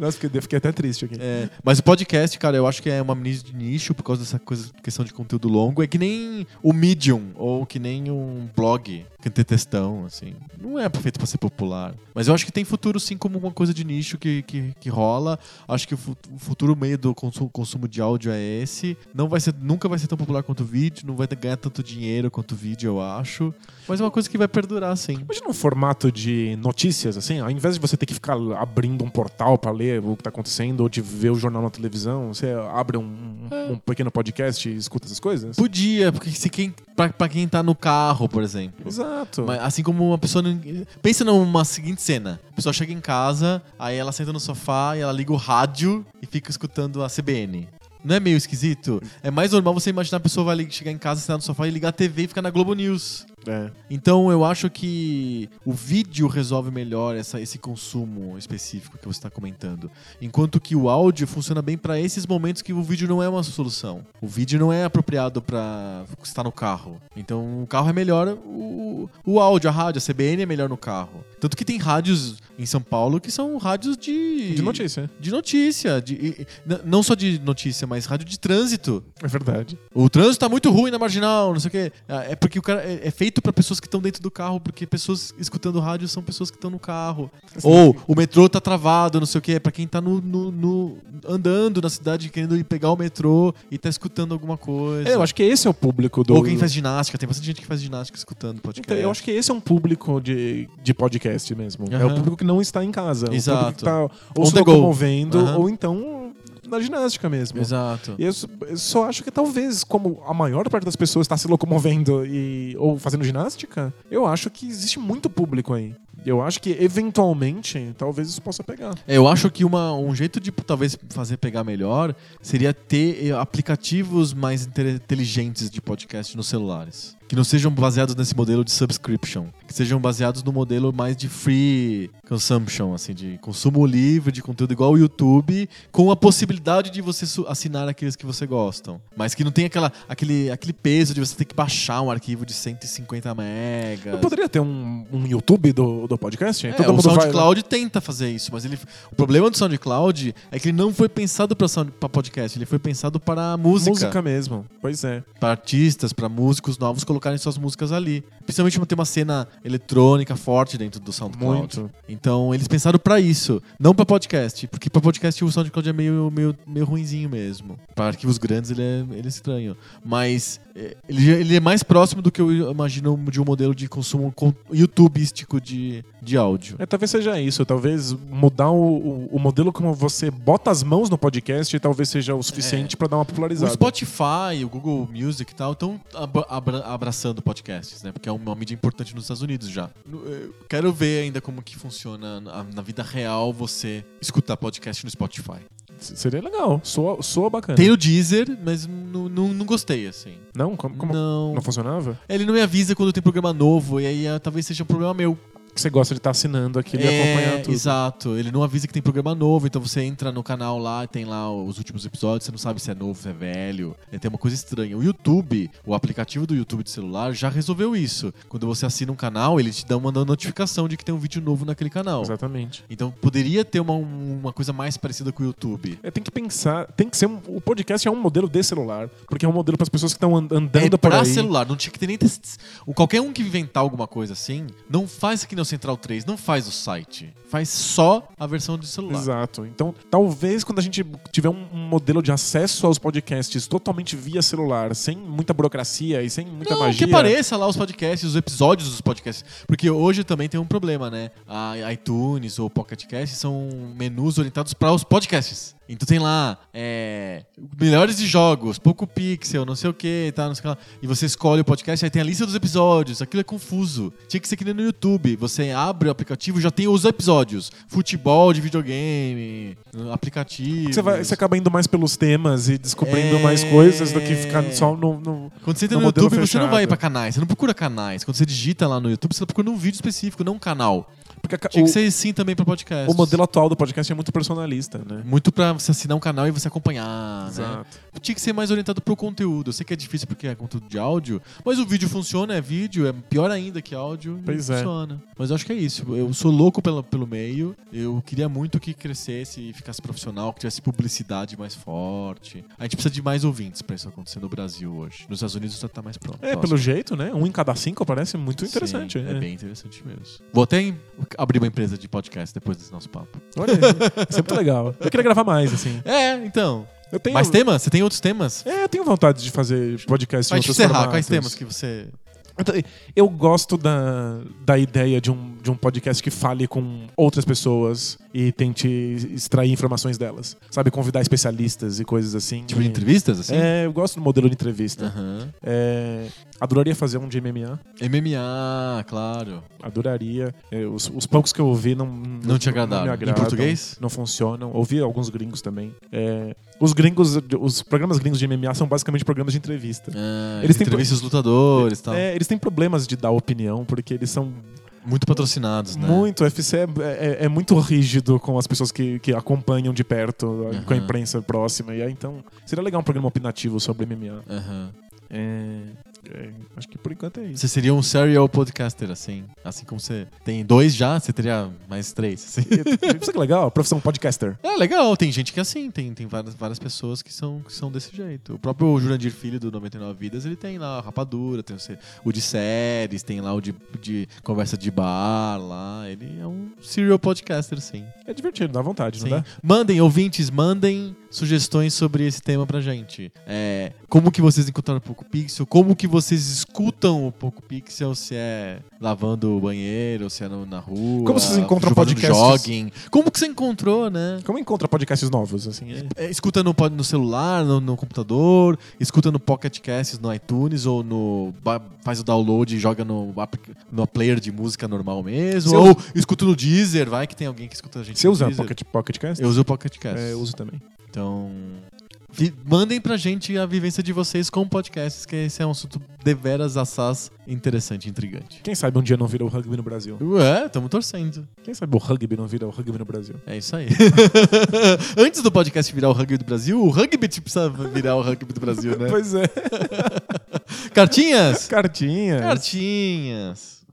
Nossa, fiquei, fiquei até triste aqui. É, mas o podcast, cara, eu acho que é uma mídia de nicho por causa dessa coisa, questão de conteúdo longo. É que nem o Medium ou que nem um blog que tem textão, assim. Não é feito pra ser popular. Mas eu acho que tem futuro, sim, como uma coisa de nicho que, que, que rola. Acho que o fu- o futuro meio do consu- consumo de áudio é esse. Não vai ser, nunca vai ser tão popular quanto o vídeo, não vai ganhar tanto dinheiro quanto o vídeo, eu acho. Mas é uma coisa que vai perdurar, sim. Imagina um formato de notícias, assim, ao invés de você ter que ficar abrindo um portal pra ler o que tá acontecendo ou de ver o jornal na televisão, você abre um, um- É. um pequeno podcast e escuta essas coisas? Podia, porque se quem, pra, pra quem tá no carro, por exemplo. Exato. Mas, assim como uma pessoa. não- Pensa numa seguinte cena: a pessoa chega em casa, aí ela senta no sofá e ela liga o rádio e fica escutando a CBN. Não é meio esquisito? É mais normal você imaginar a pessoa vai li- chegar em casa, sentar no sofá e ligar a TV e ficar na Globo News. É. Então eu acho que o vídeo resolve melhor essa- esse consumo específico que você está comentando. Enquanto que o áudio funciona bem para esses momentos que o vídeo não é uma solução. O vídeo não é apropriado para estar no carro. Então o carro é melhor, o, o áudio, a rádio, a CBN é melhor no carro. Tanto que tem rádios em São Paulo que são rádios de. De notícia. De notícia, de- e- e- n- não só de notícia, mas rádio de trânsito. É verdade. O trânsito tá muito ruim na marginal, não sei o quê. Ah, É porque o cara é é feito pra pessoas que estão dentro do carro, porque pessoas escutando rádio são pessoas que estão no carro. Assim. Ou o metrô tá travado, não sei o quê. É pra quem tá no, no- no- andando na cidade querendo ir pegar o metrô e tá escutando alguma coisa. É, eu acho que esse é o público do. Ou quem faz ginástica, tem bastante gente que faz ginástica escutando podcast. Então, eu acho que esse é um público de, de podcast mesmo. É o Aham. público que não está em casa. é Exato. O público que tá ou On se the go. locomovendo, Aham. ou então na ginástica mesmo. Exato. E Eu s- eu só acho que talvez, como a maior parte das pessoas está se locomovendo e, ou fazendo ginástica, eu acho que existe muito público aí. Eu acho que, eventualmente, talvez isso possa pegar. É, Eu acho que uma- um jeito de talvez fazer pegar melhor seria ter eh, aplicativos mais inte- inteligentes de podcast nos celulares. Que não sejam baseados nesse modelo de subscription. Que sejam baseados no modelo mais de free consumption, assim, de consumo livre de conteúdo igual o YouTube, com a possibilidade de você su- assinar aqueles que você gostam. Mas que não tem aquela, aquele, aquele peso de você ter que baixar um arquivo de 150 megas. Eu poderia ter um, um YouTube do, do podcast? É, o SoundCloud né? tenta fazer isso, mas ele, o problema do SoundCloud é que ele não foi pensado para podcast, ele foi pensado para é música, música. mesmo. Pois é. para artistas, para músicos novos colocarem suas músicas ali. Principalmente tem uma cena eletrônica forte dentro do SoundCloud. Muito. Então eles pensaram para isso, não para podcast, porque para podcast o SoundCloud é meio meio, meio ruinzinho mesmo. Para arquivos grandes ele é, ele é estranho, mas é, ele, ele é mais próximo do que eu imagino de um modelo de consumo com- youtubeístico de, de áudio. É, talvez seja isso. Talvez mudar o, o, o modelo como você bota as mãos no podcast talvez seja o suficiente pra dar uma O popularizada. Spotify, o Google Music e tal estão ab- abra- abraçando podcasts, né? Porque é uma mídia importante nos Estados Unidos já. No- eu Quero ver ainda como que funciona na na vida real você escutar podcast no Spotify. S- Seria legal. Soa, soa bacana. Tem o Deezer, mas não- não não gostei, assim. Não? Como, como- Não. não funcionava? Ele não me avisa quando tem programa novo, e aí ah, talvez seja um problema meu. Que você gosta de estar assinando aquilo e É, acompanhar tudo. Exato, ele não avisa que tem programa novo, então você entra no canal lá, tem lá os últimos episódios, você não sabe se é novo, se é velho. É, tem uma coisa estranha. O YouTube, o aplicativo do YouTube de celular, já resolveu isso. Quando você assina um canal, ele te dá uma notificação de que tem um vídeo novo naquele canal. Exatamente. Então poderia ter uma, uma coisa mais parecida com o YouTube. É, tem que pensar, tem que ser um, o podcast é um modelo de celular, porque é um modelo para as pessoas que estão and- É andando por pra aí. celular, não tinha que ter nem. test- o- Qualquer um que inventar alguma coisa assim, não faz que nem o Central 3, não faz o site. Faz só a versão de celular. Exato. Então, talvez quando a gente tiver um um modelo de acesso aos podcasts totalmente via celular, sem muita burocracia e sem muita não, magia. que apareça lá os podcasts, os episódios dos podcasts. Porque hoje também tem um problema, né? A iTunes ou Pocket Cast são menus orientados para os podcasts. Então tem lá, é, melhores de jogos, pouco pixel, não sei o que, tá, não sei o que lá. E você escolhe o podcast, aí tem a lista dos episódios. Aquilo é confuso. Tinha que ser que nem no YouTube. Você você abre o aplicativo, já tem os episódios. Futebol de videogame, aplicativo. Você, vai, você acaba indo mais pelos temas e É. descobrindo mais coisas do que ficar só no. no- Quando você entra no no, modelo YouTube, você não fechado. vai pra canais, você não procura canais. Quando você digita lá no YouTube, você procura um vídeo específico, não um canal. Porque a- Tinha o, que ser sim também pra podcast. o modelo atual do podcast é muito personalista, né? Muito pra você assinar um canal e você acompanhar, né? Exato. Tinha que ser mais orientado pro conteúdo. Eu sei que é difícil porque é conteúdo de áudio, mas o vídeo funciona, é vídeo, é pior ainda que áudio. Pois é. funciona. Mas eu acho que é isso. Eu sou louco pelo, pelo meio. Eu queria muito que crescesse e ficasse profissional, que tivesse publicidade mais forte. A gente precisa de mais ouvintes pra isso acontecer no Brasil hoje. Nos Estados Unidos já tá mais pronto. É, pelo jeito, né? Um em cada cinco parece muito interessante. Sim, né? é bem interessante mesmo. Vou até em- abrir uma empresa de podcast depois desse nosso papo. Olha, aí, isso é muito legal. Eu queria gravar mais, assim. É, então. Eu tenho, Mais temas? Você tem outros temas? É, eu tenho vontade de fazer podcast em Pra gente outros encerrar, formatos. quais temas que você. Então, Eu gosto da, da ideia de um, de um podcast que fale com outras pessoas e tente extrair informações delas. Sabe, convidar especialistas e coisas assim. Tipo de entrevistas, assim? É, eu gosto do modelo de entrevista. Aham. É, adoraria fazer um de MMA. MMA, claro. Adoraria. É, os, os poucos que eu ouvi não, Não te agradaram. me Em agradam, português? Não funcionam. Ouvi alguns gringos também. É, os gringos, os programas gringos de MMA são basicamente programas de entrevista. Ah, Eles eles têm entrevistam os lutadores e tal. É, eles têm problemas de dar opinião, porque eles são Muito patrocinados, né? muito. O UFC é, é- é muito rígido com as pessoas que, que acompanham de perto, com a Aham. imprensa próxima. E aí, então, seria legal um programa opinativo sobre MMA. Aham. É, é, acho que por enquanto é isso. Você seria um serial podcaster, assim. Assim como você tem dois já, você teria mais três. assim. Isso que é legal, profissão podcaster. É legal, tem gente que é assim, tem, tem várias, várias pessoas que são, que são desse jeito. O próprio Jurandir Filho do 99 Vidas, ele tem lá a rapadura, tem o, se- o de séries, tem lá o de, de conversa de bar lá. Ele é um serial podcaster, sim. É divertido, dá vontade, Sim. não dá? Mandem, ouvintes, mandem sugestões sobre esse tema pra gente. É, como que vocês encontraram o Poco Pixel? Como que vocês escutam o Poco Pixel? Se é lavando o banheiro, se é no- na rua. Como vocês encontram jogando podcasts? Jogging. Como que você encontrou, né? Como encontra podcasts novos, assim? é- É, escuta no, pod- no celular, no, no computador, escuta no Pocket Casts, no iTunes ou no ba- faz o download e joga no, app- no player de música normal mesmo. Você ou usa- escuta no Deezer, vai que tem alguém que escuta a gente Você no usa Deezer. Pocket, Pocket Cast? Eu uso o Pocket Casts. É, eu uso também. Então, vi- mandem pra gente a vivência de vocês com podcasts, que esse é um assunto deveras assaz interessante, intrigante. Quem sabe um dia não vira o rugby no Brasil? Ué, tamo torcendo. Quem sabe o rugby não vira o rugby no Brasil? É isso aí. Antes do podcast virar o rugby do Brasil, o rugby te precisa virar o rugby do Brasil, né? Pois é. Cartinhas? Cartinha. Cartinhas.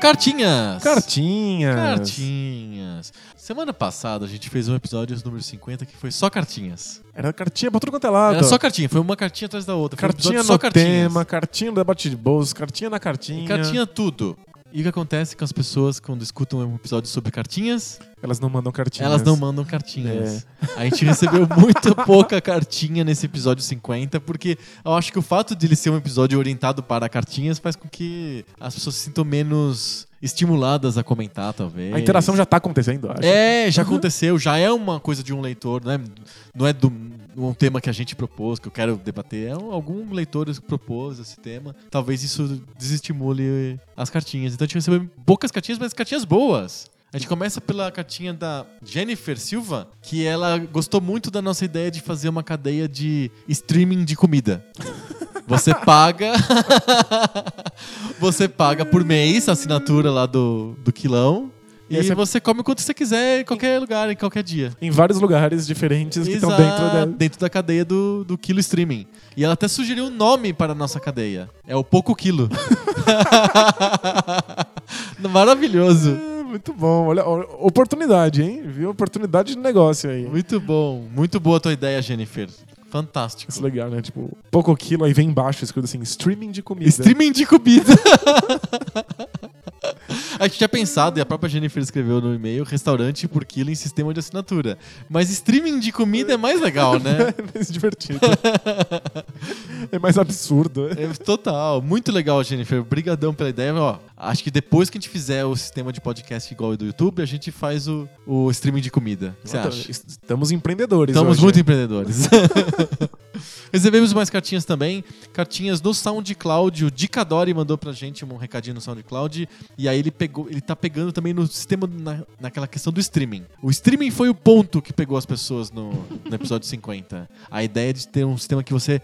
Cartinhas. Cartinha. Cartinhas. Semana passada a gente fez um episódio número 50 que foi só cartinhas. Era cartinha pra tudo quanto é lado. Era só cartinha, foi uma cartinha atrás da outra. Foi um Cartinha episódio no só cartinhas. tema, cartinha no debate de bolso, cartinha na cartinha. Cartinha tudo. E o que acontece com as pessoas quando escutam um episódio sobre cartinhas? Elas não mandam cartinhas. É. Elas não mandam cartinhas. A gente recebeu muito pouca cartinha nesse episódio 50, porque eu acho que o fato de ele ser um episódio orientado para cartinhas faz com que as pessoas se sintam menos estimuladas a comentar, talvez. A interação já tá acontecendo, acho. É, já aconteceu, já é uma coisa de um leitor, não é, não é do, um tema que a gente propôs, que eu quero debater. É um- algum leitor que propôs esse tema. Talvez isso desestimule as cartinhas. Então a gente recebeu poucas cartinhas, mas cartinhas boas. A gente começa pela cartinha da Jennifer Silva, que ela gostou muito da nossa ideia de fazer uma cadeia de streaming de comida. Você paga. você paga por mês a assinatura lá do, do quilão. E E, aí você- você come quanto você quiser em qualquer lugar, em qualquer dia. Em vários lugares diferentes que estão dentro da. dentro da cadeia do, do Quilo Streaming. E ela até sugeriu um nome para a nossa cadeia. É o Pouco Quilo. Maravilhoso. É, muito bom. Olha, ó, oportunidade, hein? Viu? Oportunidade de negócio aí. Muito bom. Muito boa a tua ideia, Jennifer. Fantástico. Isso é legal, né? Tipo, pouco quilo, aí vem embaixo escrito assim, streaming de comida. Streaming de comida. A gente tinha pensado, e a própria Jennifer escreveu no e-mail, restaurante por quilo em sistema de assinatura. Mas streaming de comida é mais legal, né? É mais divertido. é mais absurdo. né? É, total, muito legal, Jennifer. Obrigadão pela ideia. Ó, acho que depois que a gente fizer o sistema de podcast igual ao do YouTube, a gente faz o, o streaming de comida. O que você acha? Estamos empreendedores Estamos hoje. muito empreendedores. Recebemos mais cartinhas também. Cartinhas no SoundCloud. O Dicadori mandou pra gente um recadinho no SoundCloud. E aí ele pegou, ele tá pegando também no sistema, na, naquela questão do streaming. O streaming foi o ponto que pegou as pessoas no, no episódio 50. A ideia de ter um sistema que você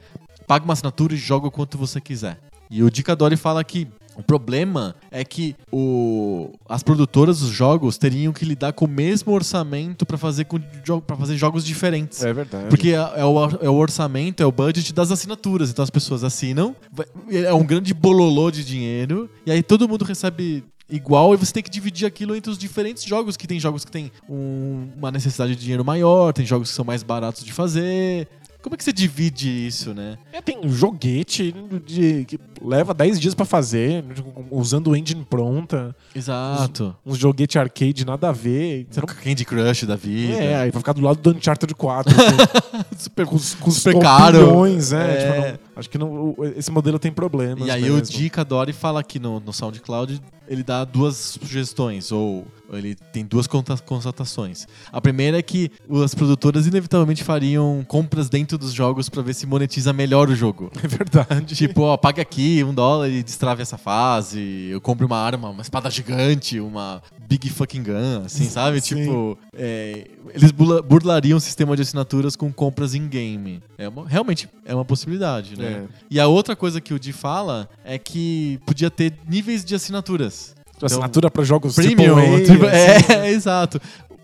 paga uma assinatura e joga o quanto você quiser. E o Dicadori fala que o problema é que o, as produtoras dos jogos teriam que lidar com o mesmo orçamento para fazer, com jo- pra fazer jogos diferentes. É verdade. Porque é, é o, or- é o orçamento, é o budget das assinaturas. Então as pessoas assinam, vai- é um grande bololô de dinheiro, e aí todo mundo recebe igual e você tem que dividir aquilo entre os diferentes jogos, que tem jogos que tem um- uma necessidade de dinheiro maior, tem jogos que são mais baratos de fazer. Como é que você divide isso, né? É, tem um joguete de- que leva 10 dias pra fazer, usando o engine pronta, Exato. uns joguete arcade nada a ver. Você não... Candy Crush da vida. É, aí vai ficar do lado do Uncharted assim. 4. com, super com os, com os Super caro. pompilhões, né? É. Tipo, não- acho que não- o- esse modelo tem problemas. né? E aí mesmo. o Dica Dori fala aqui no, no SoundCloud, ele dá duas sugestões, ou ele tem duas conta- constatações. A primeira é que as produtoras inevitavelmente fariam compras dentro dos jogos pra ver se monetiza melhor o jogo. É verdade. Tipo, ó, paga aqui um dólar e destrave essa fase. Eu compro uma arma, uma espada gigante, uma big fucking gun, assim, sabe? Sim. Tipo, é, eles bula- burlariam o sistema de assinaturas com compras in-game. É uma- realmente é uma possibilidade, né? É. E a outra coisa que o Di fala é que podia ter níveis de assinaturas. assinatura pra jogos Então, Premium. AAA, tipo- assim. é, exato.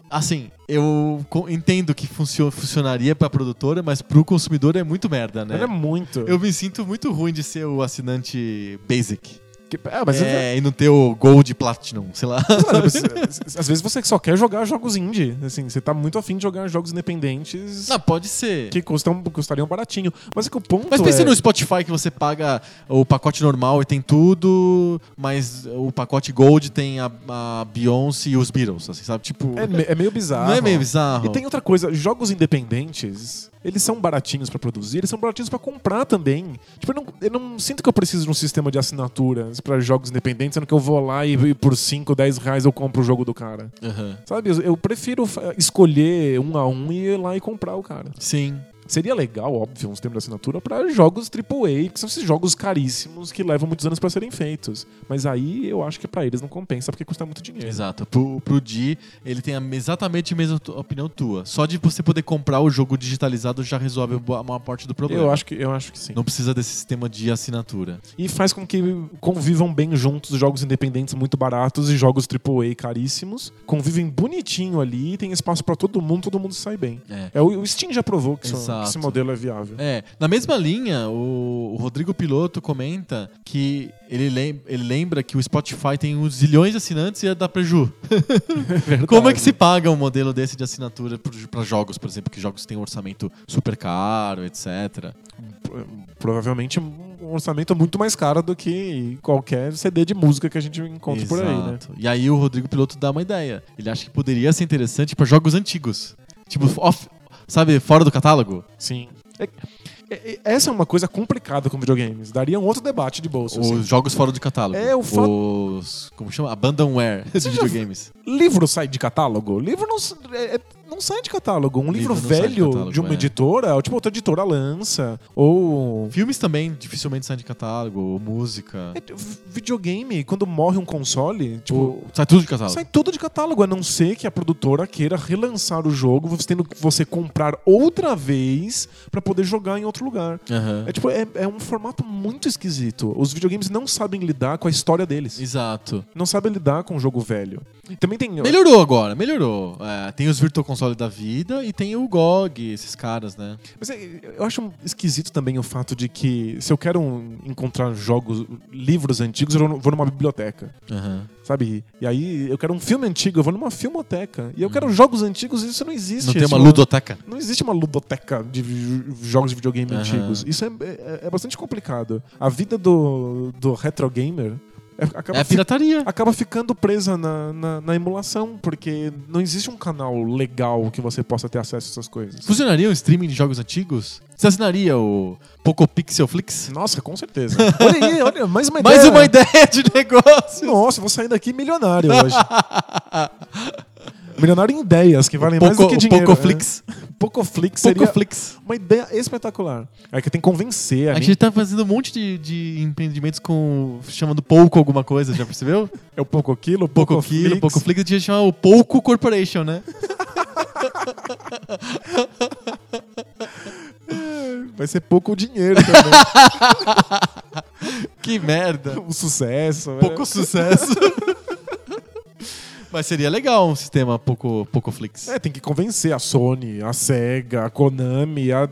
Assim, eu co- entendo que funcio- funcionaria pra produtora, mas pro consumidor é muito merda, né? Mas é muito. Eu me sinto muito ruim de ser o assinante basic. Que- é, mas eu- é, e não ter o Gold Platinum, sei lá. Sabe, s- é, às vezes você só quer jogar jogos indie. Assim, você tá muito afim de jogar jogos independentes Não, pode ser. que custam, custariam baratinho. Mas é que o ponto Mas pense é... no Spotify que você paga o pacote normal e tem tudo, mas o pacote Gold tem a, a Beyoncé e os Beatles, assim, sabe? Tipo, É, me- é meio bizarro. não é meio bizarro? E tem outra coisa, jogos independentes, eles são baratinhos pra produzir, eles são baratinhos pra comprar também. Tipo, eu não, eu não sinto que eu preciso de um sistema de assinaturas pra jogos independentes, sendo que eu vou lá e, e por 5, 10 reais eu compro o jogo do cara. Aham. Sabe, eu, eu prefiro fa- escolher um a um e ir lá e comprar o cara. Sim. Seria legal, óbvio, um sistema de assinatura pra jogos AAA, que são esses jogos caríssimos que levam muitos anos pra serem feitos. Mas aí eu acho que pra eles não compensa porque custa muito dinheiro. Exato. Pro, pro Di, ele tem a- exatamente a mesma tu- opinião tua. Só de você poder comprar o jogo digitalizado já resolve boa- a maior parte do problema. Eu acho que, eu acho que sim. Não precisa desse sistema de assinatura. E faz com que convivam bem juntos jogos independentes muito baratos e jogos AAA caríssimos. Convivem bonitinho ali, tem espaço pra todo mundo, todo mundo sai bem. É. É, o o Steam já provou que, isso- Exato. que esse modelo é viável. É, na mesma linha, o, o Rodrigo Piloto comenta que ele, lem- ele lembra que o Spotify tem uns zilhões de assinantes e é da Preju. Como é que se paga um modelo desse de assinatura para jogos, por exemplo, que jogos têm um orçamento super caro, etc. Pro- Provavelmente um orçamento muito mais caro do que qualquer CD de música que a gente encontra por aí, né? Exato. E aí o Rodrigo Piloto dá uma ideia. Ele acha que poderia ser interessante para jogos antigos. Tipo, off- sabe, fora do catálogo? Sim. É- é- é- essa é uma coisa complicada com videogames. Daria um outro debate de bolso. Os assim. jogos fora do catálogo. É, o fa- Os. Como chama? Abandonware de já- videogames. Livro sai de catálogo? Livro não, s- é- é- não sai de catálogo. Um Livro livro, não sai de velho de, catálogo, uma é. editora, tipo, outra editora lança. Ou. Filmes também dificilmente saem de catálogo, ou música. É, v- videogame, quando morre um console, tipo. Tipo, sai tudo de catálogo. Sai tudo de catálogo, a não ser que a produtora queira relançar o jogo, você tendo que você comprar outra vez pra poder jogar em outro lugar. Aham. É tipo, é, é um formato muito esquisito. Os videogames não sabem lidar com a história deles. Exato. Não sabem lidar com o jogo velho. Também tem. Melhorou agora, melhorou. É, tem os Virtual Console da vida e tem o GOG, esses caras, né? Mas é- eu acho esquisito também o fato de que se eu quero um- encontrar jogos, livros antigos, eu vou numa biblioteca, Aham. sabe? E aí eu quero um filme antigo, eu vou numa filmoteca. E eu quero jogos antigos, isso não existe. Hum. Não tem Isso uma não- ludoteca. Não existe uma ludoteca de vi- jogos de videogame Aham. antigos. Isso é, é- é bastante complicado. A vida do, do retro gamer é- acaba, É a fi- pirataria. acaba ficando presa na, na, na emulação, porque não existe um canal legal que você possa ter acesso a essas coisas. Funcionaria o streaming de jogos antigos? Você assinaria o Pocopixel Flix? Nossa, com certeza. Olha aí, olha, mais uma ideia. Mais uma ideia de negócio! Nossa, vou sair daqui milionário hoje. milionário em ideias, que valem mais do Poco- que dinheiro. Pocoflix. né? Pocoflix seria Pocoflix. uma ideia espetacular. É que tem que convencer a, A mim. gente tá fazendo um monte de, de empreendimentos com. chamando pouco alguma coisa, já percebeu? É o Pocoquilo, Pouco Pocoflix. Pocoflix. Pocoflix a gente ia chamar o Pouco Corporation, né? Vai ser pouco dinheiro também. Que merda. o sucesso. né? Pouco sucesso. Mas seria legal um sistema Poco, Pocoflix. É, tem que convencer a Sony, a Sega, a Konami, a,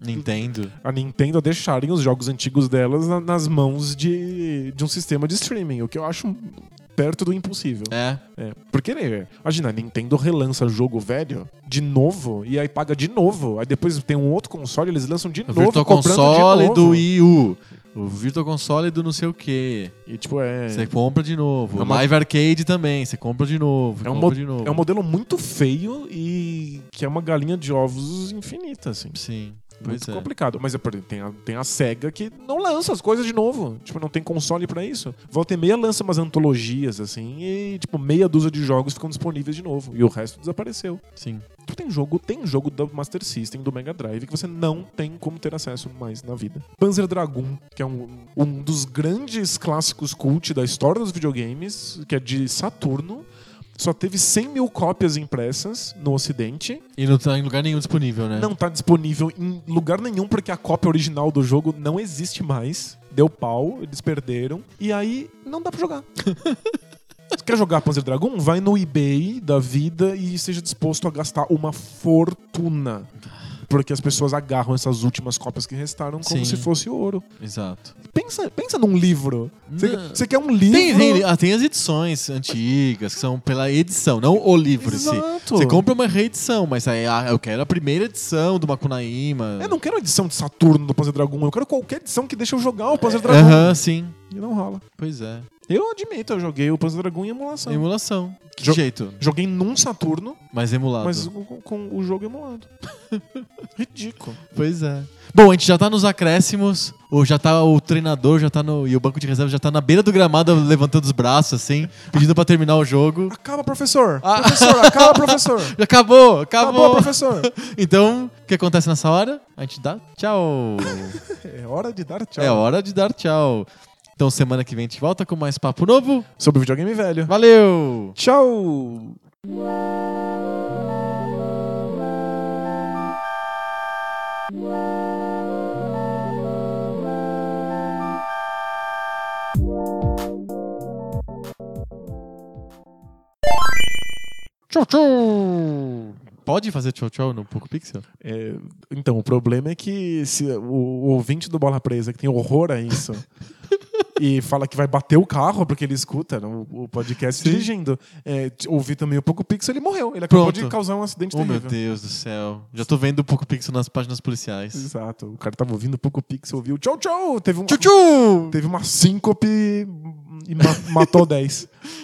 Nintendo. a Nintendo a deixarem os jogos antigos delas na- nas mãos de, de um sistema de streaming, o que eu acho perto do impossível. É. É, porque, né, imagina, a Nintendo relança jogo velho de novo e aí paga de novo. Aí depois tem um outro console, eles lançam de É O novo. Virtual cobrando de Console novo. do Wii U. O Virtual Console do não sei o quê. E tipo, é. Você compra de novo. É uma- Live Arcade também. Você compra de novo. É um, compra mo- de novo. é um modelo muito feio e que é uma galinha de ovos infinita, assim. Sim. Pois Muito é. complicado. Mas é, por exemplo, tem a, tem a SEGA que não lança as coisas de novo. Tipo, não tem console pra isso. Volta e meia lança umas antologias, assim, e, tipo, meia dúzia de jogos ficam disponíveis de novo. E o resto desapareceu. Sim. Tipo, tem jogo, tem jogo do Master System, do Mega Drive, que você não tem como ter acesso mais na vida. Panzer Dragoon, que é um, um dos grandes clássicos cult da história dos videogames, que é de Saturno. Só teve 100 mil cópias impressas no ocidente. E não tá em lugar nenhum disponível, né? Não tá disponível em lugar nenhum porque a cópia original do jogo não existe mais. Deu pau, eles perderam. E aí não dá pra jogar. Você Quer jogar Panzer Dragon? Vai no eBay da vida e seja disposto a gastar uma fortuna. Porque as pessoas agarram essas últimas cópias que restaram Sim. como se fosse ouro. Exato. Pensa, pensa num livro. Você, Não. você quer um livro. Tem, tem- ah, tem as edições antigas, que são pela edição, não o livro em si. Exato. Você compra uma reedição, mas aí ah, eu quero a primeira edição do Makunaíma. Eu não quero a edição de Saturno do Panzer Dragon. Eu quero qualquer edição que deixe eu jogar o Panzer Dragon. É. Aham, sim. E não rola. Pois é. Eu admito, eu joguei o Panzer Dragon em emulação. Emulação. Que Jo- jeito. Joguei num Saturno, Mas emulado. mas com, com o jogo emulado. Ridículo. Pois é. Bom, a gente já tá nos acréscimos, ou já tá o treinador, já tá no. E o banco de reserva já tá na beira do gramado levantando os braços, assim, pedindo pra terminar o jogo. Acaba, professor. Ah. Professor, acaba, professor. Acabou, Acabou, acabou. professor. então, o que acontece nessa hora? A gente dá tchau. É hora de dar tchau. é hora de dar tchau. Então, semana que vem a gente volta com mais papo novo. Sobre videogame velho. Valeu! Tchau. Tchau, tchau! Pode fazer tchau, tchau no Poco Pixel? É, então, o problema é que se o, o ouvinte do Bola Presa, que tem horror a isso, e fala que vai bater o carro porque ele escuta né, o, o podcast Sim. dirigindo, é, t- ouvir também o Poco Pixel, ele morreu. Ele acabou Pronto. de causar um acidente Oh, meu terrível. Deus do céu. Já tô vendo o Poco Pixel nas páginas policiais. Exato. O cara tava ouvindo o Poco Pixel, ouviu tchau, tchau. Teve, um, Tchau, tchau! teve uma síncope e ma- matou 10.